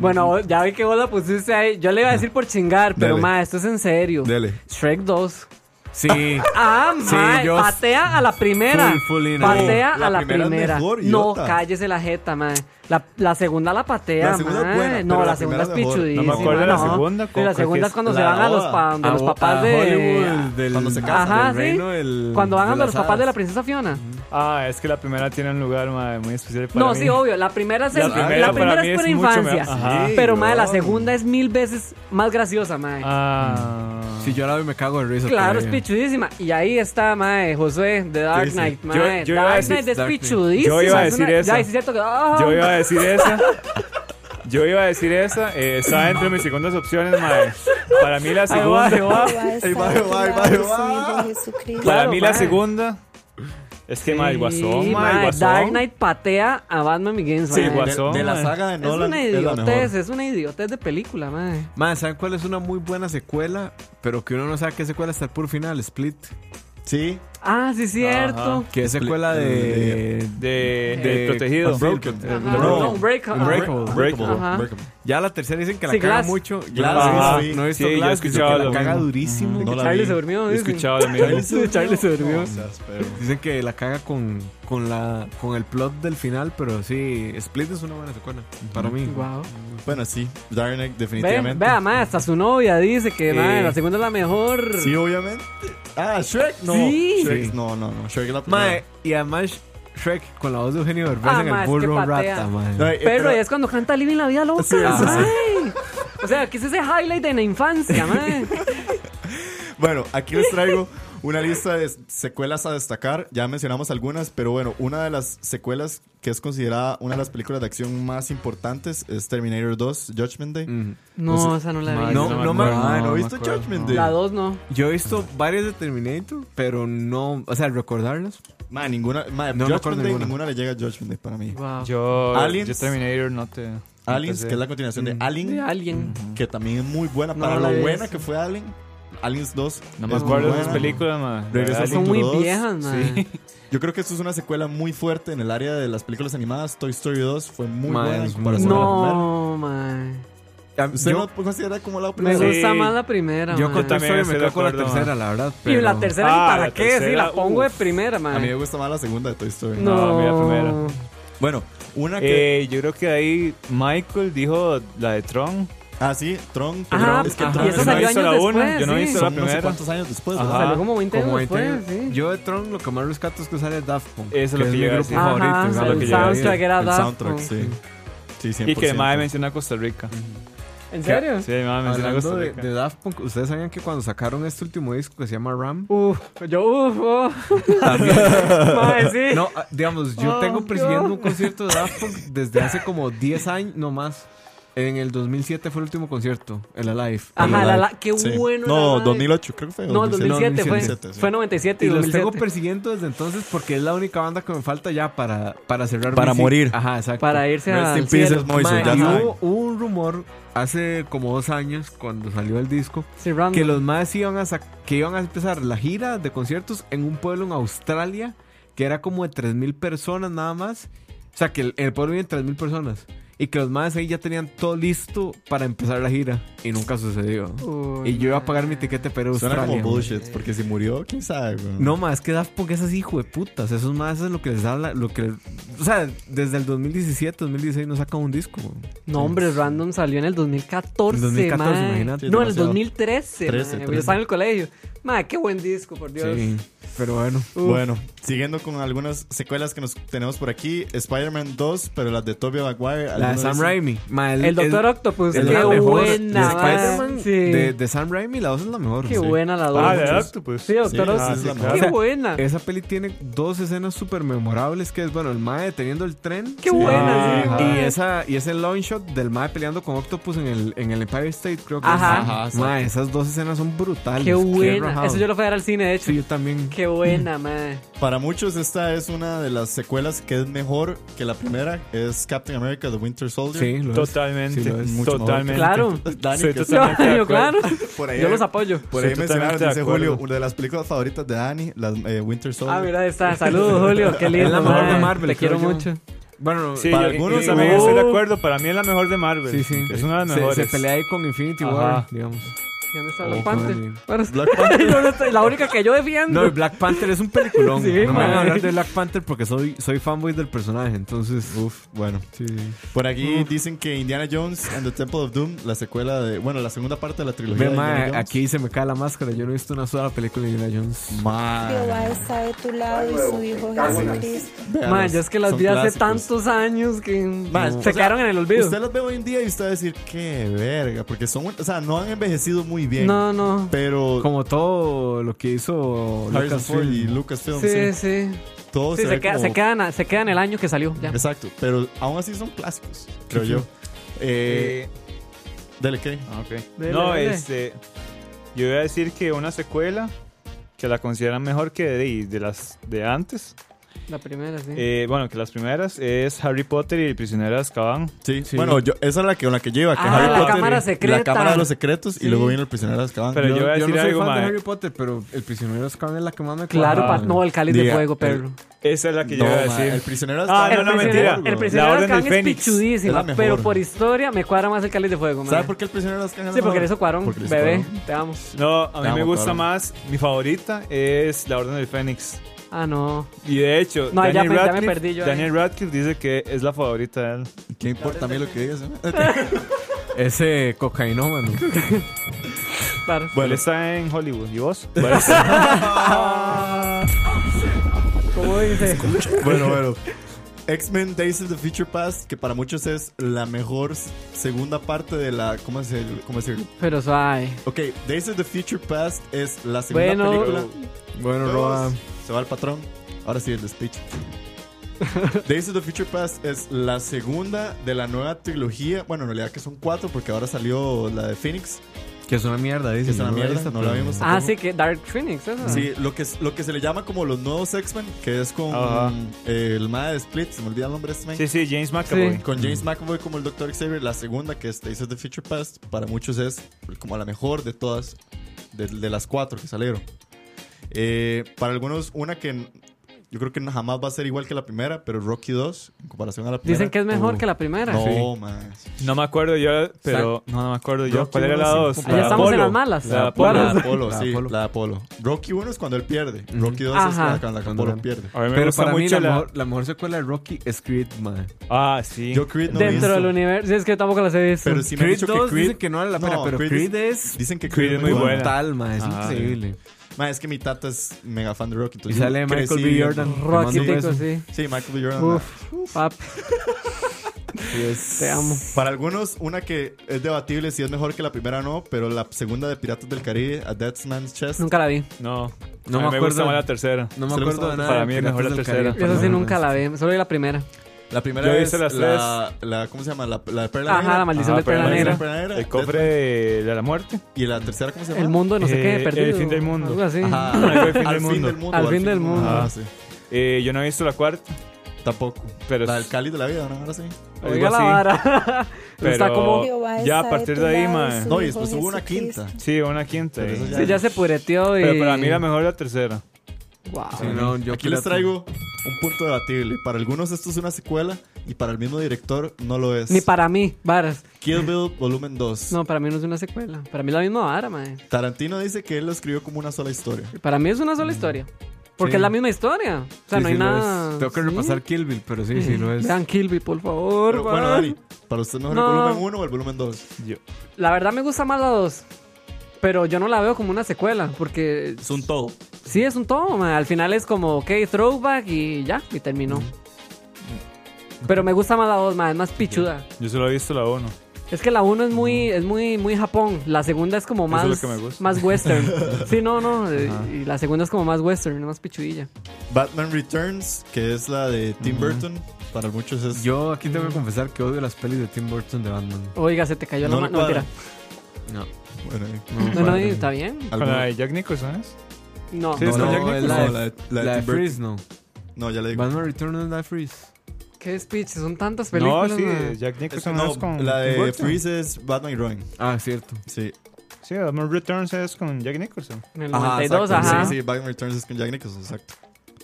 Speaker 4: Bueno, vos- ya vi que vos la pusiste ahí. Yo le iba a decir por chingar, pero
Speaker 3: Dele.
Speaker 4: ma, esto es en serio.
Speaker 3: Dele.
Speaker 4: Shrek 2.
Speaker 6: Sí. Sí.
Speaker 4: Ah,
Speaker 6: Sí,
Speaker 4: ma,
Speaker 6: yo-
Speaker 4: patea a la primera.
Speaker 6: Full, full in.
Speaker 4: patea
Speaker 3: No,
Speaker 4: a
Speaker 3: la
Speaker 4: la
Speaker 3: primera
Speaker 4: primera.
Speaker 3: es mejor,
Speaker 4: no,
Speaker 3: idiota.
Speaker 4: cállese la jeta, ma. La, la segunda la patea,
Speaker 3: La segunda es
Speaker 4: ma.
Speaker 3: buena,
Speaker 4: no,
Speaker 3: pero
Speaker 4: la,
Speaker 3: la
Speaker 4: segunda
Speaker 3: primera
Speaker 4: es
Speaker 3: es mejor.
Speaker 4: pichudísima.
Speaker 5: No me acuerdo de la
Speaker 4: no.
Speaker 5: segunda,
Speaker 4: Sí, la
Speaker 5: creo
Speaker 4: segunda
Speaker 5: que
Speaker 4: es cuando
Speaker 3: es
Speaker 4: se
Speaker 3: la
Speaker 4: van a los,
Speaker 3: boda.
Speaker 4: pa- donde los
Speaker 6: A-
Speaker 4: papás
Speaker 6: a
Speaker 4: de...
Speaker 6: Hollywood, del,
Speaker 3: Cuando se
Speaker 4: casan. Ajá,
Speaker 6: del
Speaker 4: sí.
Speaker 6: reino del-
Speaker 4: Cuando van
Speaker 6: de
Speaker 4: a los
Speaker 6: las
Speaker 4: papás de la
Speaker 6: hadas.
Speaker 4: princesa Fiona.
Speaker 5: Ah, es que la primera tiene un lugar mae, muy especial para
Speaker 4: No,
Speaker 5: mí.
Speaker 4: sí, obvio. La primera es,
Speaker 5: La
Speaker 4: el-
Speaker 5: primera
Speaker 4: la
Speaker 5: para
Speaker 4: primera
Speaker 5: mí
Speaker 4: es
Speaker 5: es
Speaker 4: pura
Speaker 5: mucho
Speaker 4: infancia.
Speaker 5: mejor. Ajá. Sí,
Speaker 4: pero, madre, la
Speaker 6: no.
Speaker 4: segunda es mil veces más graciosa, madre.
Speaker 5: Ah.
Speaker 6: Si yo la veo me cago de risa.
Speaker 4: Claro, es
Speaker 6: todavía.
Speaker 4: pichudísima. Y ahí está, mae, Josué, de Dark
Speaker 6: Sí, sí.
Speaker 4: Knight,
Speaker 5: Yo-
Speaker 4: mae.
Speaker 5: yo iba a
Speaker 4: Dark
Speaker 5: decir
Speaker 4: Knight es
Speaker 6: Dark Knight.
Speaker 4: pichudísima.
Speaker 5: Yo iba a
Speaker 4: es
Speaker 5: decir
Speaker 4: una-
Speaker 5: eso.
Speaker 4: Ya, sí, es cierto que... ah,
Speaker 5: Yo iba a decir [LAUGHS] esa. Yo iba a decir esa. Eh, estaba entre mis segundas opciones, mae. Para mí la
Speaker 4: ahí va, ahí va.
Speaker 5: segunda.
Speaker 10: Jehová está
Speaker 3: Ahí va,
Speaker 10: a
Speaker 3: ahí
Speaker 10: tu
Speaker 3: va, ahí
Speaker 10: lado
Speaker 3: va, ahí
Speaker 10: y su
Speaker 3: va.
Speaker 10: Hijo Jesucristo.
Speaker 5: Para mí la
Speaker 4: mae.
Speaker 5: segunda. Es que, mae, el guasón,
Speaker 4: Sí,
Speaker 5: mae, el
Speaker 4: mae,
Speaker 5: guasón.
Speaker 4: Dark Knight patea a Batman Begins,
Speaker 5: Sí,
Speaker 4: mae.
Speaker 5: guasón.
Speaker 3: De, de la saga de
Speaker 4: Es
Speaker 3: Nolan
Speaker 4: una
Speaker 3: es, la
Speaker 4: idiotez,
Speaker 3: mejor.
Speaker 4: es una idiotez de película, mae.
Speaker 6: Man, ¿saben cuál es una muy buena secuela? Pero que uno no sabe qué secuela hasta el puro final, Split.
Speaker 3: Sí.
Speaker 4: Ah, sí, es cierto.
Speaker 6: Que es secuela
Speaker 3: eh,
Speaker 6: de...
Speaker 5: De, de
Speaker 6: de-
Speaker 5: protegido.
Speaker 3: Broken.
Speaker 4: Ajá.
Speaker 3: Bro.
Speaker 4: No, break, ah.
Speaker 6: Unbreakable.
Speaker 5: Breakable.
Speaker 4: Ajá.
Speaker 3: Breakable.
Speaker 6: Ya la tercera dicen que la
Speaker 4: Sí,
Speaker 6: caga
Speaker 4: Glass.
Speaker 6: mucho. Yo
Speaker 3: Glass,
Speaker 6: no
Speaker 5: ajá.
Speaker 6: he visto- no he visto
Speaker 5: Sí, yo he
Speaker 6: Glass, dicen
Speaker 5: escuchado
Speaker 6: que
Speaker 5: lo
Speaker 6: la caga
Speaker 5: mismo.
Speaker 6: durísimo.
Speaker 3: No la
Speaker 4: Charlie
Speaker 3: vi.
Speaker 4: se durmió,
Speaker 5: He
Speaker 4: dicen.
Speaker 5: escuchado lo mismo.
Speaker 4: Sí, Charlie se durmió.
Speaker 6: Dicen que la caga con, con, la, con el plot del final, pero sí, Split es una buena secuela. Para mí.
Speaker 4: Wow.
Speaker 3: Bueno, sí. Dark Knight,
Speaker 4: Ve,
Speaker 3: definitivamente.
Speaker 4: vea, mae, hasta su novia dice que,
Speaker 5: Eh.
Speaker 4: mae, la segunda es la mejor.
Speaker 3: Sí, obviamente. Ah, Shrek, no.
Speaker 4: Sí.
Speaker 3: Shrek, no, no, no. Shrek es la primera.
Speaker 6: Mae, y además Shrek con la voz de Eugenio Derbez
Speaker 4: Ah,
Speaker 6: en
Speaker 4: mae,
Speaker 6: el
Speaker 4: es que
Speaker 6: burro
Speaker 4: patea.
Speaker 6: rata, mae.
Speaker 3: No, eh,
Speaker 4: Pero es cuando canta Living la Vida Loca.
Speaker 3: Sí, sí, sí.
Speaker 4: mae. O sea, ¿qué es ese highlight de la infancia, mae?
Speaker 3: Bueno, aquí les
Speaker 4: [LAUGHS]
Speaker 3: traigo una lista de secuelas a destacar. Ya mencionamos algunas, pero bueno, una de las secuelas que es considerada una de las películas de acción más importantes es Terminator 2, Judgment Day.
Speaker 6: Mm.
Speaker 4: No,
Speaker 3: Entonces-
Speaker 5: Pues,
Speaker 4: esa no la vi.
Speaker 5: Mae,
Speaker 6: No,
Speaker 5: yo
Speaker 6: no me-
Speaker 5: acuerdo,
Speaker 3: Ah, ¿no,
Speaker 5: me
Speaker 3: viste
Speaker 5: acuerdo,
Speaker 3: Judgment
Speaker 5: no.
Speaker 3: Day?
Speaker 4: La dos no.
Speaker 6: Yo he visto varias de Terminator, pero no, o sea, recordarlas.
Speaker 3: Ma, ninguna, ma,
Speaker 6: No me
Speaker 3: Judgment
Speaker 6: acuerdo
Speaker 3: Day,
Speaker 6: ninguna.
Speaker 3: ninguna le llega a Judgment Day para mí.
Speaker 4: Wow.
Speaker 5: Yo,
Speaker 3: Aliens.
Speaker 5: yo Terminator no te... no te
Speaker 3: Aliens,
Speaker 5: sé.
Speaker 3: que es la continuación de Alien,
Speaker 4: De Alien.
Speaker 3: que también es muy buena.
Speaker 4: No
Speaker 3: Para
Speaker 4: la
Speaker 3: lo
Speaker 4: vi.
Speaker 3: buena que fue Alien, Aliens 2.
Speaker 5: No me
Speaker 3: es muy
Speaker 5: acuerdo de esas
Speaker 3: buena.
Speaker 5: películas, man.
Speaker 3: Regresa
Speaker 4: Son
Speaker 3: Alien
Speaker 4: muy
Speaker 3: dos,
Speaker 4: viejas, mae. [LAUGHS]
Speaker 3: Yo creo que esto es una secuela muy fuerte en el área de las películas animadas. Toy Story 2 fue muy
Speaker 6: Ma,
Speaker 3: buena en
Speaker 6: es muy
Speaker 3: comparación a la primera.
Speaker 4: No, mae.
Speaker 6: A-
Speaker 3: ¿Usted
Speaker 6: Yo,
Speaker 3: no considera como la
Speaker 4: Me
Speaker 3: primera?
Speaker 5: Sí.
Speaker 4: gusta más la primera,
Speaker 6: yo
Speaker 4: mae.
Speaker 6: con Toy
Speaker 5: También
Speaker 6: Story me
Speaker 5: estoy de
Speaker 6: quedo con la
Speaker 5: acuerdo,
Speaker 6: tercera, la verdad.
Speaker 4: Y
Speaker 6: pero-
Speaker 4: la tercera, ¿y
Speaker 5: Ah,
Speaker 4: para
Speaker 5: la
Speaker 4: qué? sí,
Speaker 5: tercera,
Speaker 4: la pongo
Speaker 5: uf.
Speaker 4: de primera,
Speaker 3: A mí me
Speaker 4: mae.
Speaker 3: gusta más la segunda de Toy Story.
Speaker 4: No,
Speaker 5: No, a mí la primera.
Speaker 3: Bueno, una que.
Speaker 5: Eh, yo creo que ahí Michael dijo la de Tron.
Speaker 3: ah, sí, Tron.
Speaker 4: Ajá,
Speaker 3: Tron, es que
Speaker 4: ajá.
Speaker 3: Tron
Speaker 4: y esa
Speaker 3: es
Speaker 5: no
Speaker 4: salió
Speaker 5: hizo
Speaker 4: años
Speaker 5: la
Speaker 4: después.
Speaker 5: una, yo no
Speaker 4: sí.
Speaker 5: hice
Speaker 3: son
Speaker 5: la Ah,
Speaker 3: no sé
Speaker 5: primera.
Speaker 3: cuántos años después.
Speaker 5: Ajá.
Speaker 3: ¿verdad?
Speaker 4: Salió como 20 años
Speaker 6: como 20
Speaker 4: después,
Speaker 6: años.
Speaker 4: sí.
Speaker 6: Yo de Tron lo que más rescato es que sale Daft Punk.
Speaker 5: Eso es lo que
Speaker 6: mi
Speaker 5: yo iba a
Speaker 6: grupo
Speaker 5: decir.
Speaker 6: favorito.
Speaker 4: Ajá,
Speaker 6: es lo
Speaker 5: el
Speaker 6: que yo
Speaker 5: soundtrack
Speaker 6: diría.
Speaker 4: era
Speaker 3: El
Speaker 4: Daft
Speaker 3: soundtrack,
Speaker 4: Punk.
Speaker 3: sí. Sí, 100%.
Speaker 5: Y que Mae menciona a Costa Rica.
Speaker 4: ¿En serio?
Speaker 5: Sí, Mae menciona a
Speaker 6: Hablando
Speaker 5: Costa
Speaker 6: de,
Speaker 5: Rica.
Speaker 6: de Daft Punk, ¿ustedes sabían que cuando sacaron este último disco que se llama Ram?
Speaker 4: Uf, yo uf, oh. [LAUGHS] Mae, sí.
Speaker 6: No, ah, digamos, yo
Speaker 4: Oh,
Speaker 6: tengo persiguiendo
Speaker 4: no.
Speaker 6: un concierto de
Speaker 4: [LAUGHS]
Speaker 6: Daft Punk desde hace como 10 años, no más. En el 2007 fue el último concierto, el Alive.
Speaker 4: Ajá,
Speaker 3: El
Speaker 4: la,
Speaker 3: Alive.
Speaker 4: la, qué
Speaker 3: Sí.
Speaker 4: bueno.
Speaker 3: No,
Speaker 4: la-
Speaker 3: 2008, creo que fue.
Speaker 4: No, el 2007,
Speaker 6: 2007,
Speaker 4: fue.
Speaker 3: 2007, sí.
Speaker 4: Fue 97
Speaker 6: Y
Speaker 4: y
Speaker 6: los
Speaker 4: 2007.
Speaker 6: tengo persiguiendo desde entonces porque es la única banda que me falta ya para, para cerrar.
Speaker 3: Para
Speaker 6: mi ciclo.
Speaker 3: morir.
Speaker 6: Ajá, exacto.
Speaker 4: para irse
Speaker 3: Rest
Speaker 4: al
Speaker 3: in pieces,
Speaker 4: cielo.
Speaker 3: Moiso,
Speaker 6: Ma,
Speaker 3: ya
Speaker 6: y
Speaker 3: saben.
Speaker 6: hubo, hubo un rumor hace como dos años cuando salió el disco
Speaker 4: Sí, random.
Speaker 6: que los más iban a sac- que iban a empezar la gira de conciertos en un pueblo en Australia que era como de 3000 personas nada más. O sea, que el, el pueblo vive en 3000 personas Y que los más ahí ya tenían todo listo para empezar la gira. Y nunca sucedió.
Speaker 4: Uy,
Speaker 6: y yo iba a
Speaker 4: ma.
Speaker 6: pagar mi tiquete para ir a
Speaker 3: Suena como
Speaker 6: Australia.
Speaker 3: bullshit, porque si murió, quién sabe, güey.
Speaker 6: No, más que Daft Punk es así, hijo de putas. Esos más es lo que les da la- lo que les- O sea, desde el 2017, 2016 no sacan un disco. güey.
Speaker 4: No, hombre, Random salió en el 2014.
Speaker 6: En 2014,
Speaker 4: mae.
Speaker 6: imagínate.
Speaker 4: No, en el
Speaker 3: Demasiado.
Speaker 4: 2013. mae.
Speaker 3: 13,
Speaker 4: Yo
Speaker 3: 13.
Speaker 4: estaba en el colegio. Madre, qué buen disco, por Dios.
Speaker 6: Sí, pero bueno.
Speaker 4: Uf.
Speaker 3: Bueno, siguiendo con algunas secuelas que nos tenemos por aquí, Spider-Man 2, pero las de Tobey Maguire.
Speaker 6: La de
Speaker 3: algunos
Speaker 6: Sam
Speaker 3: dicen-
Speaker 6: Raimi. Ma,
Speaker 4: El Doctor Octopus,
Speaker 6: es
Speaker 4: qué
Speaker 6: la mejor
Speaker 4: buena.
Speaker 6: de
Speaker 4: mae.
Speaker 6: Spider-Man
Speaker 4: Sí.
Speaker 6: de, de Sam Raimi, la 2 es la mejor.
Speaker 4: Qué
Speaker 6: Sí.
Speaker 4: buena la dos.
Speaker 5: Ah, de Octopus.
Speaker 4: Sí, Doctor
Speaker 3: Sí,
Speaker 4: Octopus.
Speaker 3: ah, sí,
Speaker 5: claro.
Speaker 4: qué
Speaker 5: O sea,
Speaker 4: buena.
Speaker 6: Esa peli tiene dos escenas súper memorables que es, bueno, el Mae deteniendo el tren.
Speaker 4: Qué buena,
Speaker 5: sí,
Speaker 6: Ajá.
Speaker 4: mae.
Speaker 6: Y, esa, y ese long shot del Mae peleando con Octopus en el, en el Empire State, creo que
Speaker 4: Ajá.
Speaker 6: es.
Speaker 3: Ajá, sí.
Speaker 6: Mae, esas dos escenas son brutales.
Speaker 4: Qué buena.
Speaker 6: rajado.
Speaker 4: Eso yo lo fui a ver al cine, de hecho.
Speaker 6: Sí, yo también.
Speaker 4: Qué buena, madre.
Speaker 3: Para muchos esta es una de las secuelas que es mejor que la primera, es Captain America The Winter Soldier.
Speaker 6: Sí, lo es.
Speaker 5: Totalmente.
Speaker 6: Sí, lo es.
Speaker 3: Mucho
Speaker 5: totalmente.
Speaker 4: [LAUGHS] Claro.
Speaker 3: Dani,
Speaker 5: Soy
Speaker 3: que-
Speaker 5: totalmente de
Speaker 4: yo, claro.
Speaker 5: acuerdo.
Speaker 3: Por ahí, eh.
Speaker 4: Yo los apoyo.
Speaker 3: por ahí
Speaker 5: Estoy
Speaker 3: mencionaron,
Speaker 5: totalmente de
Speaker 3: dice Julio,
Speaker 5: acuerdo.
Speaker 3: una de las películas favoritas de Dani, las eh, Winter Soldier.
Speaker 4: Ah, mira, ahí está. Saludos, Julio. Qué lindo.
Speaker 6: Es la mejor de
Speaker 4: mae.
Speaker 6: Marvel,
Speaker 4: Te quiero
Speaker 6: creo yo.
Speaker 4: mucho.
Speaker 6: Bueno,
Speaker 5: Sí,
Speaker 3: Para
Speaker 5: yo-
Speaker 3: algunos
Speaker 5: yo también
Speaker 4: no.
Speaker 5: estoy de acuerdo. Para mí es la mejor de Marvel.
Speaker 6: sí, sí.
Speaker 5: Es una de las
Speaker 6: Se-
Speaker 5: mejores.
Speaker 6: Se, pelea ahí con Infinity
Speaker 5: Ajá.
Speaker 6: War, digamos.
Speaker 4: ¿Y dónde está Black
Speaker 6: Oh,
Speaker 4: Panther?
Speaker 6: madre.
Speaker 4: Bueno, [LAUGHS]
Speaker 3: Black Panther.
Speaker 4: yo no estoy- la única que yo defiendo.
Speaker 6: No, y Black Panther es un peliculón.
Speaker 4: Sí,
Speaker 6: no me van
Speaker 4: mae.
Speaker 6: a hablar de Black Panther porque soy, soy fanboy del personaje, entonces.
Speaker 3: Uf, bueno.
Speaker 6: Sí, sí.
Speaker 3: Por aquí dicen que Indiana Jones and the Temple of Doom, la secuela de, bueno, la segunda parte de la trilogía
Speaker 6: Ve,
Speaker 3: de
Speaker 6: mae,
Speaker 3: Indiana Jones.
Speaker 6: aquí se me cae la máscara. Yo no he visto una sola película de Indiana Jones.
Speaker 3: Ma,
Speaker 10: Jehová está de tu lado y su Hijo Jesucristo.
Speaker 3: vean,
Speaker 4: Man, yo es que las
Speaker 3: son
Speaker 4: vi hace
Speaker 3: clásicos.
Speaker 4: tantos años que
Speaker 3: Man, o
Speaker 4: se
Speaker 3: sea,
Speaker 4: quedaron en el olvido.
Speaker 3: Usted las ve hoy en día y usted va a decir, qué verga, porque son, o sea, no han envejecido muy bien.
Speaker 4: No, no.
Speaker 3: Pero
Speaker 6: Como todo lo que hizo
Speaker 3: Harrison Ford y
Speaker 6: Lucasfilm.
Speaker 3: Lucasfilm,
Speaker 4: Sí,
Speaker 3: sí,
Speaker 4: sí.
Speaker 3: todo
Speaker 4: Sí,
Speaker 3: se,
Speaker 4: se,
Speaker 3: ve
Speaker 4: queda-
Speaker 3: como-
Speaker 4: se quedan, a- se quedan el año que salió. Ya.
Speaker 3: Exacto, pero aún así son clásicos, creo yo. Eh, Dele, ¿qué?
Speaker 5: Ah, ok.
Speaker 4: Dele,
Speaker 5: no,
Speaker 4: dele.
Speaker 5: este. Yo voy a decir que una secuela que la consideran mejor que de, de las de antes.
Speaker 4: La primera, sí.
Speaker 5: eh, bueno, que las primeras es Harry Potter y el prisionero de Azkaban.
Speaker 3: Sí, bueno, yo, esa es la que, con la que lleva, que
Speaker 4: Ah,
Speaker 3: Harry
Speaker 4: la
Speaker 3: Potter,
Speaker 4: cámara secreta.
Speaker 3: la cámara de los secretos,
Speaker 4: Sí.
Speaker 3: y luego viene el prisionero de Azkaban.
Speaker 5: Pero yo, voy a
Speaker 6: Yo
Speaker 5: decir
Speaker 6: no soy
Speaker 5: algo,
Speaker 6: fan
Speaker 5: mae.
Speaker 6: de Harry Potter, pero El prisionero de Azkaban es la que más me
Speaker 4: claro,
Speaker 5: Ah,
Speaker 4: pa- no, el cáliz de
Speaker 3: diga,
Speaker 4: fuego, perro.
Speaker 5: Esa es la que
Speaker 3: No,
Speaker 5: yo voy a
Speaker 3: ma,
Speaker 5: decir.
Speaker 3: el prisionero de
Speaker 5: Ah,
Speaker 3: Azkaban.
Speaker 5: no, no, mentira.
Speaker 4: El
Speaker 5: La
Speaker 4: prisionero de
Speaker 5: Orden del
Speaker 4: Azkaban es
Speaker 5: Fénix.
Speaker 4: pichudísima,
Speaker 3: Es la
Speaker 4: pero
Speaker 3: mejor.
Speaker 4: por historia me cuadra más el cáliz de fuego, man.
Speaker 3: ¿Sabes por qué el prisionero de Azkaban? es
Speaker 4: Sí,
Speaker 3: la
Speaker 4: porque
Speaker 3: mejor?
Speaker 4: eres Cuarón,
Speaker 3: Porque eres
Speaker 4: bebé,
Speaker 3: Cuarón.
Speaker 4: te amo.
Speaker 5: No, a mí
Speaker 3: Te
Speaker 5: me
Speaker 3: amo,
Speaker 5: gusta
Speaker 3: cabrón.
Speaker 5: más. Mi favorita es La Orden del Fénix.
Speaker 4: Ah, no.
Speaker 5: Y de hecho,
Speaker 4: No, ya
Speaker 5: Daniel,
Speaker 4: me- ya me
Speaker 5: Radcliffe,
Speaker 4: perdí yo ahí.
Speaker 5: Daniel Radcliffe dice que es la favorita de él.
Speaker 3: ¿Qué importa a mí lo que digas? eh?
Speaker 6: Ese cocainómano.
Speaker 4: Claro.
Speaker 5: Él
Speaker 3: Bueno,
Speaker 5: está en Hollywood. ¿Y vos?
Speaker 4: ¿Cómo dice?
Speaker 3: bueno, bueno. X-Men Days of the Future Past, que para muchos es la mejor s- segunda parte de la. ¿Cómo, se, cómo decirlo?
Speaker 4: Pero suave.
Speaker 3: Ok, Days of the Future Past es la segunda
Speaker 4: Bueno.
Speaker 3: película.
Speaker 6: Bueno,
Speaker 3: Dos.
Speaker 6: Roa.
Speaker 3: Se va el patrón. Ahora sí, el speech. Days of the Future Past es la segunda de la nueva trilogía. Bueno, en realidad que son cuatro, porque ahora salió la de Phoenix.
Speaker 6: Que es una mierda, dice.
Speaker 3: Que es una
Speaker 6: no la he
Speaker 3: mierda,
Speaker 6: visto,
Speaker 3: no la
Speaker 6: pero-
Speaker 3: vimos.
Speaker 4: Ah,
Speaker 3: Supongo.
Speaker 4: sí, que Dark Phoenix, eso.
Speaker 3: Sí, lo que, es- lo que se le llama como los nuevos X-Men, que es con
Speaker 5: Ajá.
Speaker 3: eh, el MAD de Split, se me olvida el nombre de este man.
Speaker 5: sí, sí, James McAvoy.
Speaker 4: Sí.
Speaker 3: Con
Speaker 6: Mm.
Speaker 3: James McAvoy como el Dr. Xavier, la segunda que es Days of the Future Past, para muchos es como la mejor de todas, de, de las cuatro que salieron. Eh, para algunos, una que n- yo creo que jamás va a ser igual que la primera, pero Rocky 2, en comparación a la primera.
Speaker 4: Dicen que es mejor
Speaker 3: uh,
Speaker 4: que la primera.
Speaker 3: No, más.
Speaker 5: No me acuerdo yo, pero. No, no me acuerdo yo.
Speaker 3: Rocky
Speaker 5: ¿Cuál era
Speaker 3: uno
Speaker 5: la
Speaker 3: sin
Speaker 5: 2?
Speaker 3: comparar.
Speaker 4: Ya estamos en las malas.
Speaker 5: La de Apolo.
Speaker 3: La de
Speaker 4: Claro.
Speaker 3: Apolo,
Speaker 6: La de
Speaker 3: sí,
Speaker 6: Apollo.
Speaker 3: la de Apolo. Rocky 1 es cuando él pierde.
Speaker 6: Ujú.
Speaker 3: Rocky 2 es
Speaker 4: Ajá.
Speaker 3: la- cuando, cuando Apolo
Speaker 6: Cuando-
Speaker 3: pierde.
Speaker 5: A mí me
Speaker 6: Pero
Speaker 5: gusta
Speaker 6: para mí
Speaker 5: mucho
Speaker 6: la,
Speaker 5: la.
Speaker 6: Mejor, la mejor secuela de Rocky es Creed, man.
Speaker 5: Ah, sí.
Speaker 3: Yo Creed no lo
Speaker 4: Dentro
Speaker 3: hizo,
Speaker 4: del universo. Sí, es que yo tampoco las he visto.
Speaker 3: Pero sí me han
Speaker 6: Creed
Speaker 3: dicho
Speaker 6: 2
Speaker 3: que Creed...
Speaker 6: dicen que no vale la pena,
Speaker 3: No,
Speaker 6: pero
Speaker 3: Creed
Speaker 6: Creed es
Speaker 3: Dicen que
Speaker 5: Creed es muy buena.
Speaker 6: brutal, man. Es
Speaker 5: Ah,
Speaker 6: increíble.
Speaker 3: Ma, es que mi tata es mega fan de Rocky.
Speaker 6: Y
Speaker 3: entonces yo
Speaker 6: sale Michael
Speaker 3: crecí
Speaker 6: B. pues,
Speaker 3: viendo-
Speaker 6: Jordan.
Speaker 4: Rocky,
Speaker 6: le mando un
Speaker 4: tico,
Speaker 6: beso.
Speaker 4: sí.
Speaker 3: Sí, Michael B. Jordan.
Speaker 4: Uf, pap,
Speaker 6: Sí, es-
Speaker 4: te amo.
Speaker 3: Para algunos, una que es debatible si es mejor que la primera o no, pero la segunda de Piratas del Caribe, A Dead Man's Chest.
Speaker 4: Nunca la vi.
Speaker 5: No. a
Speaker 6: No
Speaker 5: mí
Speaker 6: me
Speaker 5: me gusta
Speaker 6: acuerdo.
Speaker 5: más la tercera.
Speaker 6: No me
Speaker 3: Se le
Speaker 6: acuerdo
Speaker 3: gusta
Speaker 6: de nada.
Speaker 5: para
Speaker 6: de
Speaker 5: mí es mejor
Speaker 6: Piratas
Speaker 5: la
Speaker 6: del
Speaker 5: tercera.
Speaker 6: Caribe.
Speaker 4: Esa sí
Speaker 6: No,
Speaker 4: nunca
Speaker 6: no,
Speaker 3: pues.
Speaker 4: la vi. Solo vi la primera.
Speaker 3: La primera
Speaker 5: Yo
Speaker 3: es
Speaker 5: hice las
Speaker 3: la, la- ¿Cómo se llama? La, la de Perla
Speaker 4: Ajá,
Speaker 3: Negra.
Speaker 4: la maldición
Speaker 5: Ajá,
Speaker 4: de Perla
Speaker 5: Perla
Speaker 4: Negra.
Speaker 3: Perla Negra,
Speaker 5: El
Speaker 3: Dead
Speaker 5: cofre de, de la muerte.
Speaker 3: Man- Y la tercera, ¿cómo se llama?
Speaker 4: El mundo, no sé
Speaker 5: Eh,
Speaker 4: qué,
Speaker 5: el
Speaker 4: perdido.
Speaker 5: fin del mundo.
Speaker 4: Algo así.
Speaker 3: Ajá.
Speaker 5: [LAUGHS] Algo del fin
Speaker 3: al
Speaker 5: del
Speaker 3: fin
Speaker 5: mundo.
Speaker 3: del mundo.
Speaker 4: Al fin del mundo.
Speaker 3: Ah, sí.
Speaker 5: Eh, yo no he visto la cuarta,
Speaker 3: Tampoco.
Speaker 5: pero.
Speaker 3: La del Cali de la vida, ¿no? Ahora sí.
Speaker 5: algo
Speaker 4: Oiga la
Speaker 5: así.
Speaker 4: vara.
Speaker 5: Pero-
Speaker 4: Está como.
Speaker 10: Jehová
Speaker 5: Ya, a
Speaker 10: está de
Speaker 5: partir
Speaker 10: tu
Speaker 5: de ahí,
Speaker 10: lado
Speaker 5: mae.
Speaker 10: su
Speaker 3: No, y
Speaker 10: Hijo
Speaker 3: después hubo una
Speaker 10: Jesucristo.
Speaker 3: quinta.
Speaker 5: Sí, una quinta.
Speaker 3: Pero eso
Speaker 5: ahí.
Speaker 3: ya-
Speaker 4: Sí, ya se pureteó y.
Speaker 5: Pero para mí la mejor es la tercera.
Speaker 4: Wow.
Speaker 6: Sí, Ah, no, yo
Speaker 3: Aquí les
Speaker 6: Piratas-
Speaker 3: traigo un punto debatible. Para algunos esto es una secuela, y para el mismo director no lo es.
Speaker 4: Ni para mí, varas.
Speaker 3: Kill Bill Volumen 2.
Speaker 4: No, para mí no es una secuela. Para mí es la misma vara, mae.
Speaker 3: Tarantino dice que él lo escribió como una sola historia.
Speaker 4: Para mí es una sola historia. Porque
Speaker 6: Mm. Sí.
Speaker 4: es la misma historia. O sea, no
Speaker 6: Sí, sí
Speaker 4: hay
Speaker 6: lo
Speaker 4: nada.
Speaker 6: es. Tengo que
Speaker 4: Sí.
Speaker 6: repasar Kill Bill, pero sí, sí lo es.
Speaker 4: Vean Kill Bill, por favor.
Speaker 3: Pero, bueno,
Speaker 4: va.
Speaker 3: Dani, ¿para usted mejor
Speaker 4: No.
Speaker 3: el volumen 1 o el volumen 2?
Speaker 4: La verdad me gusta más la 2. Pero yo no la veo como una secuela. Porque
Speaker 7: Es un todo.
Speaker 4: sí es un todo. ma. Al final es como, ok, throwback y ya. Y terminó.
Speaker 6: Mm.
Speaker 4: Pero me gusta más la 2, ma, es más pichuda.
Speaker 5: Yo solo he visto la 1.
Speaker 4: Es que la 1 es muy, es muy, muy Japón. La segunda es como más,
Speaker 5: Eso es lo que me gusta.
Speaker 4: más
Speaker 5: [LAUGHS]
Speaker 4: western. sí, no, no. eh, Y la segunda es como más western, más pichudilla.
Speaker 3: Batman Returns, que es la de Tim Burton, para muchos es...
Speaker 6: Yo aquí tengo que confesar que odio las pelis de Tim Burton de Batman.
Speaker 4: Oiga, se te cayó
Speaker 3: No
Speaker 4: la
Speaker 3: le
Speaker 4: mano. No, mentira.
Speaker 6: No.
Speaker 3: Bueno, eh, ahí.
Speaker 4: No, no, está bien.
Speaker 5: Con la de Jack Nicholson, ¿es?
Speaker 4: No.
Speaker 5: Sí, es con
Speaker 6: no,
Speaker 5: Jack
Speaker 6: es
Speaker 5: Nicholson.
Speaker 6: la de-
Speaker 3: No, la de- la de
Speaker 6: La de
Speaker 3: Tim Burton.
Speaker 6: Freeze, no.
Speaker 3: No, ya le digo.
Speaker 6: Batman Return no es la de Freeze.
Speaker 4: Qué speech, son tantas
Speaker 5: No,
Speaker 4: películas.
Speaker 5: sí,
Speaker 4: ma.
Speaker 5: Jack
Speaker 3: Es-
Speaker 5: Nicholson no,
Speaker 3: no,
Speaker 5: es con.
Speaker 3: la
Speaker 5: Tim
Speaker 3: de
Speaker 5: Burton.
Speaker 3: Freeze es Batman y Robin.
Speaker 6: Ah, cierto.
Speaker 3: Sí.
Speaker 5: Sí, Batman Returns es con Jack Nicholson.
Speaker 4: En el
Speaker 3: Ajá,
Speaker 4: 92,
Speaker 3: exacto.
Speaker 4: ajá.
Speaker 3: Sí, sí, Batman Returns es con Jack Nicholson, exacto.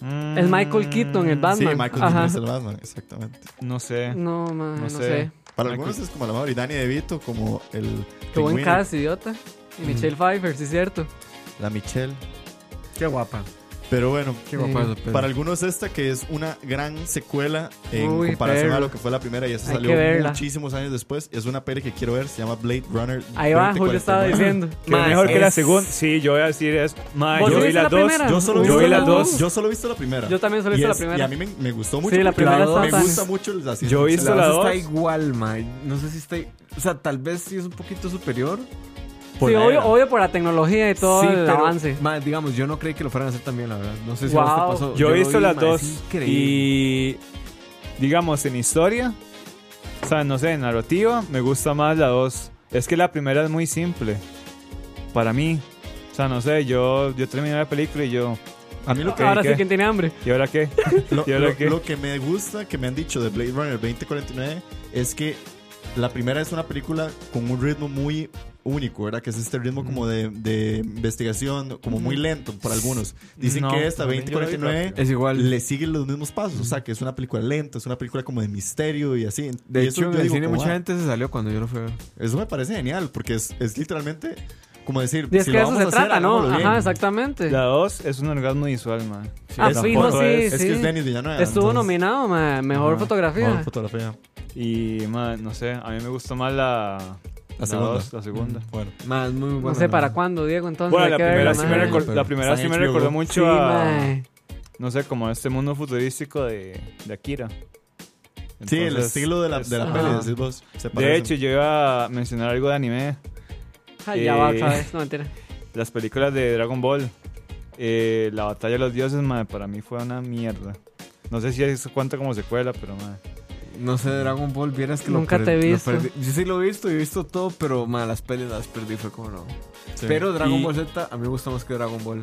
Speaker 4: Es
Speaker 5: Mm.
Speaker 4: Michael Keaton, el Batman.
Speaker 3: Sí, Michael
Speaker 4: Ajá.
Speaker 3: Keaton es el Batman, exactamente.
Speaker 5: No sé.
Speaker 4: No, ma, no,
Speaker 5: No
Speaker 4: sé.
Speaker 5: sé.
Speaker 3: Para
Speaker 5: Michael-
Speaker 3: algunos es como la madre. Y Danny DeVito como el...
Speaker 4: Qué buen
Speaker 3: pingüino. Mm.
Speaker 4: cast, idiota. Y Michelle Pfeiffer, sí es cierto.
Speaker 3: La Michelle.
Speaker 6: Qué guapa.
Speaker 3: Pero bueno,
Speaker 6: Qué guapa
Speaker 4: Sí.
Speaker 6: esa peli.
Speaker 3: para algunos esta que es una gran secuela en
Speaker 4: Uy,
Speaker 3: comparación
Speaker 4: perro.
Speaker 3: a lo que fue la primera y esta
Speaker 4: Hay
Speaker 3: salió
Speaker 4: que verla.
Speaker 3: muchísimos años después. Es una peli que quiero ver, se llama Blade Runner.
Speaker 4: Ahí va, Julio
Speaker 3: 2049.
Speaker 4: estaba diciendo.
Speaker 5: Que
Speaker 7: Mae,
Speaker 5: mejor que la
Speaker 7: es-
Speaker 5: segunda. Sí, yo voy a decir es. Mae,
Speaker 4: ¿Vos
Speaker 5: yo
Speaker 4: sí
Speaker 5: vi
Speaker 4: viste
Speaker 5: las
Speaker 4: la
Speaker 5: dos.
Speaker 4: primera?
Speaker 3: Yo solo
Speaker 4: Uy,
Speaker 3: vi,
Speaker 5: yo vi
Speaker 4: la
Speaker 5: las dos.
Speaker 3: Yo solo he visto la primera.
Speaker 4: Yo también solo he
Speaker 3: Y
Speaker 4: visto la
Speaker 3: es-
Speaker 4: primera.
Speaker 3: Y a mí me, me gustó mucho.
Speaker 4: Sí, la
Speaker 3: porque
Speaker 4: primera
Speaker 6: la dos-
Speaker 3: Me
Speaker 4: está
Speaker 3: gusta mucho el así.
Speaker 5: Yo he visto la
Speaker 6: La dos
Speaker 5: 2.
Speaker 6: está igual, ma. No sé si está. O sea, tal vez sí es un poquito superior.
Speaker 4: Sí, obvio, obvio por la tecnología y todo
Speaker 6: sí,
Speaker 4: el
Speaker 6: pero,
Speaker 4: avance.
Speaker 6: ma, digamos, yo no creí que lo fueran a hacer también, la verdad. No sé si
Speaker 4: Wow.
Speaker 6: a vos te pasó.
Speaker 5: Yo he visto
Speaker 6: vi,
Speaker 5: las
Speaker 6: ma,
Speaker 5: dos.
Speaker 6: es increíble.
Speaker 5: Y. Digamos, en historia. O sea, no sé, en narrativa, me gusta más la dos. Es que la primera es muy simple. Para mí. O sea, no sé, yo, yo terminé la película y yo.
Speaker 3: A mí lo que,
Speaker 4: Ahora
Speaker 5: ¿qué?
Speaker 4: sí, quien tiene hambre?
Speaker 5: ¿Y ahora
Speaker 4: [LAUGHS]
Speaker 5: qué?
Speaker 3: lo,
Speaker 5: ¿Y ahora
Speaker 3: lo-
Speaker 5: qué?
Speaker 3: lo que me gusta, que me han dicho de Blade Runner 2049, es que la primera es una película con un ritmo muy único, ¿verdad? Que es este ritmo como de, de investigación, como muy lento para algunos. Dicen
Speaker 5: No,
Speaker 3: que esta
Speaker 5: para mí yo la vi
Speaker 3: 2049
Speaker 6: Es igual.
Speaker 3: le siguen los mismos pasos. O sea, que es una película lenta, es una película como de misterio y así.
Speaker 6: de
Speaker 3: Y eso
Speaker 6: hecho,
Speaker 3: yo
Speaker 6: en el
Speaker 3: digo
Speaker 6: cine
Speaker 3: como,
Speaker 6: mucha
Speaker 3: ah,
Speaker 6: gente se salió cuando yo lo fui a ver.
Speaker 3: Eso me parece genial, porque es, es literalmente como decir.
Speaker 4: Y es
Speaker 3: si
Speaker 4: que
Speaker 3: lo
Speaker 4: de eso
Speaker 3: vamos
Speaker 4: se
Speaker 3: a hacer,
Speaker 4: trata, ¿no?
Speaker 3: hagámoslo bien.
Speaker 4: Ajá, exactamente.
Speaker 5: La dos es un orgasmo visual, man.
Speaker 4: ah,
Speaker 3: Es-
Speaker 4: fijo,
Speaker 5: tampoco
Speaker 4: sí,
Speaker 5: es-
Speaker 3: Es
Speaker 4: sí.
Speaker 3: que es Denis Villanueva.
Speaker 4: Estuvo
Speaker 3: entonces-
Speaker 4: nominado, ma, mejor
Speaker 5: Ajá,
Speaker 4: fotografía.
Speaker 3: Mejor fotografía.
Speaker 5: Y, man, no sé, a mí me gustó más la.
Speaker 3: La segunda.
Speaker 5: dos, la segunda.
Speaker 3: Bueno.
Speaker 6: Ma, es muy buena.
Speaker 4: no sé
Speaker 6: la
Speaker 4: para
Speaker 6: verdad.
Speaker 4: cuándo, Diego, entonces.
Speaker 5: Bueno,
Speaker 4: Pues, hay
Speaker 5: la
Speaker 4: que verla,
Speaker 5: primera, sí
Speaker 4: ma.
Speaker 5: me, recor-
Speaker 3: pero
Speaker 5: la primera
Speaker 3: está
Speaker 5: sí
Speaker 3: en
Speaker 5: me
Speaker 3: HBO.
Speaker 5: recordó mucho
Speaker 4: Sí,
Speaker 5: a,
Speaker 4: ma.
Speaker 5: no sé, como a este mundo futurístico de, de Akira.
Speaker 3: Sí, el
Speaker 5: Entonces,
Speaker 3: estilo de la,
Speaker 5: es-
Speaker 3: de la
Speaker 4: Ajá.
Speaker 3: peli, decís vos. se
Speaker 5: De
Speaker 3: parece.
Speaker 5: hecho, yo iba a mencionar algo de anime.
Speaker 4: Ay, ya va
Speaker 5: Eh,
Speaker 4: otra vez, no mentira.
Speaker 5: Las películas de Dragon Ball. Eh, la batalla de los dioses, madre, para mí fue una mierda. No sé si eso cuenta como secuela, pero madre.
Speaker 6: No sé, Dragon Ball, vieras que lo
Speaker 4: Nunca te
Speaker 6: per-
Speaker 4: he
Speaker 6: lo
Speaker 4: visto.
Speaker 6: perdí. Yo sí lo he visto, yo he visto todo, pero ma, las pelis las perdí, fue como no.
Speaker 3: Sí.
Speaker 6: Pero Dragon
Speaker 5: Y-
Speaker 6: Ball Z a mí me gusta más que Dragon Ball.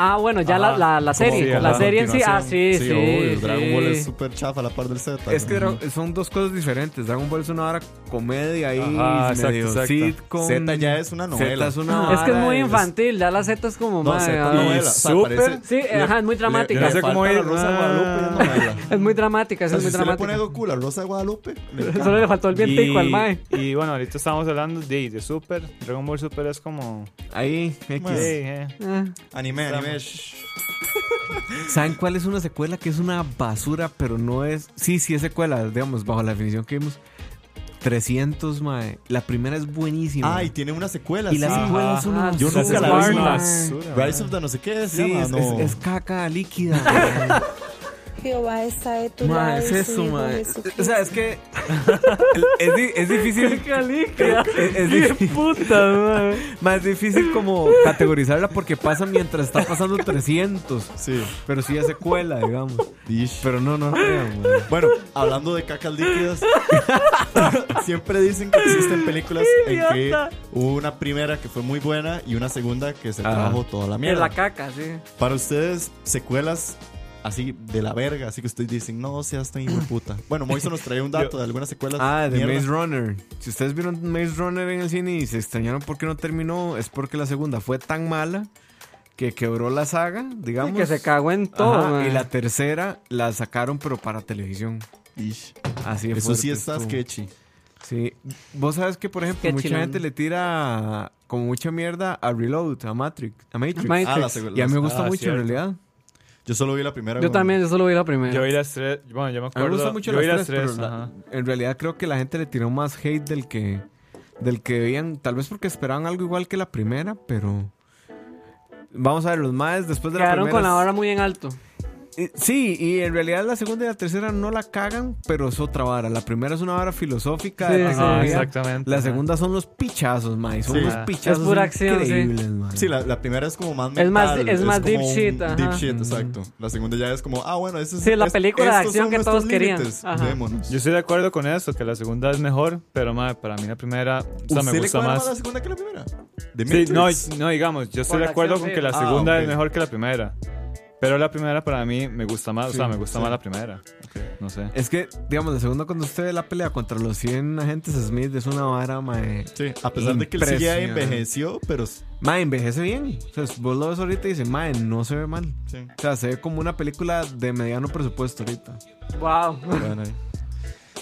Speaker 4: Ah, bueno, ya la,
Speaker 6: Ajá,
Speaker 4: la, la serie.
Speaker 5: sí,
Speaker 4: la
Speaker 5: ajá,
Speaker 4: serie en sí. Ah, sí, sí.
Speaker 3: Sí, obvio,
Speaker 4: sí.
Speaker 3: Dragon Ball es súper chafa a la par del Z.
Speaker 6: Es que Dra- son dos cosas diferentes. Dragon Ball es una hora comedia ahí,
Speaker 5: Ajá, exacto,
Speaker 6: medio
Speaker 5: exacto.
Speaker 6: sitcom.
Speaker 3: Z ya es una novela.
Speaker 6: Z es una
Speaker 4: Es que es
Speaker 6: vara,
Speaker 4: muy infantil, ya la Z es como
Speaker 3: No,
Speaker 4: ma,
Speaker 3: Z
Speaker 4: ah,
Speaker 3: es novela. O sea,
Speaker 5: súper-
Speaker 3: parece-
Speaker 4: Sí, ajá, es muy dramática.
Speaker 5: le
Speaker 3: No
Speaker 5: hace
Speaker 3: sé
Speaker 5: como
Speaker 3: cómo es.
Speaker 5: ir-
Speaker 3: La Rosa de Guadalupe es novela.
Speaker 4: Es muy dramática,
Speaker 3: O
Speaker 4: es
Speaker 3: sea,
Speaker 4: muy
Speaker 3: si se le pone a
Speaker 4: dramática.
Speaker 3: Goku la Rosa de Guadalupe, me
Speaker 4: [LAUGHS] Solo
Speaker 3: encanta.
Speaker 4: le faltó el vientico al
Speaker 5: [LAUGHS]
Speaker 4: mae.
Speaker 5: y bueno, ahorita estábamos hablando de, de Super. Dragon Ball Super es como.
Speaker 6: Ahí, X.
Speaker 3: Bueno.
Speaker 5: Sí, eh.
Speaker 4: Ah, [LAUGHS]
Speaker 3: Anime, anime. shh.
Speaker 6: ¿Saben cuál es una secuela que es una basura, pero no es. Sí, sí es secuela, digamos, bajo la definición que vimos. 300, mae. La primera es buenísima.
Speaker 3: Ah, y tiene una secuela.
Speaker 6: y la
Speaker 3: sí.
Speaker 6: secuela es una.
Speaker 4: ah,
Speaker 3: Yo
Speaker 4: sí,
Speaker 5: Las
Speaker 3: nunca la
Speaker 5: escuelas
Speaker 3: vi.
Speaker 5: son una
Speaker 4: Barney.
Speaker 5: basura,
Speaker 3: Rise of the no sé qué. se
Speaker 6: Sí,
Speaker 3: llama,
Speaker 6: es,
Speaker 3: no.
Speaker 6: es- es
Speaker 3: [LAUGHS]
Speaker 6: caca líquida. mae.
Speaker 10: Jehová está de tu
Speaker 6: Ma,
Speaker 10: lado.
Speaker 6: es
Speaker 10: y su
Speaker 6: eso,
Speaker 10: hijo
Speaker 6: ma.
Speaker 10: Jesucristo.
Speaker 6: O sea, es que. [LAUGHS] Es, di-
Speaker 3: [LAUGHS]
Speaker 6: es difícil.
Speaker 4: ¡Qué líquida!
Speaker 6: Es, es
Speaker 4: ¡Qué
Speaker 6: difícil,
Speaker 4: puta, ma.
Speaker 6: más difícil como categorizarla porque pasa mientras está pasando 300.
Speaker 3: Sí.
Speaker 6: Pero sí es secuela, digamos.
Speaker 3: Dish.
Speaker 6: Pero no, no, no. crean, mae.
Speaker 3: Bueno, hablando de cacas
Speaker 4: [LAUGHS]
Speaker 3: líquidas, siempre dicen que existen películas en que
Speaker 4: Idiota.
Speaker 3: hubo una primera que fue muy buena y una segunda que se
Speaker 6: Ajá.
Speaker 3: trajo toda la
Speaker 4: En
Speaker 3: mierda.
Speaker 4: la caca, sí.
Speaker 3: Para ustedes, secuelas así de la verga, así que ustedes dicen, no seas tan hijo de puta. Bueno, Moiso nos traía un dato de algunas secuelas.
Speaker 6: Ah, de
Speaker 3: mierda.
Speaker 6: Maze Runner. Si ustedes vieron Maze Runner en el cine y se extrañaron por qué no terminó, es porque la segunda fue tan mala que quebró la saga, digamos.
Speaker 4: Sí, que se cagó en todo,
Speaker 6: Ajá,
Speaker 4: ma.
Speaker 6: y la tercera la sacaron pero para televisión.
Speaker 3: Ish.
Speaker 6: Así de
Speaker 3: Eso sí
Speaker 6: fuerte
Speaker 3: está
Speaker 6: estuvo.
Speaker 3: sketchy.
Speaker 6: Sí. Vos sabes que, por ejemplo,
Speaker 4: Sketchy
Speaker 6: mucha
Speaker 4: Land.
Speaker 6: gente le tira como mucha mierda a Reload, a Matrix. A Matrix.
Speaker 4: Matrix.
Speaker 3: Ah, la segunda.
Speaker 6: y a mí me gusta
Speaker 5: Ah,
Speaker 6: mucho, en
Speaker 5: cierto.
Speaker 6: realidad.
Speaker 3: Yo solo vi la primera.
Speaker 4: Yo
Speaker 3: weón.
Speaker 4: también, yo solo vi la primera.
Speaker 5: Yo vi las tres. Bueno, yo me
Speaker 6: A mí
Speaker 5: acuerdo.
Speaker 6: me gusta mucho
Speaker 5: yo vi
Speaker 6: las tres, pero la-
Speaker 5: ajá.
Speaker 6: en realidad creo que la gente le tiró más hate del que del que veían, tal vez porque esperaban algo igual que la primera, pero vamos a ver los más después de
Speaker 4: Quedaron
Speaker 6: la primera.
Speaker 4: con la vara muy en alto.
Speaker 6: Eh, Sí, y en realidad la segunda y la tercera no la cagan, pero es otra vara. La primera es una vara filosófica. de
Speaker 4: Sí,
Speaker 5: Ajá,
Speaker 4: sí.
Speaker 6: teoría.
Speaker 5: exactamente.
Speaker 6: La
Speaker 5: ajá.
Speaker 6: segunda son los pichazos, mae. Son
Speaker 3: Sí.
Speaker 6: unos
Speaker 5: Es
Speaker 6: pichazos
Speaker 4: pura acción, sí.
Speaker 6: increíbles, mae.
Speaker 3: Sí, la, la primera es como más
Speaker 4: Es más-
Speaker 3: mental,
Speaker 4: es más
Speaker 3: como
Speaker 4: deep
Speaker 3: un
Speaker 4: shit, ajá. Mm.
Speaker 3: Deep shit, exacto. La segunda ya es como, ah, bueno, esa es
Speaker 4: Sí, la
Speaker 3: es-
Speaker 4: película de
Speaker 3: estos
Speaker 4: acción
Speaker 3: son
Speaker 4: que todos
Speaker 3: nuestros
Speaker 4: querían.
Speaker 3: límites,
Speaker 4: Ajá.
Speaker 3: démonos.
Speaker 5: Yo estoy de acuerdo con eso, que la segunda es mejor, pero madre, para mí la primera o sea,
Speaker 3: ¿Usted
Speaker 5: me
Speaker 3: le
Speaker 5: gusta
Speaker 3: cuadra
Speaker 5: más.
Speaker 3: la segunda que la primera? De
Speaker 5: Sí, no,
Speaker 3: Matrix.
Speaker 5: no, digamos, yo estoy
Speaker 4: Por
Speaker 5: de
Speaker 4: la
Speaker 5: acuerdo
Speaker 4: acción,
Speaker 5: con
Speaker 4: sí.
Speaker 5: que la
Speaker 3: Ah,
Speaker 5: segunda
Speaker 3: ok.
Speaker 5: es mejor que la primera. Pero la primera para mí me gusta más, o sea,
Speaker 3: Sí,
Speaker 5: me gusta
Speaker 3: sí.
Speaker 5: más la primera. No sé.
Speaker 6: Es que, digamos, la segunda cuando usted ve la pelea contra los 100 agentes Smith es una vara, mae.
Speaker 3: Sí, a pesar de que el CGI
Speaker 6: Impresionante.
Speaker 3: envejeció, pero s-
Speaker 6: Mae, envejece bien. O sea, vos lo ves ahorita y dices, mae, no se ve mal.
Speaker 3: sí.
Speaker 6: O sea, se ve como una película de mediano presupuesto ahorita.
Speaker 4: Wow.
Speaker 3: Bueno, ahí.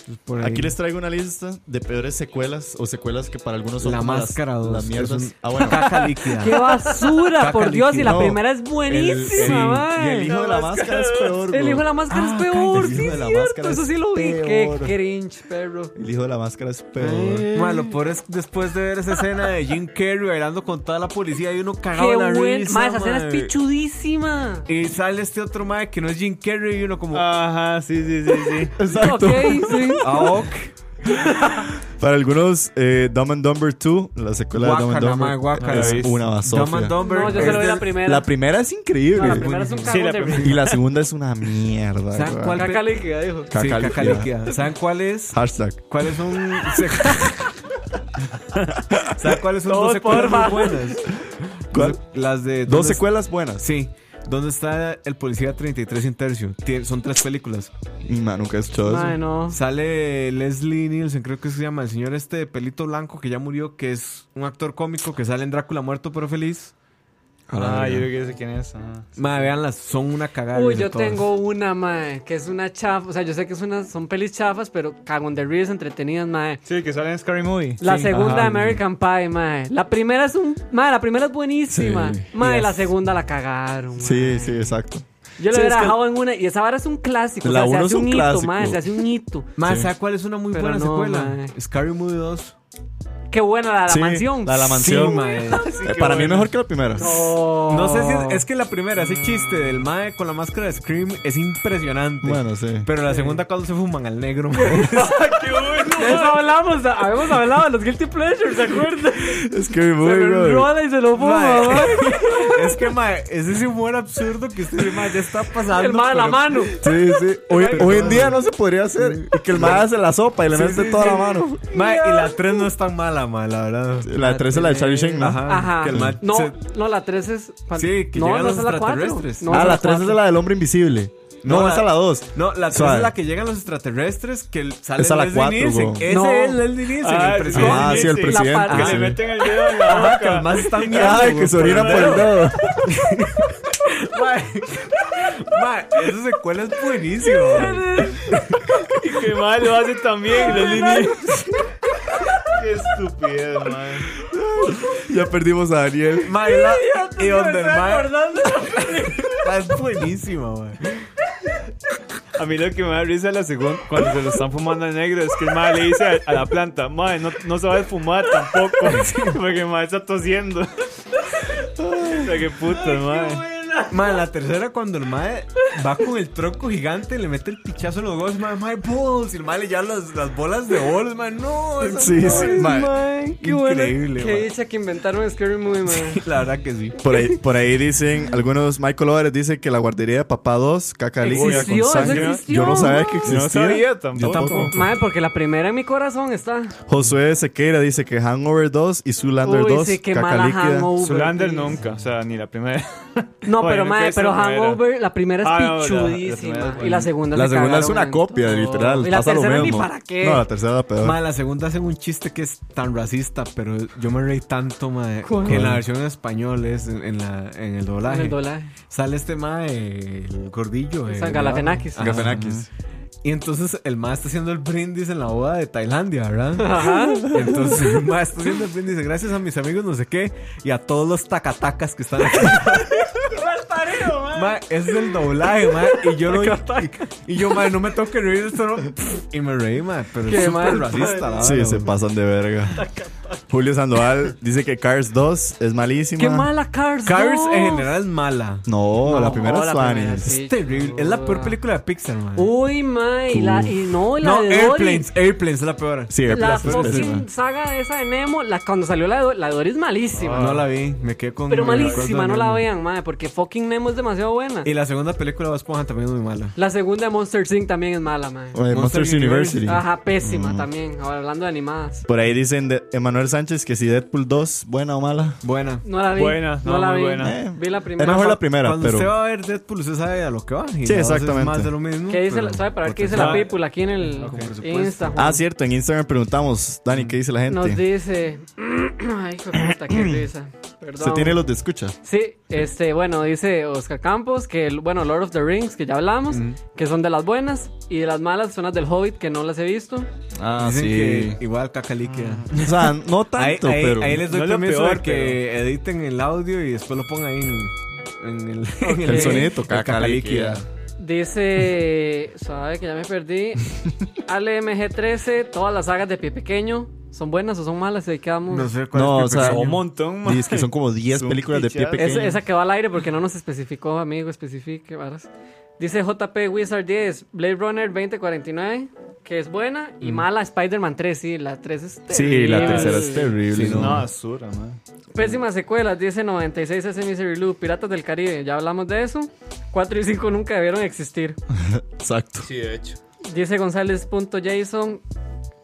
Speaker 6: Entonces, por ahí-
Speaker 3: Aquí les traigo una lista de peores secuelas o secuelas que para algunos son
Speaker 6: La
Speaker 3: como las-
Speaker 6: Máscara
Speaker 3: las,
Speaker 6: 2,
Speaker 3: mierdas.
Speaker 6: es un-
Speaker 3: Ah, bueno.
Speaker 6: Caca
Speaker 4: [LAUGHS]
Speaker 6: líquida.
Speaker 4: ¡Qué basura!
Speaker 6: Caca
Speaker 4: por Dios, y la
Speaker 3: líquida.
Speaker 4: primera es buenísima,
Speaker 3: y
Speaker 4: mae.
Speaker 3: el hijo de la máscara es peor.
Speaker 4: El
Speaker 3: güey.
Speaker 4: hijo de la máscara
Speaker 6: Ah,
Speaker 4: es peor,
Speaker 3: cállate, el
Speaker 4: sí,
Speaker 3: hijo de
Speaker 4: es
Speaker 3: la
Speaker 4: cierto.
Speaker 3: máscara
Speaker 4: Eso
Speaker 3: es
Speaker 4: sí lo vi. Qué
Speaker 3: peor.
Speaker 4: cringe, perro.
Speaker 3: El hijo de la máscara es peor.
Speaker 6: Mae, lo peor es después de ver esa escena de Jim Carrey bailando con toda la policía y uno cagado
Speaker 4: Qué
Speaker 6: en la
Speaker 4: buen.
Speaker 6: risa,
Speaker 4: Mae, esa escena es
Speaker 6: mae.
Speaker 4: pichudísima.
Speaker 6: Y sale este otro mae que no es Jim Carrey y uno como, ah,
Speaker 5: Ajá, sí, sí, sí,
Speaker 6: [LAUGHS]
Speaker 5: sí.
Speaker 3: Exacto.
Speaker 4: Ok, sí.
Speaker 6: ok.
Speaker 3: Para algunos, eh, Dumb and Dumber 2, la secuela de
Speaker 6: Guácala,
Speaker 3: Dumb
Speaker 6: mae,
Speaker 3: and Dumber,
Speaker 6: guácala.
Speaker 3: es una
Speaker 6: Dumb
Speaker 3: basofia.
Speaker 6: and Dumber.
Speaker 4: No, yo
Speaker 6: es
Speaker 4: solo vi la
Speaker 6: del-
Speaker 4: primera.
Speaker 3: La primera es increíble.
Speaker 4: No, la primera es un
Speaker 5: Sí, la
Speaker 4: cagón de
Speaker 5: primera.
Speaker 4: risa.
Speaker 3: Y la segunda es una mierda.
Speaker 6: ¿Saben
Speaker 3: güey.
Speaker 6: cuál?
Speaker 4: Caca líquida, dijo.
Speaker 6: Sí,
Speaker 3: Caca
Speaker 6: caca
Speaker 3: líquida.
Speaker 6: líquida. ¿Saben cuál es?
Speaker 3: Hashtag.
Speaker 6: ¿Cuáles son? [LAUGHS] sec- ¿Saben cuáles son dos
Speaker 4: Todos,
Speaker 6: secuelas
Speaker 4: porfa.
Speaker 6: muy buenas?
Speaker 3: ¿Cuál?
Speaker 6: Las de
Speaker 3: Dos
Speaker 6: ¿dónde-
Speaker 3: secuelas buenas.
Speaker 6: Sí. ¿Dónde está el policía 33 y un tercio? Tien- son tres películas.
Speaker 3: Man, nunca he escuchado eso.
Speaker 4: Mae, no.
Speaker 6: Sale Leslie Nielsen, creo que se llama, el señor este de pelito blanco que ya murió, que es un actor cómico que sale en Drácula muerto pero feliz.
Speaker 5: Ah, yo creo que sé quién es. ah. ajá.
Speaker 6: Madre, veanlas, son una cagada.
Speaker 4: Uy,
Speaker 6: de
Speaker 4: yo
Speaker 6: todas.
Speaker 4: tengo una, mae, que es una chafa. O sea, yo sé que es una, son pelis chafas, pero cagón de risas entretenidas, mae.
Speaker 5: Sí, que sale en Scary Movie.
Speaker 4: La
Speaker 5: Sí.
Speaker 4: segunda
Speaker 5: Ajá.
Speaker 4: American Pie, mae. La primera es un. Mae, la primera es buenísima.
Speaker 3: Sí.
Speaker 4: Mae,
Speaker 3: Y
Speaker 4: la
Speaker 3: las-
Speaker 4: segunda la cagaron. mae.
Speaker 3: Sí, sí, exacto.
Speaker 4: Yo
Speaker 3: Sí,
Speaker 4: le hubiera
Speaker 3: es que-
Speaker 4: dejado en una. Y esa vara es un clásico.
Speaker 3: La
Speaker 4: o
Speaker 3: uno
Speaker 4: sea, se
Speaker 3: es
Speaker 4: hace un,
Speaker 3: un
Speaker 4: hito,
Speaker 3: clásico.
Speaker 4: mae. Se hace un hito.
Speaker 6: Madre, ¿sabes cuál es una muy
Speaker 4: Pero
Speaker 6: buena
Speaker 4: no,
Speaker 6: secuela?
Speaker 4: mae.
Speaker 6: Scary Movie 2.
Speaker 4: Qué buena la, la
Speaker 3: Sí,
Speaker 4: mansión.
Speaker 3: La de la mansión.
Speaker 6: mae.
Speaker 3: Eh, para mí es mejor que la primera.
Speaker 4: No.
Speaker 6: No sé si
Speaker 3: Oh,
Speaker 6: es, es que la primera, ese chiste del mae con la máscara de Scream es impresionante.
Speaker 3: Bueno, sí. Ah,
Speaker 6: Pero la segunda cuando se fuman
Speaker 3: [LAUGHS]
Speaker 6: al negro. mae.
Speaker 4: De eso hablamos. Habíamos hablado de los Guilty Pleasures, ¿se [LAUGHS] acuerdan?
Speaker 3: Es que muy,
Speaker 4: Se lo
Speaker 3: bro.
Speaker 4: enrola y se lo fuma, [LAUGHS]
Speaker 6: Mae.
Speaker 4: mae.
Speaker 6: es que mae, es ese humor absurdo que usted mae, ya está pasando.
Speaker 4: El mae de la
Speaker 6: pero-
Speaker 4: mano.
Speaker 3: Sí, sí. Hoy,
Speaker 6: Ay,
Speaker 3: hoy en
Speaker 6: no.
Speaker 3: día no se podría hacer. Y que el mae hace la sopa y le mete toda la mano.
Speaker 6: Mae, y la 3 no es tan mala, mae, la verdad.
Speaker 3: La de 3 es la de Charlie Shane, ¿no?
Speaker 4: Ajá.
Speaker 6: Que el mae
Speaker 4: no,
Speaker 6: se-
Speaker 4: no, la 3 es.
Speaker 6: Sí, que
Speaker 4: no,
Speaker 6: llegan
Speaker 4: no
Speaker 6: los
Speaker 4: esa es la 4.
Speaker 6: extraterrestres.
Speaker 4: No,
Speaker 3: ah,
Speaker 4: esa
Speaker 3: la 3 es
Speaker 4: cuatro.
Speaker 3: la del hombre invisible. No,
Speaker 6: No,
Speaker 3: esa es la 2.
Speaker 6: No, la 3
Speaker 3: Suave.
Speaker 6: es la que llegan los extraterrestres que el- sale
Speaker 3: Esa la
Speaker 6: Leslie
Speaker 3: cuatro,
Speaker 6: Nielsen.
Speaker 3: bro.
Speaker 6: Ese
Speaker 4: No.
Speaker 6: es Leslie Nielsen,
Speaker 5: Ah,
Speaker 6: el
Speaker 5: sí.
Speaker 6: presidente.
Speaker 3: Ah, sí, el
Speaker 5: Sí,
Speaker 3: presidente.
Speaker 4: la
Speaker 5: Que
Speaker 4: parada.
Speaker 3: sí.
Speaker 5: le meten el dedo en la
Speaker 6: Ajá, Ah, que
Speaker 5: boca.
Speaker 6: el mae se
Speaker 5: [LAUGHS]
Speaker 6: está mirando,
Speaker 3: Ay, que
Speaker 6: güey,
Speaker 3: se orina por el
Speaker 6: pero-
Speaker 3: dedo.
Speaker 6: [LAUGHS] Mae, mae, esa secuela es buenísima. mae.
Speaker 5: Y que mal lo hace
Speaker 3: [LAUGHS]
Speaker 5: también, Leslie Nielsen. Qué estupidez, man.
Speaker 3: Ya perdimos a Daniel.
Speaker 6: Mae, la- y donde el
Speaker 4: Estoy
Speaker 6: mae
Speaker 4: acordando.
Speaker 6: [LAUGHS] es buenísima, mae.
Speaker 5: A mí lo que me da risa la segunda, cuando se lo están fumando al negro, es que el madre le dice a, a la planta, madre, no, no sabes fumar tampoco, [LAUGHS] porque el madre está tosiendo. [LAUGHS] O sea, qué puta, madre.
Speaker 6: Mae, la tercera cuando el mae va con el tronco gigante, le mete el pichazo a los goles, mae, mae, balls, y el mae le lleva las, las bolas de bolas, mae, no, esa
Speaker 3: Sí, sí,
Speaker 6: madre es
Speaker 3: mae.
Speaker 4: Qué bueno.
Speaker 6: increíble,
Speaker 4: Qué
Speaker 6: mae.
Speaker 4: dicha que inventaron Scary Movie, man.
Speaker 6: La verdad que sí.
Speaker 3: Por ahí, por ahí dicen, algunos Michael Over dice que la guardería de papá 2, caca líquida con
Speaker 4: Existió, eso
Speaker 3: sangre.
Speaker 4: existió,
Speaker 3: Yo no sabía que
Speaker 5: Yo
Speaker 3: existía.
Speaker 5: no sabía tampoco.
Speaker 3: Yo tampoco.
Speaker 4: Madre, porque la primera en mi corazón está.
Speaker 3: Josué Sequeira dice que Hangover 2 y Zoolander
Speaker 4: Uy,
Speaker 3: 2,
Speaker 4: sí, qué
Speaker 3: caca
Speaker 4: mala
Speaker 3: líquida.
Speaker 4: hangover.
Speaker 5: Zulander
Speaker 4: please.
Speaker 5: nunca, o sea, ni la primera.
Speaker 4: No,
Speaker 5: Bueno,
Speaker 4: pero madre,
Speaker 5: que esa
Speaker 4: pero
Speaker 5: no era.
Speaker 4: Hangover, la primera es
Speaker 5: Ah, no, la- la primera es
Speaker 4: pichudísima.
Speaker 5: buena.
Speaker 4: y la segunda
Speaker 3: La
Speaker 4: se
Speaker 3: segunda es
Speaker 4: cagaron
Speaker 3: una
Speaker 4: en
Speaker 3: copia,
Speaker 4: todo.
Speaker 3: literal.
Speaker 4: Y la
Speaker 3: pasa lo
Speaker 4: tercera
Speaker 3: mismo.
Speaker 4: ni para qué.
Speaker 3: No, la tercera era peor.
Speaker 6: Mae, la segunda hacen un chiste que es tan racista, pero yo me reí tanto, mae,
Speaker 4: ¿Cuál?
Speaker 6: que en la versión en español es en, en la, en el
Speaker 4: En
Speaker 6: doblaje.
Speaker 4: el dólar.
Speaker 6: Sale este mae, el gordillo.
Speaker 4: San
Speaker 6: el-
Speaker 4: Galafanakis.
Speaker 6: Ajá.
Speaker 3: Gafanakis.
Speaker 6: Y entonces el más está haciendo el brindis en la boda de Tailandia, [LAUGHS] ¿verdad? Entonces el más está haciendo el brindis de gracias a mis amigos, no sé qué, y a todos los tacatacas que están [LAUGHS] aquí. Ma, es del doblaje, ma. Y yo no. Y, y yo, ma, no me tengo que reír de esto, no. Y me reí, ma. Pero
Speaker 4: Qué
Speaker 6: es súper
Speaker 4: mal,
Speaker 6: racista, la
Speaker 3: Sí,
Speaker 6: vara,
Speaker 3: se
Speaker 6: ma.
Speaker 3: pasan de [LAUGHS] verga. Julio Sandoval dice que Cars 2 es malísima.
Speaker 4: ¡Qué mala Cars!
Speaker 6: Cars en
Speaker 4: 2.
Speaker 6: general es mala.
Speaker 3: No, la primera es
Speaker 4: la
Speaker 3: Fanny.
Speaker 4: primera, sí.
Speaker 6: Es terrible. Es la peor película de Pixar, ma.
Speaker 4: Uy, ma, y, la, y no, y la
Speaker 6: no,
Speaker 4: de Dory.
Speaker 6: Airplanes. Airplanes es la peor.
Speaker 3: Sí,
Speaker 4: La
Speaker 3: Airplanes es pésima.
Speaker 4: fucking saga esa de Nemo, la, cuando salió la de, Do- la de Dory es malísima.
Speaker 6: No la vi. Me quedé con.
Speaker 4: pero
Speaker 6: el recuerdo
Speaker 4: malísima,
Speaker 6: de
Speaker 4: no la
Speaker 6: Nemo.
Speaker 4: vean, madre, porque fucking Nemo es demasiado buena.
Speaker 6: Y la segunda película de Bob Esponja también es muy mala.
Speaker 4: La segunda de Monster Inc. también es mala, madre.
Speaker 3: Eh, Monsters
Speaker 6: Monster
Speaker 3: University.
Speaker 4: Ajá, pésima
Speaker 3: Mm.
Speaker 4: también. Ahora, hablando de animadas.
Speaker 3: Por ahí dicen de Emanuel Sánchez que si Deadpool 2, buena o mala.
Speaker 6: Buena.
Speaker 4: No la vi.
Speaker 5: Buena, no,
Speaker 4: la
Speaker 5: muy
Speaker 4: vi.
Speaker 5: buena.
Speaker 3: Eh,
Speaker 4: Vi la
Speaker 3: Es
Speaker 4: primera.
Speaker 3: mejor la primera,
Speaker 6: Cuando
Speaker 3: pero.
Speaker 6: usted va a ver Deadpool, usted sabe a lo que va. Y
Speaker 3: Sí,
Speaker 6: a veces es
Speaker 3: exactamente.
Speaker 6: Más de lo mismo.
Speaker 4: ¿Qué dice
Speaker 6: pero-
Speaker 4: la, ¿Sabe para ver qué dice
Speaker 5: Ah.
Speaker 4: la people aquí en el Insta? Juan?
Speaker 3: Ah, cierto, en Instagram preguntamos, Dani, ¿qué dice la gente?
Speaker 4: Nos dice. [CLEARS THROAT] Ay, hijo de
Speaker 3: [CLEARS THROAT]
Speaker 4: puta, qué risa. Perdón.
Speaker 3: Se tiene los de escucha.
Speaker 4: Sí, este, bueno, dice Oscar Campos que, el- bueno, Lord of the Rings, que ya hablamos, que son de las buenas, y de las malas son las del Hobbit, que no las he visto.
Speaker 3: Ah,
Speaker 6: Dicen que igual cacalique.
Speaker 3: O sea, no tanto,
Speaker 6: [LAUGHS] ahí,
Speaker 3: pero.
Speaker 6: ahí les doy
Speaker 5: No es lo
Speaker 6: permiso
Speaker 5: peor,
Speaker 6: de que editen el audio y después lo pongan ahí en, en el, [LAUGHS] en
Speaker 3: El sonidito,
Speaker 6: el cacaliquia.
Speaker 4: Dice, suave, que ya me
Speaker 3: [LAUGHS]
Speaker 4: perdí. ALMG13, todas las sagas de pie pequeño, ¿son buenas o son malas? Ahí quedamos.
Speaker 6: No sé cuál
Speaker 3: No, o
Speaker 6: es mi
Speaker 3: sea,
Speaker 6: preferida.
Speaker 5: Un montón, mae.
Speaker 3: Dice que son como 10
Speaker 5: Son
Speaker 3: películas de pie
Speaker 5: pichadas.
Speaker 3: pequeño.
Speaker 4: Es- esa quedó al aire porque no nos especificó, amigo, especifique, varas. Dice JP Wizard 10, Blade Runner 2049, que es buena, y mala Spider-Man 3, sí, la 3 es
Speaker 3: Mm. Sí, la
Speaker 4: terrible.
Speaker 3: tercera es terrible.
Speaker 5: Sí,
Speaker 3: ¿no?
Speaker 5: una basura, man.
Speaker 4: Pésimas secuelas, dice 96 ese Misery Loop, Piratas del Caribe, ya hablamos de eso. 4 y 5 nunca debieron existir.
Speaker 3: Exacto.
Speaker 7: Sí, de hecho.
Speaker 4: Dice González.jason,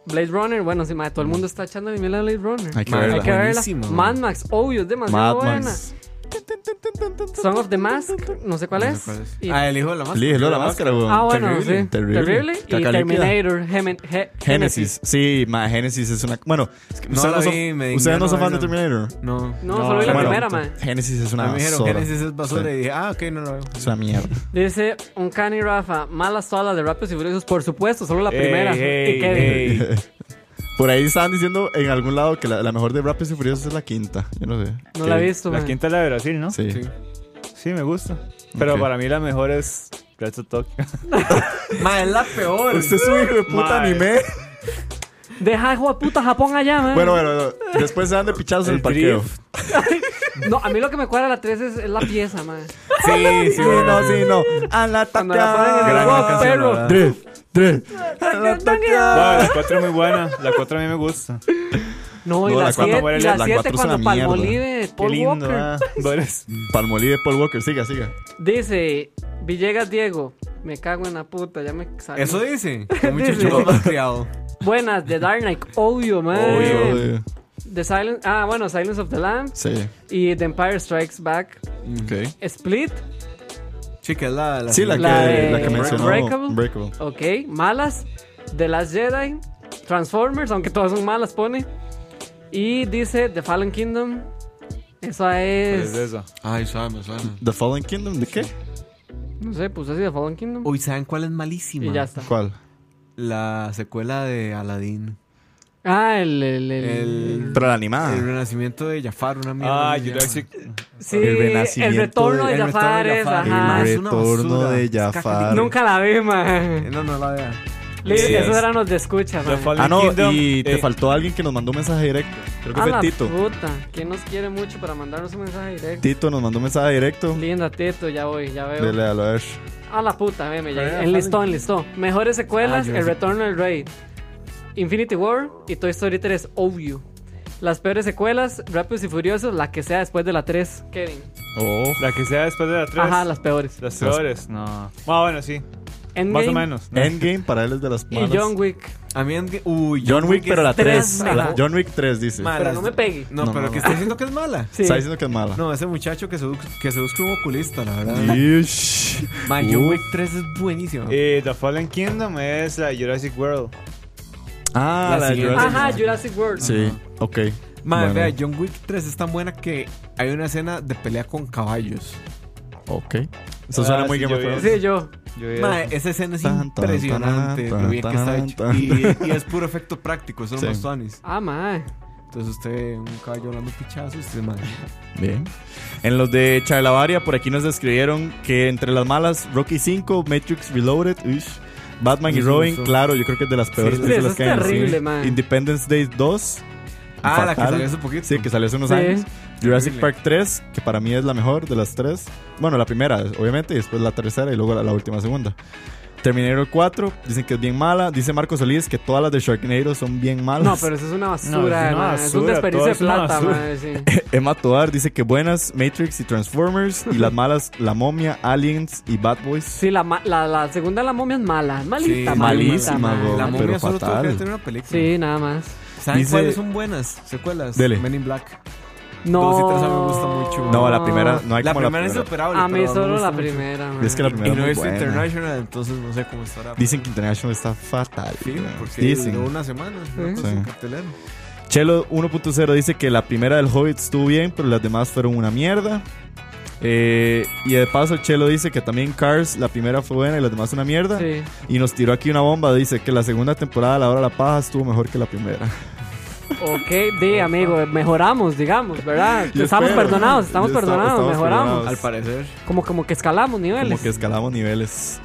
Speaker 4: Blade Runner, bueno, sí, madre, todo el mundo está echando de miel a Blade Runner.
Speaker 3: Hay que
Speaker 6: Ma,
Speaker 3: verla.
Speaker 4: Hay que verla.
Speaker 6: buenísima,
Speaker 4: Mad Max, obvio, es
Speaker 3: Mad
Speaker 4: demasiado buena.
Speaker 3: Max.
Speaker 4: Song of the Mask, no sé cuál
Speaker 6: No sé
Speaker 4: es.
Speaker 6: cuál es.
Speaker 4: Y-
Speaker 6: Ah, el hijo de la
Speaker 3: Le dije,
Speaker 6: máscara.
Speaker 3: "Lo de la máscara, weón.
Speaker 4: ah, bueno,
Speaker 3: Terrible.
Speaker 4: sí. Terrible. Y
Speaker 3: Caca líquida.
Speaker 4: Terminator, Gemen- Ge-
Speaker 3: Génesis. Sí, ma, Génesis es una. Bueno,
Speaker 6: No
Speaker 3: ustedes
Speaker 6: la
Speaker 3: no son,
Speaker 6: vi, me
Speaker 3: ustedes no
Speaker 6: dijeron,
Speaker 3: son fan de
Speaker 6: bueno.
Speaker 3: Terminator.
Speaker 6: No.
Speaker 4: No, solo vi la
Speaker 3: Bueno,
Speaker 4: primera, man.
Speaker 3: Génesis es una
Speaker 6: me dijeron
Speaker 3: basura.
Speaker 6: Genesis es basura y dije, ah, ok, no lo veo.
Speaker 3: Es una mierda.
Speaker 4: Dice Uncanny Rafa, malas todas las de Rápidos y Furiosos, por supuesto, solo la
Speaker 5: Ey,
Speaker 4: primera.
Speaker 5: ey,
Speaker 4: y Kevin.
Speaker 3: [LAUGHS]
Speaker 5: ey.
Speaker 3: Por ahí estaban diciendo en algún lado que la, la mejor de Rápidos y Furiosos es la quinta. Yo no sé.
Speaker 4: No
Speaker 3: ¿Qué?
Speaker 4: la he visto,
Speaker 5: La
Speaker 4: man.
Speaker 5: quinta es la de Brasil, ¿no? Sí,
Speaker 3: Sí.
Speaker 6: Sí.
Speaker 5: me gusta. Pero
Speaker 3: Ok.
Speaker 5: para mí la mejor es Red to [LAUGHS] Tokyo.
Speaker 6: Ma, es la peor.
Speaker 3: Usted es un hijo de puta
Speaker 5: Madre.
Speaker 3: anime.
Speaker 4: Deja, hijo de puta, Japón allá, man.
Speaker 3: Bueno, bueno, no. después se dan de pichazos en el
Speaker 5: El
Speaker 3: parqueo.
Speaker 5: drift.
Speaker 3: eh.
Speaker 4: No, a mí lo que me cuadra la 3 es, es la pieza, man.
Speaker 3: [LAUGHS] Sí, sí, no, sí, no. A la
Speaker 4: Cuando la ponen en el
Speaker 3: taca.
Speaker 4: rock, perro.
Speaker 3: Drift, drift. A la taca.
Speaker 5: Ah, la 4 es muy buena. La 4 a mí me gusta.
Speaker 4: No, y
Speaker 3: No,
Speaker 4: la
Speaker 3: la cuatro
Speaker 4: 7
Speaker 5: muere,
Speaker 4: y la
Speaker 3: la
Speaker 4: 7
Speaker 3: cuatro es
Speaker 4: cuando
Speaker 3: una mierda.
Speaker 4: Palmolive,
Speaker 5: Qué
Speaker 4: Paul
Speaker 5: lindo.
Speaker 4: Walker.
Speaker 5: ah. Boris.
Speaker 3: Palmolive, Paul Walker. Siga, siga.
Speaker 4: Dice Villegas Diego, me cago en la puta, ya me salió.
Speaker 6: Eso dice. Un
Speaker 4: Dice.
Speaker 6: muchacho más criado.
Speaker 4: Buenas, The Dark Knight, obvio, man.
Speaker 3: Obvio, obvio.
Speaker 4: The Silence, ah, bueno, Silence of the Lambs
Speaker 3: Sí.
Speaker 4: y The Empire Strikes Back.
Speaker 3: Ok.
Speaker 4: Split,
Speaker 6: Chica, es la, la
Speaker 3: Sí, la que,
Speaker 4: La de
Speaker 3: la que mencionó.
Speaker 4: Unbreakable.
Speaker 3: Unbreakable.
Speaker 4: ok. Malas, The Last Jedi, Transformers, aunque todas son malas, pone. Y dice The Fallen Kingdom. Esa
Speaker 5: Es
Speaker 4: es.
Speaker 5: esa.
Speaker 7: Ay, suena, me suena.
Speaker 3: The Fallen Kingdom, ¿de qué?
Speaker 4: No sé, puse así The Fallen Kingdom.
Speaker 6: Uy, ¿saben cuál es malísima?
Speaker 4: y ya está.
Speaker 3: ¿Cuál?
Speaker 6: La secuela de Aladdin.
Speaker 4: Ah, el. el, el-
Speaker 6: El,
Speaker 3: Pero la animada.
Speaker 6: el renacimiento de Jafar, una mierda.
Speaker 5: Ah,
Speaker 6: así
Speaker 5: yo
Speaker 6: se
Speaker 5: Jurassic.
Speaker 4: sí,
Speaker 3: el
Speaker 4: el,
Speaker 3: renacimiento
Speaker 4: retorno de,
Speaker 6: de- el retorno
Speaker 4: Jafar
Speaker 6: de
Speaker 4: es,
Speaker 6: Jafar.
Speaker 4: ajá.
Speaker 6: El
Speaker 3: el
Speaker 6: es una
Speaker 3: retorno
Speaker 6: basura.
Speaker 3: de
Speaker 6: Es
Speaker 3: Jafar.
Speaker 6: caca-
Speaker 4: Nunca la vi,
Speaker 6: llama. Eh,
Speaker 4: man.
Speaker 6: No, no la vea.
Speaker 4: Le-
Speaker 3: Sí,
Speaker 4: Eso
Speaker 3: es.
Speaker 4: ahora nos descucha,
Speaker 5: The
Speaker 4: man.
Speaker 5: Fallen
Speaker 3: Ah, no,
Speaker 5: Kingdom.
Speaker 3: y te
Speaker 5: eh,
Speaker 3: faltó alguien que nos mandó un mensaje directo. Creo que
Speaker 4: A
Speaker 3: fue
Speaker 4: Ah, la
Speaker 3: Tito.
Speaker 4: puta, que nos quiere mucho para mandarnos un mensaje directo.
Speaker 3: Tito nos mandó un mensaje directo.
Speaker 4: Linda, Tito, ya voy, ya veo.
Speaker 3: Dele a lo
Speaker 4: [LAUGHS]
Speaker 3: ver.
Speaker 4: A la puta, meme, ya enlistó, enlistó. Mejores secuelas,
Speaker 6: Ah, yo
Speaker 4: El
Speaker 6: sí.
Speaker 4: Retorno del Rey, Infinity War y Toy Story 3, obvio. Las peores secuelas, Rápidos y Furiosos, la que sea después de la 3, Kevin.
Speaker 3: Oh.
Speaker 5: La que sea después de la 3.
Speaker 4: Ajá, las peores.
Speaker 5: Las peores, no. Ah, bueno, sí.
Speaker 4: Endgame
Speaker 5: Más o menos. ¿no?
Speaker 3: Endgame para él es de las
Speaker 4: Y
Speaker 3: malas.
Speaker 4: John Wick.
Speaker 6: A mí, Endgame- uy,
Speaker 3: John Wick, pero la
Speaker 6: es
Speaker 3: 3.
Speaker 4: tres, mala.
Speaker 3: John Wick 3 dice.
Speaker 6: mala.
Speaker 4: Pero no me pegue.
Speaker 6: No,
Speaker 3: No,
Speaker 6: pero
Speaker 3: no,
Speaker 6: que
Speaker 3: no.
Speaker 6: está diciendo que
Speaker 3: [LAUGHS]
Speaker 6: es mala.
Speaker 4: Sí.
Speaker 3: Está diciendo que es mala.
Speaker 6: No, ese muchacho que se, bus- que se busca un oculista, la verdad.
Speaker 3: Ish.
Speaker 6: Ma, John
Speaker 3: Uh.
Speaker 6: Wick 3 es buenísimo.
Speaker 5: Eh, The Fallen Kingdom es la de Jurassic World.
Speaker 3: Ah,
Speaker 6: La
Speaker 3: la, de
Speaker 6: siguiente.
Speaker 3: Jurassic.
Speaker 4: Ajá, Jurassic World.
Speaker 3: Sí, ok.
Speaker 6: Ma,
Speaker 3: Bueno,
Speaker 6: vea, John Wick 3 es tan buena que hay una escena de pelea con caballos.
Speaker 3: Ok. Eso suena
Speaker 5: Ah,
Speaker 3: muy
Speaker 5: sí,
Speaker 3: Game
Speaker 5: yo
Speaker 3: of
Speaker 5: vi
Speaker 3: Thrones.
Speaker 4: Sí, yo.
Speaker 5: Yo diría-
Speaker 6: Mae, esa escena es
Speaker 3: Eh, Tan, tan,
Speaker 6: impresionante
Speaker 3: tan,
Speaker 6: lo bien que está
Speaker 3: tan,
Speaker 6: hecho.
Speaker 3: tan.
Speaker 6: Y, y es puro efecto práctico, son
Speaker 3: Sí.
Speaker 6: los tuanis.
Speaker 4: Ah, mae.
Speaker 6: Entonces usted ve un caballo hablando pichazo y usted, mae,
Speaker 3: Bien. En los de Charlavaria, por aquí nos describieron que entre las malas, Rocky 5, Matrix Reloaded, ush, Batman y
Speaker 6: Ujú,
Speaker 3: Robin,
Speaker 6: ujú.
Speaker 3: claro, yo creo que es de las peores
Speaker 6: Sí,
Speaker 3: películas
Speaker 4: eso es
Speaker 3: que hay en el
Speaker 4: terrible,
Speaker 3: cine.
Speaker 4: man.
Speaker 3: Independence Day 2.
Speaker 6: Ah, la que
Speaker 3: fatal.
Speaker 6: salió hace poquito.
Speaker 3: Sí, que salió hace unos
Speaker 4: Sí.
Speaker 3: años. Jurassic
Speaker 6: Terrible.
Speaker 3: Park 3, que para mí es la mejor de las tres. Bueno, la primera, obviamente, y después la tercera y luego la, la última segunda. Terminator 4, dicen que es bien mala. Dice Marco Solís que todas las de Sharknado son bien malas.
Speaker 4: No, pero eso es una basura,
Speaker 5: No, es una
Speaker 4: mae. Es un
Speaker 5: basura,
Speaker 4: desperdicio
Speaker 5: todo
Speaker 4: de
Speaker 5: es una
Speaker 4: plata,
Speaker 5: basura.
Speaker 4: mae. Sí.
Speaker 3: Emma Toar dice que buenas, Matrix y Transformers. Y las malas, La Momia, Aliens y Bad Boys.
Speaker 4: Sí, la, ma- la, la segunda de la momia es mala. es Malita, malita,
Speaker 6: Sí,
Speaker 3: malísima,
Speaker 4: mae.
Speaker 3: bro.
Speaker 6: La
Speaker 3: Pero
Speaker 6: momia solo tuvo
Speaker 3: fatal.
Speaker 6: que tener una película.
Speaker 4: Sí, nada más.
Speaker 6: ¿Saben
Speaker 3: Dice-
Speaker 6: cuáles son buenas secuelas?
Speaker 3: Dele.
Speaker 6: Men in Black.
Speaker 4: No.
Speaker 6: Dos y tres a mí me gusta mucho.
Speaker 3: No, la primera, no hay
Speaker 6: la
Speaker 3: como
Speaker 6: primera
Speaker 3: la
Speaker 6: es
Speaker 3: primera.
Speaker 6: superable.
Speaker 4: A mí
Speaker 6: pero me
Speaker 4: solo
Speaker 6: gusta
Speaker 4: la
Speaker 6: mucho.
Speaker 4: primera, mae.
Speaker 3: Es que la
Speaker 6: Y
Speaker 3: primera
Speaker 6: no
Speaker 3: es
Speaker 6: es
Speaker 3: muy buena.
Speaker 6: International, entonces no sé cómo estará.
Speaker 3: Dicen que International está fatal.
Speaker 6: Sí,
Speaker 3: weón.
Speaker 6: porque
Speaker 3: Dicen.
Speaker 6: duró una semana. ¿no?
Speaker 4: Sí.
Speaker 6: Pues, en cartelera.
Speaker 3: Chelo 1.0 dice que la primera del Hobbit estuvo bien, pero las demás fueron una mierda. Eh, y de paso, Chelo dice que también Cars, la primera fue buena y las demás una mierda.
Speaker 4: Sí.
Speaker 3: Y nos tiró aquí una bomba. Dice que la segunda temporada de La Hora de la Paja estuvo mejor que la primera.
Speaker 4: Ok, di, amigo, mejoramos, digamos, ¿verdad?
Speaker 3: Yo
Speaker 4: estamos
Speaker 3: espero.
Speaker 4: perdonados, estamos
Speaker 3: Yo esta-
Speaker 4: perdonados,
Speaker 3: estamos
Speaker 4: mejoramos.
Speaker 3: perdonados.
Speaker 6: Al parecer.
Speaker 4: Como, como que escalamos niveles.
Speaker 3: Como que escalamos niveles.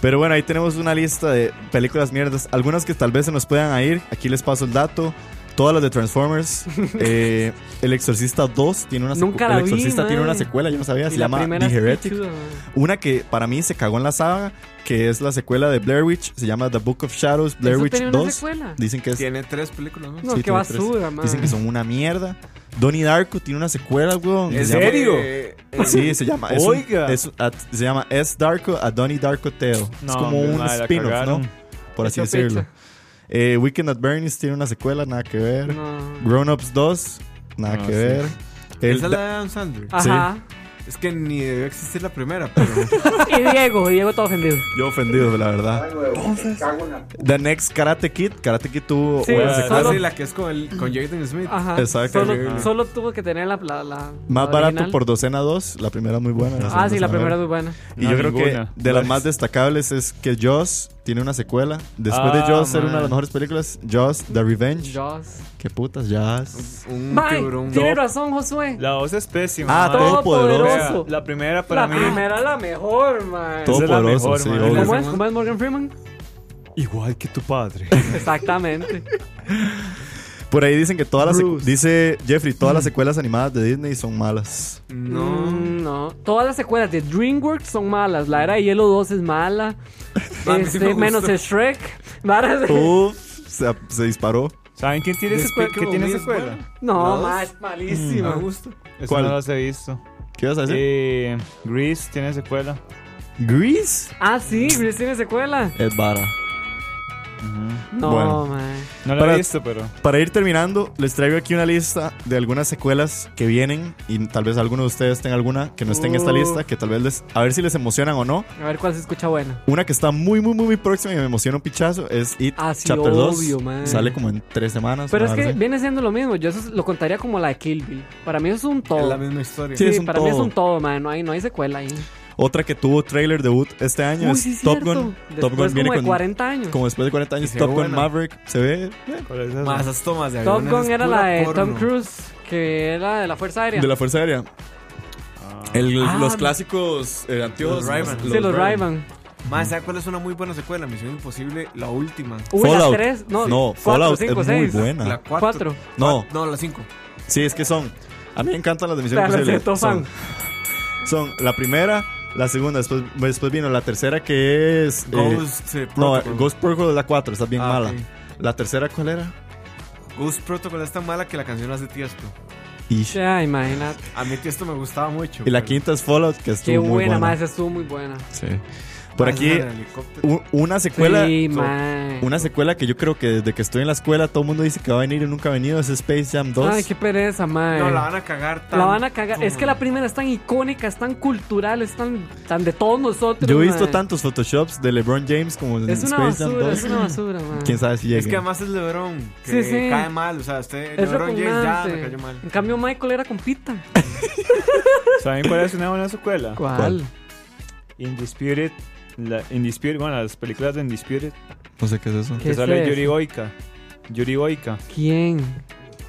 Speaker 3: Pero bueno, ahí tenemos una lista de películas mierdas. Algunas que tal vez se nos puedan a ir. Aquí les paso el dato. Todas las de
Speaker 4: [LAUGHS]
Speaker 3: Transformers. Eh, el Exorcista 2 tiene una secuela.
Speaker 4: Nunca la
Speaker 3: El
Speaker 4: vi,
Speaker 3: Exorcista tiene
Speaker 4: madre.
Speaker 3: una secuela, yo no sabía.
Speaker 4: Y
Speaker 3: Se
Speaker 4: la
Speaker 3: llama
Speaker 4: primera
Speaker 3: The
Speaker 4: es
Speaker 3: Heretic.
Speaker 4: pichuda, mae.
Speaker 3: Una que para mí se cagó en la saga, que es la secuela de Blair Witch. Se llama The Book of Shadows, Blair
Speaker 4: ¿Eso
Speaker 3: Witch
Speaker 4: tenía una
Speaker 3: 2.
Speaker 4: secuela?
Speaker 3: Dicen que es
Speaker 6: Tiene tres películas,
Speaker 4: No,
Speaker 6: ¿no?
Speaker 3: sí,
Speaker 4: qué
Speaker 3: tiene tres.
Speaker 4: basura, mae.
Speaker 3: Dicen que son una mierda. Donnie Darko tiene una secuela, weón.
Speaker 5: ¿En
Speaker 3: Se llama-
Speaker 5: serio?
Speaker 6: Eh,
Speaker 3: Sí, se llama. es un-
Speaker 5: Oiga.
Speaker 3: es- a- se llama Es Darko a Donnie Darko Tale. es como
Speaker 5: hombre,
Speaker 3: un
Speaker 5: madre, la
Speaker 3: spin-off, ¿no?
Speaker 5: cagaron.
Speaker 3: Por así
Speaker 4: Esa
Speaker 3: decirlo.
Speaker 4: picha.
Speaker 3: Eh, Weekend at Bernie's tiene una secuela, nada que ver.
Speaker 4: No.
Speaker 3: Grown Ups 2, nada
Speaker 5: No,
Speaker 3: que
Speaker 5: sí.
Speaker 3: ver. El-
Speaker 6: Esa es la de Adam Sandler.
Speaker 4: Ajá.
Speaker 6: Es que ni debió existir la primera, pero.
Speaker 4: [LAUGHS]
Speaker 6: pues,
Speaker 4: Y Diego, Diego todo ofendido.
Speaker 3: Yo ofendido, la verdad. The Next Karate Kid. Karate Kid tuvo
Speaker 4: Sí,
Speaker 3: una
Speaker 5: solo-
Speaker 3: secuela.
Speaker 6: Ah, sí, la que es con, el, con Jaden Smith.
Speaker 4: Ajá.
Speaker 3: Exacto.
Speaker 4: Solo,
Speaker 3: Terrible.
Speaker 4: solo tuvo que tener la. la, la-
Speaker 3: Más
Speaker 4: la
Speaker 3: barato
Speaker 4: original.
Speaker 3: por docena 2. La primera muy buena.
Speaker 4: Ah,
Speaker 3: segunda
Speaker 4: sí, la
Speaker 3: es una
Speaker 4: primera es
Speaker 3: mierda.
Speaker 4: muy buena.
Speaker 3: Y
Speaker 5: No,
Speaker 3: yo creo
Speaker 5: ninguna.
Speaker 3: que de las más destacables es que Jaws tiene una secuela. Después de
Speaker 5: Ah,
Speaker 3: Jaws ser
Speaker 5: man.
Speaker 3: una de las mejores películas, Jaws, The Revenge.
Speaker 4: Jaws.
Speaker 3: Qué putas, Jaws.
Speaker 6: Un
Speaker 4: Mae,
Speaker 6: tiburón.
Speaker 4: tiene
Speaker 6: No,
Speaker 4: razón, Josué.
Speaker 5: La voz es pésima.
Speaker 3: Ah,
Speaker 5: madre.
Speaker 3: todo
Speaker 4: Todopoderoso.
Speaker 3: poderoso.
Speaker 5: Vea, La primera para
Speaker 4: La
Speaker 5: mí.
Speaker 4: primera es la mejor, man.
Speaker 3: Todo
Speaker 5: Esa es la
Speaker 3: poderoso,
Speaker 5: mejor,
Speaker 3: sí,
Speaker 5: man.
Speaker 3: obvio.
Speaker 4: ¿Cómo
Speaker 6: Esa
Speaker 4: es?
Speaker 6: es
Speaker 4: ¿Cómo es Morgan Freeman?
Speaker 5: Igual que
Speaker 3: [LAUGHS]
Speaker 5: tu padre.
Speaker 4: Exactamente.
Speaker 3: Por ahí dicen que todas las secu-
Speaker 5: Bruce.
Speaker 3: dice Jeffrey, todas las secuelas animadas de Disney son
Speaker 4: [LAUGHS]
Speaker 3: malas.
Speaker 6: no.
Speaker 4: Mm, No. Todas las secuelas de DreamWorks son malas. La era de Hielo 2 es mala.
Speaker 6: A mí sí
Speaker 4: Este,
Speaker 6: me gustó.
Speaker 4: menos Shrek. Varas de-
Speaker 3: Uf, se, se disparó.
Speaker 5: ¿Saben quién tiene secuela?
Speaker 6: Despicable
Speaker 5: ¿Qué tiene
Speaker 6: Me es
Speaker 5: secuela?
Speaker 6: buena.
Speaker 4: No,
Speaker 6: Dos.
Speaker 4: más
Speaker 6: Me
Speaker 4: malísima.
Speaker 6: gusta.
Speaker 5: Eso
Speaker 3: ¿Cuál? ¿Ah,
Speaker 5: no las he visto.
Speaker 3: ¿Qué ibas a decir?
Speaker 5: Eh, Grease tiene secuela.
Speaker 3: Grease
Speaker 4: Ah, sí, Grease tiene secuela.
Speaker 3: es vara.
Speaker 4: No,
Speaker 3: Bueno.
Speaker 4: man.
Speaker 5: No la
Speaker 3: Para-
Speaker 5: he visto, pero.
Speaker 3: Para ir terminando, les traigo aquí una lista de algunas secuelas que vienen y tal vez alguno de ustedes tenga alguna que no esté en esta
Speaker 4: Uh.
Speaker 3: lista, que tal vez les a ver si les emocionan o no.
Speaker 4: A ver cuál se escucha buena.
Speaker 3: Una que está muy, muy, muy, muy próxima y me emociona un pichazo es It
Speaker 4: Ah, sí,
Speaker 3: Chapter
Speaker 4: obvio,
Speaker 3: 2.
Speaker 4: man.
Speaker 3: Sale como en tres semanas.
Speaker 4: Pero es
Speaker 3: una
Speaker 4: que
Speaker 3: hora así.
Speaker 4: viene siendo lo mismo. Yo eso lo contaría como la de Kill Bill. Para mí eso es un
Speaker 6: Es
Speaker 4: todo.
Speaker 6: la misma historia.
Speaker 3: Sí.
Speaker 4: Oh. Sí,
Speaker 3: es un
Speaker 4: para mí es
Speaker 3: todo.
Speaker 4: un todo, man. No hay, no hay secuela ahí.
Speaker 3: Otra que tuvo trailer debut este año
Speaker 4: Uy,
Speaker 3: es
Speaker 4: sí, es
Speaker 3: Top
Speaker 4: cierto.
Speaker 3: Gun.
Speaker 4: Después
Speaker 3: Top Gun viene
Speaker 4: como de
Speaker 3: con
Speaker 4: 40 años.
Speaker 3: como después de 40 años
Speaker 6: Y se
Speaker 3: Top
Speaker 6: ve
Speaker 3: Gun
Speaker 6: buena.
Speaker 3: Maverick se ve
Speaker 5: ¿Cuál es esa?
Speaker 6: Más esas tomas de
Speaker 4: Top
Speaker 6: aviones
Speaker 4: Gun
Speaker 6: es
Speaker 4: era
Speaker 6: pura
Speaker 4: la de
Speaker 6: porno.
Speaker 4: Tom Cruise, que era de la Fuerza Aérea.
Speaker 3: de la Fuerza Aérea. El- los clásicos eh, antiguos.
Speaker 6: Ah. Los Ray-Ban.
Speaker 4: Ah, sí, los
Speaker 3: Ray-Ban.
Speaker 4: Ryman.
Speaker 6: Más, ¿sabes cuál es una muy buena secuela? Misión Imposible, la última.
Speaker 4: Uy,
Speaker 3: Fallout.
Speaker 4: las tres. No,
Speaker 3: No,
Speaker 4: cuatro,
Speaker 3: Fallout
Speaker 4: cinco,
Speaker 3: es
Speaker 4: seis. [LAUGHS]
Speaker 3: muy buena.
Speaker 6: La cuatro.
Speaker 4: Cuatro.
Speaker 3: Ah. No,
Speaker 6: No, la cinco.
Speaker 3: sí, es que son. A mí me encantan las de Misión
Speaker 4: Claro,
Speaker 3: Imposible.
Speaker 4: cierto,
Speaker 3: Son,
Speaker 4: fan.
Speaker 3: son la primera, la segunda, después, después vino la tercera que es. eh,
Speaker 6: Ghost, eh,
Speaker 3: no,
Speaker 6: Protocol.
Speaker 3: Ghost Protocol es la 4, está bien
Speaker 6: Ah,
Speaker 3: mala.
Speaker 6: ok.
Speaker 3: La tercera, ¿cuál era?
Speaker 6: Ghost Protocol es tan mala que la canción la hace Tiesto.
Speaker 3: Ish.
Speaker 4: Ya, imagínate.
Speaker 6: A mí Tiesto me gustaba mucho.
Speaker 3: Y la
Speaker 6: pero-
Speaker 3: quinta es Fallout, que estuvo
Speaker 4: Qué
Speaker 3: muy
Speaker 4: buena,
Speaker 3: buena.
Speaker 4: más esa estuvo muy buena.
Speaker 3: Sí. Por
Speaker 6: Ah,
Speaker 3: aquí,
Speaker 6: esa era el helicóptero.
Speaker 3: u- una secuela.
Speaker 4: sí,
Speaker 3: so-
Speaker 4: mae.
Speaker 3: Una secuela que yo creo que desde que estoy en la escuela todo el mundo dice que va a venir y nunca ha venido es Space Jam 2.
Speaker 4: Ay, qué pereza, mae.
Speaker 6: No, la van a cagar.
Speaker 4: La van a cagar.
Speaker 6: tanto,
Speaker 4: Es que la
Speaker 6: man.
Speaker 4: primera es tan icónica, es tan cultural, es tan, tan de todos nosotros.
Speaker 3: yo he
Speaker 4: mae.
Speaker 3: visto tantos photoshops de LeBron James como en
Speaker 4: Es una
Speaker 3: Space Jam
Speaker 4: basura,
Speaker 3: 2.
Speaker 4: es una basura, mae.
Speaker 3: Quién sabe si llega.
Speaker 6: Es que además es LeBron. Que
Speaker 4: Sí, sí.
Speaker 6: cae mal. O sea, usted.
Speaker 4: Es
Speaker 6: LeBron James ya
Speaker 4: repugnante.
Speaker 6: me cayó mal.
Speaker 4: En cambio, Michael era con pita.
Speaker 5: ¿Saben cuál es una buena secuela?
Speaker 4: ¿Cuál?
Speaker 5: Indisputed la Indisputed, bueno, las películas de Indisputed,
Speaker 6: No sé qué es eso.
Speaker 4: ¿Qué
Speaker 5: que
Speaker 4: es
Speaker 5: sale
Speaker 4: eso?
Speaker 5: Yuri Boyka. Yuri Boyka.
Speaker 4: ¿Quién?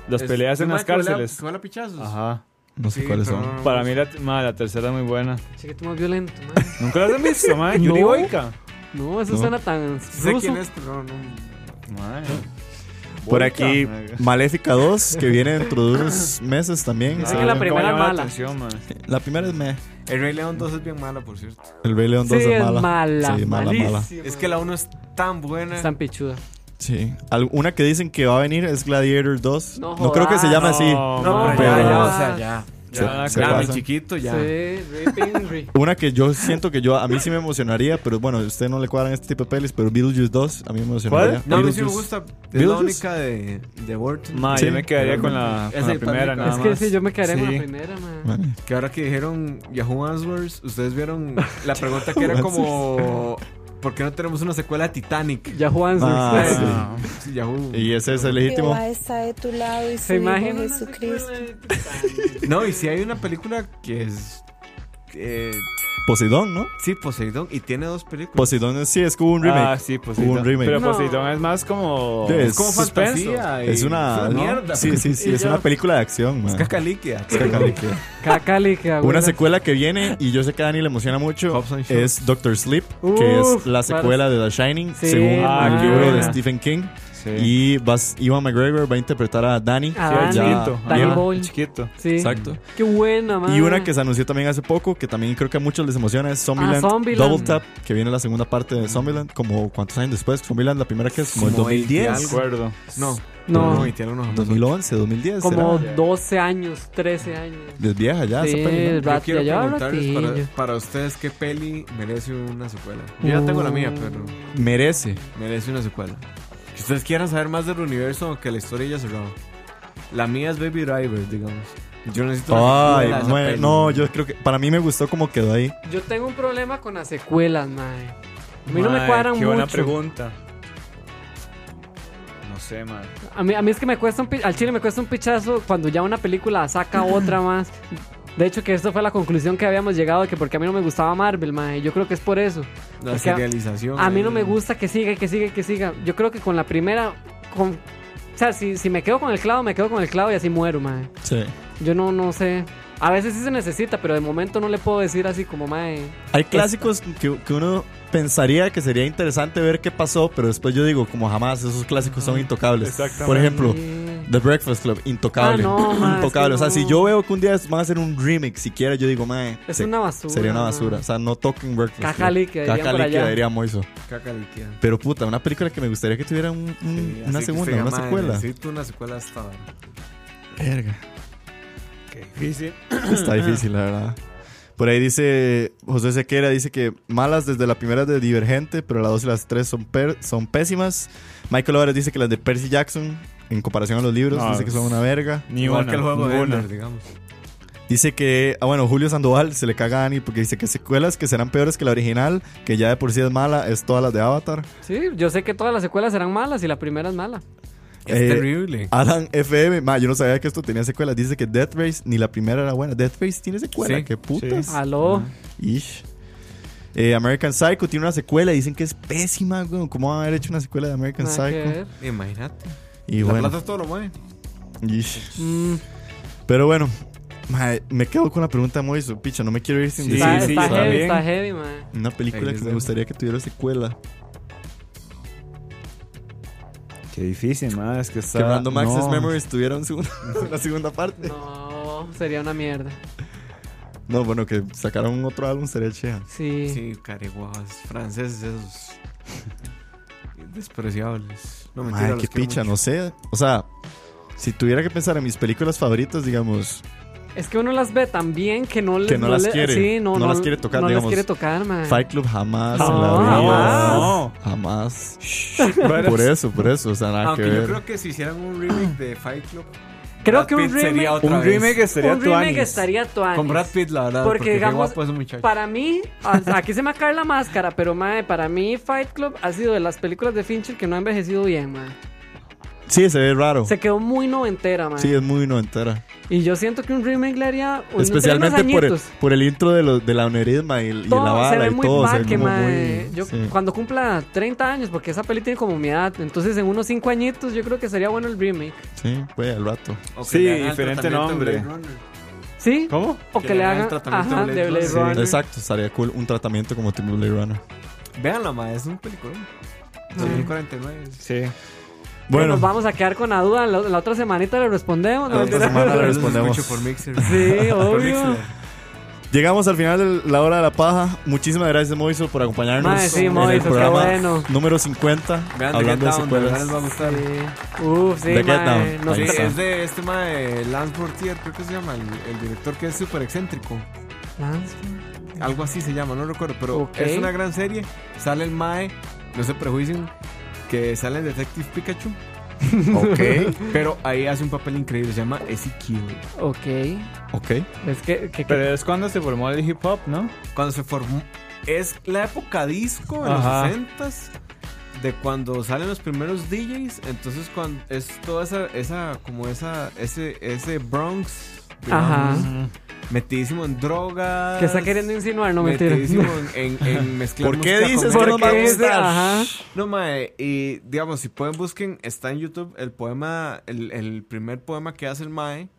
Speaker 5: Las peleas en las cárceles.
Speaker 6: ¿Cuál a pichazos?
Speaker 5: Ajá.
Speaker 6: No sé cuáles son.
Speaker 5: Para mí la, ma, la tercera es muy buena.
Speaker 4: Chiquito más violento, man.
Speaker 5: ¿Nunca las han
Speaker 4: [LAUGHS]
Speaker 5: visto, ma?
Speaker 4: No.
Speaker 5: Yuri Boyka.
Speaker 4: No, eso suena tan
Speaker 6: Sé
Speaker 4: ruso.
Speaker 6: quién es, pero no. no.
Speaker 5: Ma,
Speaker 3: Por
Speaker 5: Boyka.
Speaker 3: aquí, Maléfica 2,
Speaker 6: [LAUGHS]
Speaker 3: que viene dentro de unos meses también.
Speaker 4: Dicen
Speaker 3: Se-
Speaker 4: que la
Speaker 5: Nunca me
Speaker 4: primera
Speaker 5: llamó
Speaker 4: es
Speaker 5: la
Speaker 4: mala.
Speaker 5: atención, ma.
Speaker 3: La primera es meh.
Speaker 6: El Rey León 2 es bien mala, por cierto.
Speaker 3: El Rey León 2
Speaker 4: Sí,
Speaker 3: es
Speaker 4: es
Speaker 3: mala.
Speaker 4: mala,
Speaker 3: Sí, mala, mala.
Speaker 4: malísima.
Speaker 6: Es que la 1 es tan buena.
Speaker 4: Es tan pichuda.
Speaker 3: Sí. Al- Una que dicen que va a venir es Gladiator 2.
Speaker 4: No
Speaker 3: No, creo que se
Speaker 4: jodas.
Speaker 3: llama así.
Speaker 5: No,
Speaker 6: No,
Speaker 5: ma,
Speaker 6: pero ya,
Speaker 3: pero-
Speaker 6: ya, o sea, ya.
Speaker 3: Se-
Speaker 5: Ya,
Speaker 3: se
Speaker 6: Ya, mi
Speaker 3: pasan.
Speaker 6: chiquito, ya.
Speaker 4: Sí, ripping, ri-
Speaker 3: Una que yo siento que yo a mí sí me emocionaría, pero bueno, a usted no le cuadran este tipo de pelis, pero Beetlejuice 2 a mí me emocionaría.
Speaker 6: No, a mí sí
Speaker 3: Beetlejuice.
Speaker 6: me gusta. Es la
Speaker 3: Beetlejuice.
Speaker 6: única de, de Burton.
Speaker 5: Ma,
Speaker 3: Sí.
Speaker 5: yo me quedaría con la,
Speaker 6: Es
Speaker 5: con la
Speaker 6: el
Speaker 5: primera,
Speaker 6: pánico.
Speaker 5: nada
Speaker 4: Es
Speaker 5: más.
Speaker 4: que sí, yo me quedaré con
Speaker 5: Sí.
Speaker 4: la primera, man.
Speaker 3: Man,
Speaker 6: Que ahora que dijeron Yahoo Answers, ustedes vieron la pregunta que era como... ¿Por qué no tenemos una secuela de Titanic?
Speaker 4: Ya Juan
Speaker 3: Ah,
Speaker 4: Zurz.
Speaker 3: sí.
Speaker 5: Ah,
Speaker 6: Sí, Yahoo.
Speaker 3: Y ese es el legítimo.
Speaker 10: Jehová está de tu lado y su
Speaker 4: ¿Se
Speaker 10: Hijo
Speaker 4: imagina?
Speaker 10: Jesucristo.
Speaker 6: No, y si hay una película que es... eh,
Speaker 3: Poseidón, ¿no?
Speaker 6: sí, Poseidón. Y tiene dos películas.
Speaker 3: Poseidón es- sí, es como un remake.
Speaker 5: Ah, sí, Poseidón.
Speaker 3: Hubo un remake.
Speaker 5: Pero
Speaker 4: No.
Speaker 5: Poseidón es más como.
Speaker 3: Sí,
Speaker 6: es como
Speaker 3: suspenso.
Speaker 6: fantasía. y-
Speaker 3: Es una,
Speaker 6: Ah, es
Speaker 3: ¿no?
Speaker 6: mierda.
Speaker 3: Sí, sí, sí, es una película de acción, man.
Speaker 6: Es caca líquida.
Speaker 3: Es caca líquida.
Speaker 4: Cacali, que
Speaker 3: Una
Speaker 4: abuela.
Speaker 3: secuela que viene y yo sé que a Dani le emociona mucho
Speaker 6: Hobbs and Shaw.
Speaker 3: es Doctor Sleep, que es
Speaker 4: Uf,
Speaker 3: la
Speaker 4: claro.
Speaker 3: secuela de The Shining,
Speaker 4: Sí,
Speaker 3: según
Speaker 5: ah,
Speaker 3: el
Speaker 5: qué
Speaker 3: libro de
Speaker 5: buena.
Speaker 3: Stephen King.
Speaker 5: Sí.
Speaker 3: Y vas, Iwan McGregor va a interpretar a Danny.
Speaker 4: Ah,
Speaker 5: Sí,
Speaker 4: Dani,
Speaker 3: ya-
Speaker 5: chiquito.
Speaker 4: Danny
Speaker 5: ajá,
Speaker 4: Boyle.
Speaker 5: Chiquito.
Speaker 4: Sí.
Speaker 3: Exacto.
Speaker 4: Qué buena, man.
Speaker 3: Y una que se anunció también hace poco, que también creo que a muchos les emociona, es Zombieland,
Speaker 4: Ah, Zombieland.
Speaker 3: Double Tap, que viene la segunda parte de Zombieland, como cuántos años después, Zombieland la primera que es como el
Speaker 6: Como
Speaker 3: 2010,
Speaker 5: De acuerdo.
Speaker 6: No.
Speaker 4: No.
Speaker 6: No, y tiene unos
Speaker 3: 2011, 2010,
Speaker 4: Como
Speaker 3: como...
Speaker 4: 12 años, 13 años.
Speaker 3: vieja ya
Speaker 4: Sí,
Speaker 3: esa peli, ¿no?
Speaker 4: el
Speaker 6: Yo
Speaker 4: rat-
Speaker 6: quiero
Speaker 4: ya lleva
Speaker 6: preguntarles para,
Speaker 4: ratillo.
Speaker 6: para ustedes qué peli merece una secuela. Yo ya tengo la mía,
Speaker 4: Uh.
Speaker 6: pero
Speaker 3: Merece.
Speaker 6: merece una secuela. Que ustedes quieran saber más del universo o que la historia ya cerrado. La mía es Baby Driver, digamos. Yo necesito
Speaker 3: Ay,
Speaker 6: una secuela de esa
Speaker 3: bueno,
Speaker 6: peli.
Speaker 3: no, yo creo que para mí me gustó como quedó ahí.
Speaker 4: Yo tengo un problema con las secuelas, mae. A mí no me
Speaker 5: Mae,
Speaker 4: cuadran
Speaker 5: Qué buena
Speaker 4: mucho.
Speaker 5: pregunta. No sé, man.
Speaker 4: A mí, a mí es que me cuesta un pi- al chile me cuesta un pichazo cuando ya una película saca otra más. De hecho, que esto fue la conclusión que habíamos llegado de que porque a mí no me gustaba Marvel, mae. Yo creo que es por eso.
Speaker 6: La
Speaker 4: Porque a-
Speaker 6: serialización.
Speaker 4: A mí no
Speaker 6: ahí.
Speaker 4: me gusta que siga, y que siga, y que siga. Yo creo que con la primera, con, o sea, si, si me quedo con el clavo, me quedo con el clavo y así muero, mae.
Speaker 3: Sí.
Speaker 4: Yo no, no sé. A veces sí se necesita, pero de momento no le puedo decir así como, mae.
Speaker 3: Hay clásicos que, que uno pensaría que sería interesante ver qué pasó, pero después yo digo, como jamás, esos clásicos son intocables.
Speaker 5: Exactamente.
Speaker 3: Por ejemplo,
Speaker 4: eh,
Speaker 3: The Breakfast Club, intocable. [LAUGHS]
Speaker 4: Ah, no, ma,
Speaker 3: intocable.
Speaker 4: es que
Speaker 3: o sea,
Speaker 4: no.
Speaker 3: si yo veo que un día van a hacer un remix siquiera, yo digo, mae,
Speaker 4: Es
Speaker 3: se-
Speaker 4: una basura.
Speaker 3: sería una
Speaker 4: mae.
Speaker 3: basura. O sea, no toquen Breakfast
Speaker 4: Caca
Speaker 3: Club.
Speaker 4: líquida, dirían
Speaker 3: Caca
Speaker 4: por
Speaker 3: líquida,
Speaker 4: allá.
Speaker 3: diría Moiso.
Speaker 6: Caca líquida.
Speaker 3: Pero puta, una película que me gustaría que tuviera un- un-
Speaker 6: Sí, así
Speaker 3: una
Speaker 6: que
Speaker 3: segunda,
Speaker 6: usted,
Speaker 3: una
Speaker 6: madre,
Speaker 3: secuela.
Speaker 6: Necesito una secuela hasta ahora.
Speaker 3: Verga.
Speaker 5: Qué difícil.
Speaker 6: [COUGHS]
Speaker 3: Está difícil, la verdad. Por ahí dice José Sequera, dice que malas desde la primera de Divergente, pero las dos y las tres son, per- son pésimas. Michael Álvarez dice que las de Percy Jackson, en comparación a los libros,
Speaker 5: No,
Speaker 3: dice que son una verga.
Speaker 5: Ni
Speaker 6: Igual
Speaker 5: una.
Speaker 6: que el juego de
Speaker 5: ninguna.
Speaker 6: Ender, digamos.
Speaker 3: Dice que, ah bueno, Julio Sandoval se le caga a Dani porque dice que secuelas que serán peores que la original, que ya de por sí es mala, es todas las de Avatar.
Speaker 4: Sí, yo sé que todas las secuelas serán malas y la primera es mala.
Speaker 6: Es
Speaker 3: Eh,
Speaker 6: terrible.
Speaker 3: Alan FM, ma, yo no sabía que esto tenía secuelas. Dice que Death Race ni la primera era buena. Death Race tiene secuela,
Speaker 6: Sí,
Speaker 3: qué putas.
Speaker 4: Aló.
Speaker 3: Ish. Eh, American Psycho tiene una secuela y dicen que es pésima, weón. ¿Cómo van a haber hecho una secuela de American
Speaker 4: nada que
Speaker 3: Psycho?
Speaker 4: ver.
Speaker 6: Imagínate.
Speaker 3: Y
Speaker 6: la
Speaker 3: bueno,
Speaker 6: plata es todo lo mueve.
Speaker 3: ish.
Speaker 4: Mm,
Speaker 3: Pero bueno, ma, me quedo con la pregunta muy su picha. No me quiero ir sin
Speaker 5: Sí,
Speaker 4: está,
Speaker 3: decir
Speaker 4: está
Speaker 3: ¿sabe?
Speaker 4: heavy,
Speaker 5: también.
Speaker 4: está heavy, mae.
Speaker 3: una película
Speaker 6: Ahí
Speaker 3: que
Speaker 6: les
Speaker 3: me
Speaker 6: dejo.
Speaker 3: gustaría que tuviera secuela.
Speaker 5: Qué difícil, man. Es que está.
Speaker 3: que Random Access
Speaker 5: no.
Speaker 3: Memories tuviera un segundo- [LAUGHS] una segunda parte. No.
Speaker 4: No, sería una mierda.
Speaker 3: bueno, que sacaran otro álbum sería chea.
Speaker 4: Sí.
Speaker 6: Sí, careguas, franceses esos [LAUGHS] despreciables. No mentira,
Speaker 3: Ay,
Speaker 6: los
Speaker 3: qué
Speaker 6: quiero
Speaker 3: picha,
Speaker 6: mucho.
Speaker 3: no sé. O sea, si tuviera que pensar en mis películas favoritas, digamos,
Speaker 4: Es que uno las ve tan bien que no, les,
Speaker 3: Que no las quiere.
Speaker 4: Sí, no,
Speaker 3: No las quiere tocar,
Speaker 4: No las
Speaker 3: digamos.
Speaker 4: quiere tocar, mae.
Speaker 3: Fight Club jamás
Speaker 4: No,
Speaker 3: en la vida.
Speaker 5: No.
Speaker 3: Jamás. [LAUGHS]
Speaker 5: Pero-
Speaker 3: Por eso, por eso. O sea, nada
Speaker 6: Aunque
Speaker 3: que
Speaker 6: yo
Speaker 3: ver.
Speaker 6: creo que si hicieran un remake de Fight Club,
Speaker 4: Creo
Speaker 6: Brad
Speaker 4: que un
Speaker 6: Pitt sería
Speaker 4: remake,
Speaker 6: otra
Speaker 5: Un
Speaker 6: vez.
Speaker 5: remake estaría
Speaker 4: un remake
Speaker 5: tuanis.
Speaker 4: estaría tuanis.
Speaker 6: con Brad Pitt, la verdad,
Speaker 4: Porque,
Speaker 6: porque,
Speaker 4: digamos,
Speaker 6: qué guapo es un muchacho.
Speaker 4: Para mí, a- aquí se me va a caer la máscara, pero mae, para mí Fight Club ha sido de las películas de Fincher que no ha envejecido bien, mae.
Speaker 3: Sí, se ve raro.
Speaker 4: Se quedó muy noventera, mae.
Speaker 3: Sí, es muy noventera.
Speaker 4: Y yo siento que un remake le haría unos
Speaker 3: Especialmente
Speaker 4: tres
Speaker 3: por el,
Speaker 4: añitos.
Speaker 3: por el intro de, los de la aneurisma y, el- y
Speaker 4: Todo,
Speaker 3: la
Speaker 4: se
Speaker 3: bala
Speaker 4: ve
Speaker 3: y
Speaker 4: muy
Speaker 3: todo. se ve
Speaker 4: parque,
Speaker 3: como
Speaker 4: mae.
Speaker 3: muy-
Speaker 4: Yo
Speaker 3: sí.
Speaker 4: cuando cumpla 30 años, porque esa peli tiene como mi edad, entonces en unos 5 añitos yo creo que sería bueno el remake.
Speaker 3: Sí, fue al rato.
Speaker 5: que Sí, le hagan el diferente tratamiento nombre. Blade
Speaker 4: ¿Sí?
Speaker 5: ¿Cómo?
Speaker 4: O
Speaker 6: Que
Speaker 4: que le
Speaker 6: le hagan el
Speaker 4: hagan
Speaker 6: tratamiento
Speaker 4: ajá,
Speaker 6: Blade
Speaker 4: de Blade
Speaker 6: Runner.
Speaker 4: Runner.
Speaker 3: Exacto, estaría cool un tratamiento como tipo Blade Runner.
Speaker 6: Veanla, ma, es un película. 2049.
Speaker 5: Sí.
Speaker 4: Bueno. Nos
Speaker 3: Bueno,
Speaker 4: vamos a quedar con la duda. La, la otra semanita le respondemos. ¿no?
Speaker 3: La
Speaker 4: [LAUGHS]
Speaker 3: otra semana le respondemos.
Speaker 6: Mucho por Mixer.
Speaker 3: [LAUGHS]
Speaker 4: Sí, obvio.
Speaker 3: llegamos al final de la hora de la paja. Muchísimas gracias, Moiso, por acompañarnos
Speaker 4: Mae, sí,
Speaker 3: en el
Speaker 4: Moiso, qué
Speaker 3: programa
Speaker 4: bueno.
Speaker 3: número 50,
Speaker 6: Vean The Get
Speaker 3: hablando de
Speaker 6: Down, de verdad
Speaker 3: secuelas.
Speaker 6: les va a gustar.
Speaker 4: Sí. Uf, sí,
Speaker 3: The Get
Speaker 4: mae.
Speaker 3: Down.
Speaker 4: Nos
Speaker 3: Ahí
Speaker 6: Sí,
Speaker 3: está.
Speaker 6: es de este ma de Lance Fortier, creo que se llama, el, el director que es súper excéntrico.
Speaker 4: Lance,
Speaker 6: Algo así se llama, no recuerdo, pero
Speaker 4: Ok.
Speaker 6: es una gran serie. Sale el mae, no se prejuicien, que sale el Detective
Speaker 4: [LAUGHS]
Speaker 6: Pikachu.
Speaker 3: Ok,
Speaker 6: Pero ahí hace un papel increíble, se llama Ezekiel.
Speaker 4: Ok.
Speaker 3: ok.
Speaker 4: Es que, que- que-
Speaker 5: Pero es cuando se formó el hip hop, ¿no?
Speaker 6: Cuando se formó. Es la época disco en
Speaker 5: Ajá.
Speaker 6: los 60 de cuando salen los primeros DJs. Entonces, cuando es toda esa, esa como esa, ese, ese Bronx. digamos,
Speaker 4: Ajá.
Speaker 6: Metidísimo en drogas.
Speaker 4: que está queriendo insinuar, no mentira.
Speaker 6: metidísimo
Speaker 4: [LAUGHS]
Speaker 6: en, en, en mezclar
Speaker 3: ¿Por qué
Speaker 6: música
Speaker 3: dices
Speaker 6: con género.
Speaker 3: que nos va a
Speaker 4: Porque es de-
Speaker 3: gustar?
Speaker 4: ajá.
Speaker 6: No, mae, y digamos, si pueden busquen, está en YouTube el poema, el, el primer poema que hace el mae,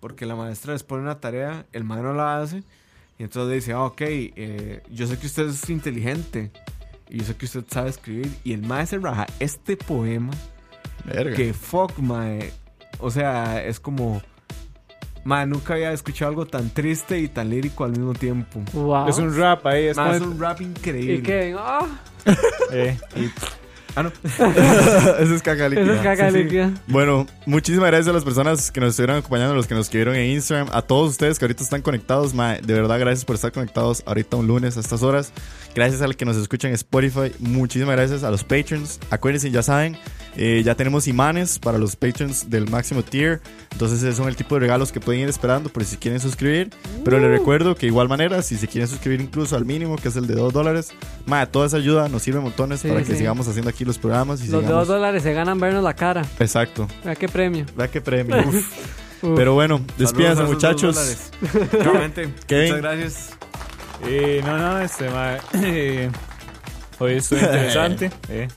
Speaker 6: porque la maestra les pone una tarea, el mae no la hace, y entonces dice, ah, ok, eh, yo sé que usted es inteligente, y yo sé que usted sabe escribir, y el mae se raja este poema,
Speaker 3: Verga.
Speaker 6: que fuck, mae, o sea, es como, mae, nunca había escuchado algo tan triste y tan lírico al mismo tiempo.
Speaker 4: Wow.
Speaker 5: Es un rap ahí, es
Speaker 6: Mae, es
Speaker 5: como-
Speaker 6: un rap increíble.
Speaker 4: Y que. ah,
Speaker 5: Eh,
Speaker 6: Ah, no.
Speaker 3: [LAUGHS] Ese es caca líquida.
Speaker 4: eso es caca
Speaker 3: Sí, sí.
Speaker 4: líquida.
Speaker 3: Bueno, muchísimas gracias a las personas que nos estuvieron acompañando, a los que nos escribieron en Instagram, a todos ustedes que ahorita están conectados. mae, de verdad, gracias por estar conectados ahorita un lunes a estas horas. Gracias a los que nos escuchan en Spotify. Muchísimas gracias a los patrons. Acuérdense, ya saben, eh, ya tenemos imanes para los patrons del máximo tier. Entonces, esos son el tipo de regalos que pueden ir esperando por si quieren suscribir. Pero
Speaker 4: Uh.
Speaker 3: les recuerdo que, igual manera, si se quieren suscribir incluso al mínimo, que es el de 2 dólares, mae, toda esa ayuda nos sirve montones
Speaker 4: Sí,
Speaker 3: para que
Speaker 4: sí.
Speaker 3: sigamos haciendo aquí los programas. Y
Speaker 4: Los
Speaker 3: sigamos...
Speaker 4: dos dólares se ganan vernos la cara.
Speaker 3: Exacto.
Speaker 4: Vea qué premio.
Speaker 3: Vea qué premio.
Speaker 4: Uf.
Speaker 3: Pero bueno, despídanse
Speaker 6: Saludos a
Speaker 3: muchachos.
Speaker 6: esos dos
Speaker 3: [LAUGHS]
Speaker 6: dólares. Chao, gente.
Speaker 3: Kevin.
Speaker 6: Muchas gracias.
Speaker 5: eh, no, no, este, mae, eh, hoy estuvo interesante. eh.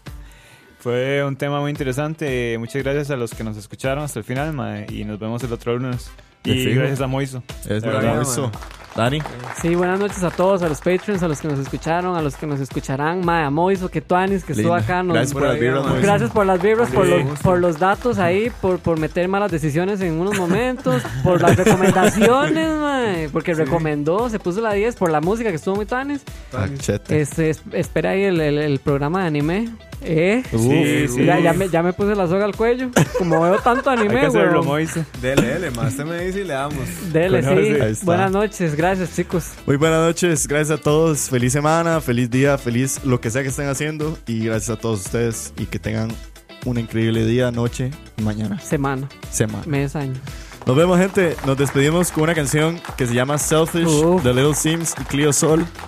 Speaker 5: Fue un tema muy interesante. eh, Muchas gracias a los que nos escucharon hasta el final, mae, y nos vemos el otro lunes.
Speaker 3: De
Speaker 5: Y
Speaker 3: fijo.
Speaker 5: gracias a Moiso.
Speaker 3: Es
Speaker 5: De verdad,
Speaker 3: eso. Dani,
Speaker 4: Sí, buenas noches a todos, a los patrons, a los que nos escucharon, a los que nos escucharán. Mae, a Moiso, que Tuanis, que estuvo
Speaker 3: Linda.
Speaker 4: acá. nos-
Speaker 3: gracias por las
Speaker 6: Por ahí,
Speaker 3: vibras.
Speaker 6: man.
Speaker 3: Moisés.
Speaker 4: Gracias por las vibras, por
Speaker 6: Sí.
Speaker 4: los, por los datos ahí, por, por meter malas decisiones en unos momentos, por las recomendaciones, mae, porque recomendó, se puso la 10, por la música que estuvo muy tanes.
Speaker 3: Ah, chete.
Speaker 4: Este, es- espera ahí el, el- el programa de anime. Eh,
Speaker 5: Sí, Uh, sí.
Speaker 4: Ya, ya me, ya me puse la soga al cuello. Como veo tanto
Speaker 5: Hay
Speaker 4: anime,
Speaker 5: que hacerlo,
Speaker 4: weón.
Speaker 5: Moiso.
Speaker 6: Dele, dele, más. Usted me dice y le damos.
Speaker 4: Dele,
Speaker 5: Conoce.
Speaker 3: Ahí
Speaker 4: sí.
Speaker 3: está.
Speaker 4: Buenas noches, gracias, chicos.
Speaker 3: Muy buenas noches, gracias a todos. Feliz semana, feliz día, feliz lo que sea que estén haciendo. Y gracias a todos ustedes. Y que tengan un increíble día, noche y mañana.
Speaker 4: Semana,
Speaker 3: Semana.
Speaker 4: mes, año.
Speaker 3: Nos vemos, gente. Nos despedimos con una canción que se llama Selfish
Speaker 4: Uf.
Speaker 3: de Little Sims y Clio Sol. Ah.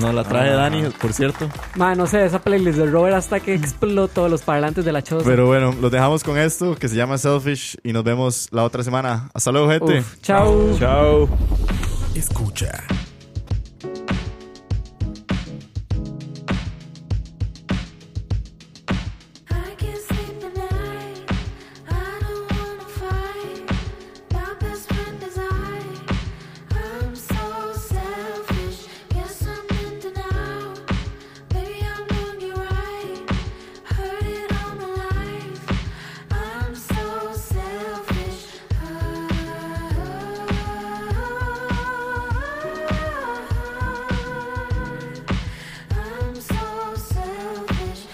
Speaker 3: Nos la trae Dani, por cierto.
Speaker 4: Man, no sé, esa playlist de Robert hasta que explotó los parlantes de la choza.
Speaker 3: Pero bueno, los dejamos con esto que se llama Selfish. Y nos vemos la otra semana. Hasta luego, gente.
Speaker 4: Uf, chao.
Speaker 5: Chao.
Speaker 2: Escucha.
Speaker 7: I can't sleep at night. I don't wanna fight. My best friend is I. I'm so selfish. Guess I'm in denial. Maybe I'm doing you right. Heard it all my life. I'm so selfish. I'm so selfish.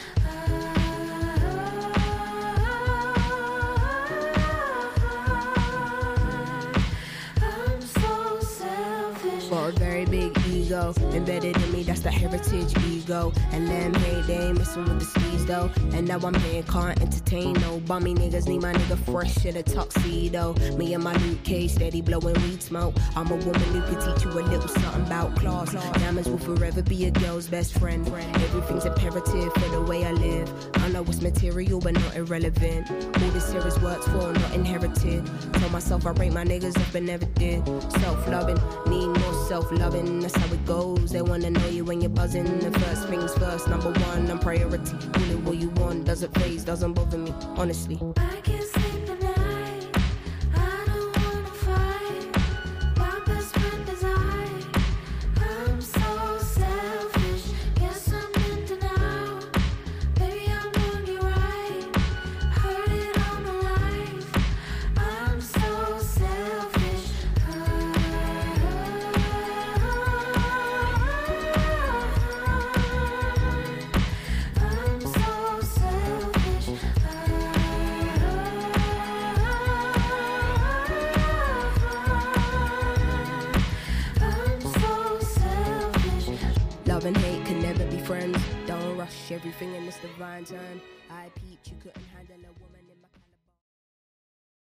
Speaker 7: I'm so selfish.
Speaker 11: But very big E. ego. Embedded in me, that's the heritage ego. And them hate, they ain't messing with the skis though. And now I'm here, can't entertain no bummy niggas. Need my nigga fresh in a tuxedo. Me and my Luke Cage steady blowing weed smoke. I'm a woman who can teach you a little something about claws. Diamonds will forever be a girl's best friend. Everything's imperative for the way I live. I know it's material but not irrelevant. All this here is worked for, not inherited. Told myself I rate my niggas up but never did. Self loving, need more self loving. That's how it goes. They wanna know you when you're buzzing. The first things first, number one, I'm priority. Only what you want doesn't phase, doesn't bother me, honestly.
Speaker 7: I can't sleep at night. I don't wanna fight. My best friend is I. I'm so selfish. Guess I'm into now. Maybe I'm doing you right. Heard it all my life. I'm so selfish. I'm so selfish. I'm so selfish.
Speaker 11: Love and hate can never be friends. Don't rush everything and it's divine time. I peeped, you couldn't handle a woman.